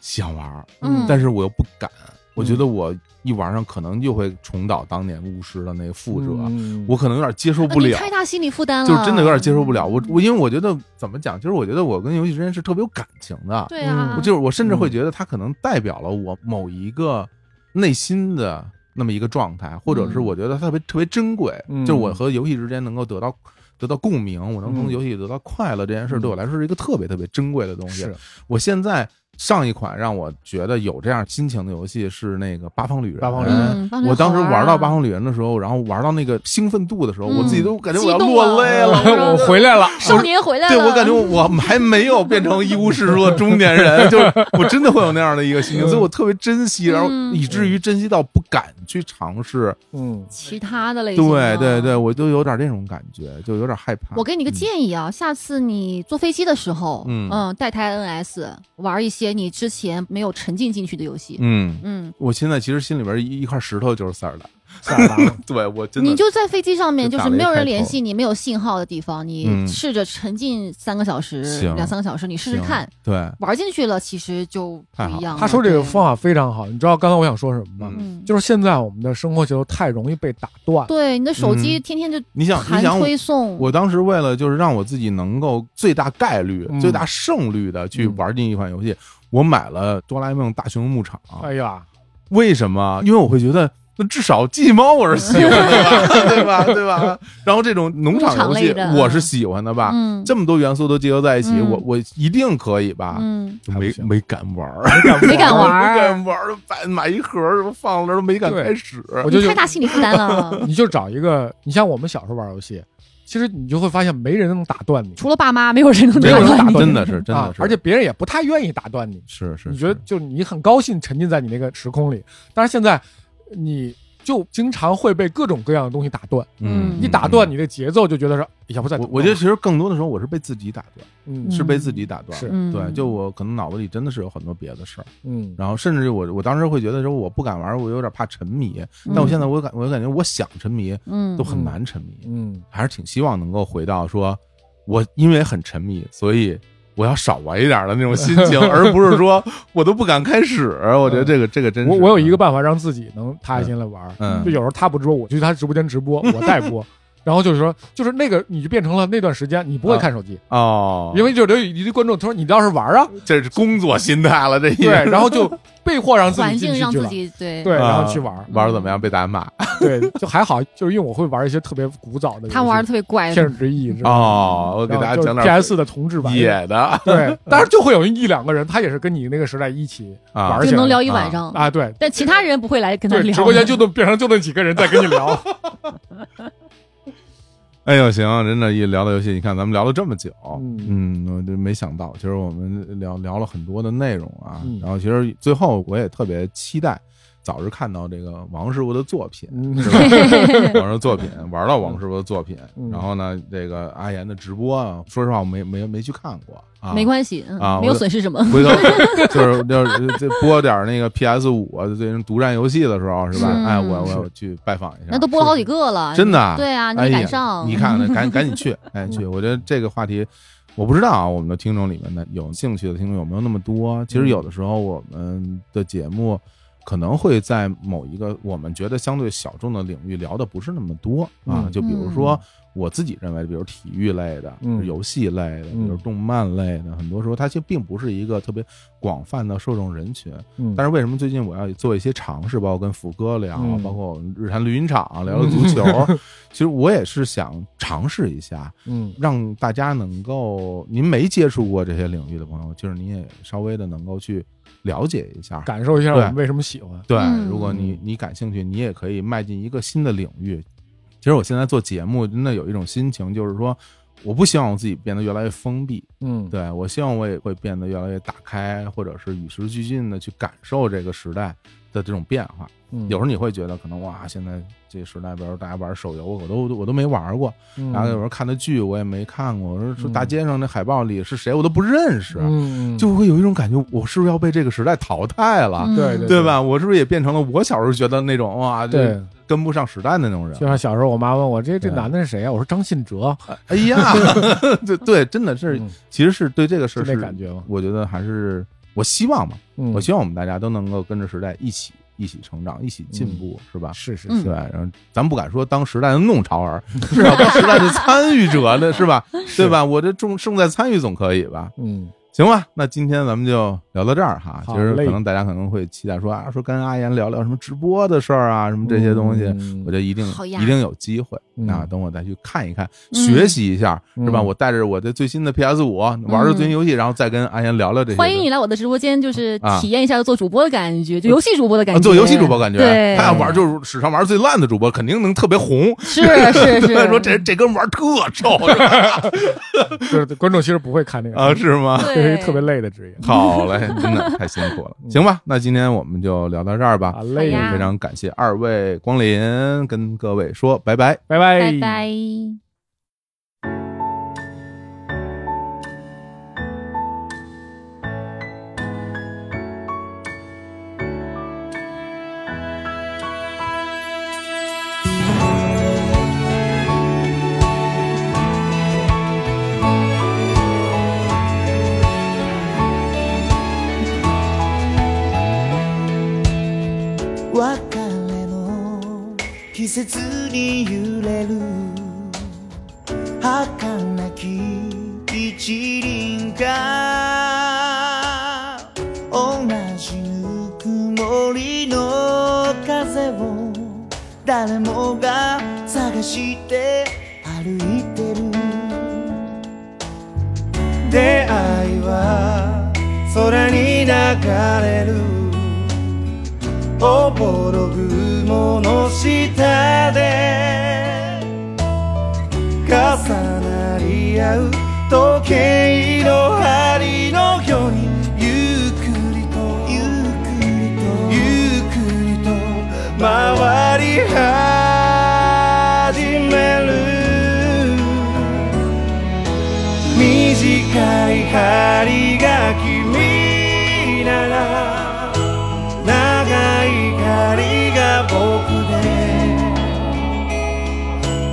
Speaker 1: 想玩，
Speaker 2: 嗯
Speaker 1: 但是我又不敢，我觉得我一玩上可能就会重蹈当年巫师的那个覆辙，
Speaker 2: 嗯
Speaker 1: 我可能有点接受
Speaker 3: 啊
Speaker 1: 不
Speaker 3: 你
Speaker 1: 了，
Speaker 3: 太大心理负担了，
Speaker 1: 就是真的有点接受不了。我我因为我觉得怎么讲，就是我觉得我跟游戏之间是特别有感情的，
Speaker 3: 对啊，
Speaker 1: 我
Speaker 2: 嗯
Speaker 1: 就是我甚至会
Speaker 2: 嗯
Speaker 1: 觉得它可能代表了我某一个内心的那么一个状态，或者是
Speaker 3: 嗯
Speaker 1: 我觉得它特别特别珍贵，
Speaker 2: 嗯
Speaker 1: 就是我和游戏之间能够得到。得到共鸣，我能从
Speaker 2: 嗯
Speaker 1: 游戏里得到快乐这件事，
Speaker 2: 嗯
Speaker 1: 对我来说是一个特别特别珍贵的东西
Speaker 2: 是。
Speaker 1: 我现在上一款让我觉得有这样心情的游戏是那个《八方旅人》。
Speaker 2: 八方旅人
Speaker 3: 嗯，帮着
Speaker 1: 我当时
Speaker 3: 好
Speaker 1: 玩到《八
Speaker 3: 啊
Speaker 1: 方旅人》的时候，然后玩到那个兴奋度的时候，我
Speaker 3: 嗯
Speaker 1: 自己都感觉我要
Speaker 3: 激动
Speaker 1: 落泪
Speaker 3: 了嗯
Speaker 1: 了。
Speaker 3: 我说
Speaker 2: 我回来了，
Speaker 3: 少年回来了，
Speaker 1: 对我感觉我还没有变成一无是处的中年人，就是我真的会有那样的一个心情，所以我特别珍惜，然后
Speaker 3: 嗯
Speaker 1: 以至于珍惜到不敢去尝试。
Speaker 2: 嗯
Speaker 3: 其他的类型啊，
Speaker 1: 对对对，我就有点这种感觉，就有点害怕。
Speaker 3: 我给你个建议啊，下次你坐飞机的时候，
Speaker 1: 嗯
Speaker 3: 带台 NS 玩一些你之前没有沉浸进去的游戏，
Speaker 1: 嗯，
Speaker 3: 嗯，
Speaker 1: 我现在其实心里边一一块石头就是塞尔达，
Speaker 2: 塞尔达，
Speaker 1: 对我真的
Speaker 3: 你就在飞机上面，
Speaker 1: 就
Speaker 3: 就
Speaker 1: 打
Speaker 3: 是
Speaker 1: 了一
Speaker 3: 没有
Speaker 1: 开
Speaker 3: 人联
Speaker 1: 头
Speaker 3: 系你、没有信号的地方，
Speaker 1: 嗯
Speaker 3: 你试着沉浸三个小时、
Speaker 1: 行
Speaker 3: 两三个小时，你试试
Speaker 1: 行
Speaker 3: 看，
Speaker 1: 对，
Speaker 3: 玩进去了，其实就不
Speaker 1: 太好
Speaker 3: 一样了。
Speaker 2: 他说这个
Speaker 3: 对
Speaker 2: 方，法非常好，你知道刚才我想说什么吗？
Speaker 3: 嗯，
Speaker 2: 就是现在我们的生活节奏太容易被打断，
Speaker 3: 对你的手机
Speaker 1: 嗯
Speaker 3: 天天就
Speaker 1: 你想你
Speaker 3: 弹
Speaker 1: 想
Speaker 3: 推送，
Speaker 1: 我当时为了就是让我自己能够最大概率、
Speaker 2: 嗯
Speaker 1: 最大胜率的去玩进一款游戏，我买了《哆啦 A 梦大雄牧场》
Speaker 2: 哎呀，
Speaker 1: 为什么？因为我会觉得。那至少记猫我是喜欢的 吧，对吧？对吧？然后这种农场游
Speaker 3: 农场
Speaker 1: 戏
Speaker 3: 类的
Speaker 1: 我是喜欢的吧？
Speaker 3: 嗯
Speaker 1: 这么多元素都结合在一起，
Speaker 3: 嗯
Speaker 1: 我我一定可以吧？
Speaker 3: 嗯，
Speaker 1: 就没
Speaker 2: 还不行
Speaker 1: 没敢玩儿，
Speaker 3: 没敢玩
Speaker 1: 没
Speaker 3: 儿，
Speaker 1: 敢玩儿，买买一盒什么放那儿都没敢
Speaker 2: 对
Speaker 1: 开始。
Speaker 2: 我就。
Speaker 3: 你太大心理负担了
Speaker 2: 你就找一个，你像我们小时候玩游戏，其实你就会发现没人能打断你
Speaker 3: 除了爸妈，没有人能
Speaker 1: 没
Speaker 2: 有
Speaker 3: 打
Speaker 2: 人
Speaker 3: 断
Speaker 2: 打
Speaker 3: 你。
Speaker 2: 断
Speaker 1: 真的是真
Speaker 2: 啊
Speaker 1: 的，是，
Speaker 2: 而且别人也不太愿意打断你。
Speaker 1: 是是，
Speaker 2: 你觉得
Speaker 1: 是
Speaker 2: 就你很高兴沉浸在你那个时空里，但是现在你就经常会被各种各样的东西打断。
Speaker 3: 嗯
Speaker 2: 一打断你的节奏，就觉得是要不再
Speaker 1: 我我觉得其实更多的时候我是被自己打断，
Speaker 2: 嗯
Speaker 1: 是被自己打断。
Speaker 2: 是
Speaker 3: 嗯，
Speaker 1: 对，就我可能脑子里真的是有很多别的事儿，
Speaker 2: 嗯
Speaker 1: 然后甚至我我当时会觉得说我不敢玩，我有点怕沉迷。
Speaker 2: 嗯
Speaker 1: 但我现在我感我感觉我想沉迷
Speaker 3: 嗯
Speaker 1: 都很难沉迷，
Speaker 2: 嗯
Speaker 1: 还是挺希望能够回到说，我因为很沉迷，所以我要少玩一点的那种心 情，而不是说我都不敢开始。我觉得这个这个真是
Speaker 2: 嗯我我有一个办法让自己能踏下心来玩儿，
Speaker 1: 嗯
Speaker 2: 就有时候他不直播，我去他直播间直播，我代 播，然后就是说，就是那个你就变成了那段时间你不会
Speaker 1: 啊
Speaker 2: 看手机，
Speaker 1: 哦，
Speaker 2: 因为就有一堆观众他说你倒是玩啊，
Speaker 1: 这是工作心态了， 这一
Speaker 2: 对，然后就被迫让自
Speaker 3: 环
Speaker 2: 己 进
Speaker 3: 境
Speaker 2: 去
Speaker 3: 让
Speaker 2: 去
Speaker 3: 自
Speaker 2: 了，
Speaker 3: 己对
Speaker 2: 对，
Speaker 1: 啊
Speaker 2: 然后去玩儿，
Speaker 1: 玩的怎么样被打骂
Speaker 2: 对，就还好，就是因为我会玩一些特别古早的游戏，
Speaker 3: 他玩的特别怪，
Speaker 2: 天使之翼是吧？
Speaker 1: 哦，我给大家讲点
Speaker 2: P S 的同志版，
Speaker 1: 野的
Speaker 2: 对，当然就会有一两个人，他也是跟你那个时代一起
Speaker 1: 啊
Speaker 2: 玩，
Speaker 3: 就
Speaker 2: 起来
Speaker 3: 能
Speaker 2: 了
Speaker 3: 聊一晚上，
Speaker 2: 啊，对，
Speaker 3: 但其他人不会来哦跟他
Speaker 2: 对，
Speaker 3: 聊。
Speaker 2: 直播间就那变成就那几个人在跟 你聊，
Speaker 1: 哎呦，行，真的，一聊到游戏，你看咱们聊了这么久，
Speaker 2: 嗯
Speaker 1: 嗯，我就没想到，其实我们聊聊了很多的内容啊，
Speaker 2: 嗯
Speaker 1: 然后其实最后我也特别期待早日看到这个王师傅的作品，
Speaker 2: 嗯
Speaker 1: 是吧王师傅作品玩到王师傅的作品，
Speaker 2: 嗯
Speaker 1: 然后呢，这个阿岩的直播啊，说实话我没没没去看过啊，
Speaker 3: 没关系，嗯
Speaker 1: 啊
Speaker 3: 没有
Speaker 1: 我
Speaker 3: 损失什么。
Speaker 1: 回头 就是就是这播点那个 PS 五啊，最近独占游戏的时候是吧？
Speaker 3: 嗯
Speaker 1: 哎，我我
Speaker 2: 是
Speaker 1: 要去拜访一下，
Speaker 3: 那都播了好几个了，
Speaker 1: 真的啊
Speaker 3: 对啊，你
Speaker 1: 哎呀
Speaker 3: 赶上，
Speaker 1: 你看看， 赶赶紧去，赶紧去。我觉得这个话题，我不知道啊，我们的听众里面的有兴趣的听众有没有那么多？其
Speaker 2: 嗯
Speaker 1: 实有的时候我们的节目可能会在某一个我们觉得相对小众的领域聊的不是那么多啊，
Speaker 2: 嗯
Speaker 1: 就比如说。我自己认为，比如体育类的、
Speaker 2: 嗯
Speaker 1: 游戏类的，比
Speaker 2: 嗯
Speaker 1: 如动漫类的，很多时候它其实并不是一个特别广泛的受众人群。
Speaker 2: 嗯
Speaker 1: 但是为什么最近我要做一些尝试，包括跟福哥聊，
Speaker 2: 嗯
Speaker 1: 包括我们日坛绿茵场聊聊足球，其实我也是想尝试一下，
Speaker 2: 嗯
Speaker 1: 让大家能够，您没接触过这些领域的朋友，就是您也稍微的能够去了解一下。
Speaker 2: 感受一下我们为什么喜欢，
Speaker 1: 对，
Speaker 3: 嗯
Speaker 1: 如果你你感兴趣，你也可以迈进一个新的领域。其实我现在做节目，真的有一种心情，就是说，我不希望我自己变得越来越封闭，
Speaker 2: 嗯，
Speaker 1: 对我希望我也会变得越来越打开，或者是与时俱进的去感受这个时代的这种变化。
Speaker 2: 嗯，
Speaker 1: 有时候你会觉得可能哇，现在这时代，比如大家玩手游，我都我都没玩过，
Speaker 2: 嗯，
Speaker 1: 然后有时候看的剧我也没看过，我说说
Speaker 2: 嗯
Speaker 1: 大街上那海报里是谁我都不认识，
Speaker 2: 嗯，
Speaker 1: 就会有一种感觉，我是不是要被这个时代淘汰了？
Speaker 3: 嗯
Speaker 2: 啊对对
Speaker 1: 对吧？我是不是也变成了我小时候觉得那种哇，
Speaker 2: 对，
Speaker 1: 跟不上时代的那种人
Speaker 2: 就？像小时候我妈问我这
Speaker 1: 对
Speaker 2: 这男的是谁啊，我说张信哲，
Speaker 1: 哎 呀，对对，真的是，
Speaker 2: 嗯
Speaker 1: 其实是对这个事
Speaker 2: 就
Speaker 1: 儿
Speaker 2: 那
Speaker 1: 是
Speaker 2: 感觉嘛，
Speaker 1: 我觉得还是我希望嘛，
Speaker 2: 嗯
Speaker 1: 我希望我们大家都能够跟着时代一起一起成长，一起进步，是吧？
Speaker 2: 是是
Speaker 3: 嗯
Speaker 1: 对，然后咱不敢说当时代的弄潮儿，至少 当时代的参与者呢，是吧？
Speaker 2: 是
Speaker 1: 对吧？我这重重在参与总可以吧？
Speaker 2: 嗯
Speaker 1: 行吧，那今天咱们就聊到这儿哈。其
Speaker 2: 好
Speaker 1: 实可
Speaker 2: 嘞
Speaker 1: 能大家可能会期待说啊，说跟阿岩聊聊什么直播的事儿啊，什么这些东西，
Speaker 2: 嗯
Speaker 1: 我觉得一定
Speaker 3: 好呀
Speaker 1: 一定有机会
Speaker 2: 嗯
Speaker 1: 啊。等我再去看一看，
Speaker 3: 嗯
Speaker 1: 学习一下，是吧？
Speaker 2: 嗯
Speaker 1: 我带着我的最新的 PS 五玩着最新游戏，然后再跟阿岩聊聊这些事儿。
Speaker 3: 嗯欢迎你来我的直播间，就是
Speaker 1: 啊
Speaker 3: 体验一下做主播的感觉，
Speaker 2: 呃
Speaker 3: 就游戏主播的感
Speaker 1: 啊，
Speaker 3: 觉。
Speaker 1: 做游戏主播感觉，
Speaker 3: 对，
Speaker 1: 他要玩就是史上玩最烂的主播，肯定能特别红。
Speaker 3: 是是
Speaker 1: 对，
Speaker 3: 是，
Speaker 1: 说这这哥们玩特臭
Speaker 2: 就是观众其实不会看那 个
Speaker 1: 啊，，是吗？
Speaker 2: 这是一
Speaker 3: 对
Speaker 2: 个 特别累的职业，
Speaker 1: 好嘞，真的太辛苦了。行吧，那今天我们就聊到这儿吧
Speaker 2: 好。累，
Speaker 3: 呀
Speaker 1: 非常感谢二位光临，跟各位说拜拜。
Speaker 2: 拜拜
Speaker 3: 拜拜。
Speaker 4: 別れの季節に揺れる儚き一輪が同じぬくもりの風を誰もが探して歩いてる出会いは空に流れるおぼろ雲の下で重なり合う時計の針のようにゆっくりとゆっくりとゆっくりと回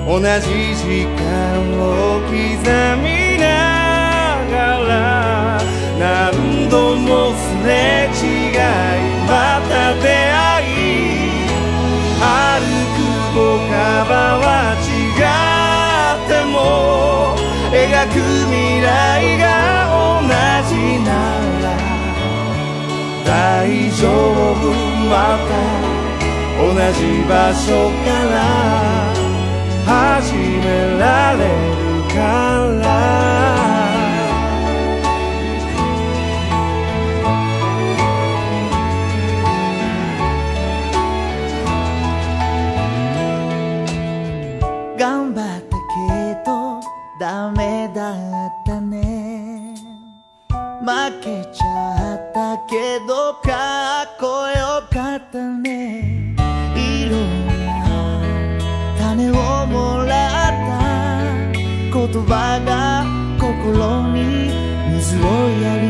Speaker 4: 同じ時間を刻みながら何度もすれ違いまた出会い歩く歩幅は違っても描く未来が同じなら大丈夫また同じ場所から始められるから頑張ったけどダメだったね負けちゃったけどかっこよかったねいろんな種をもらった言葉が心に水をやり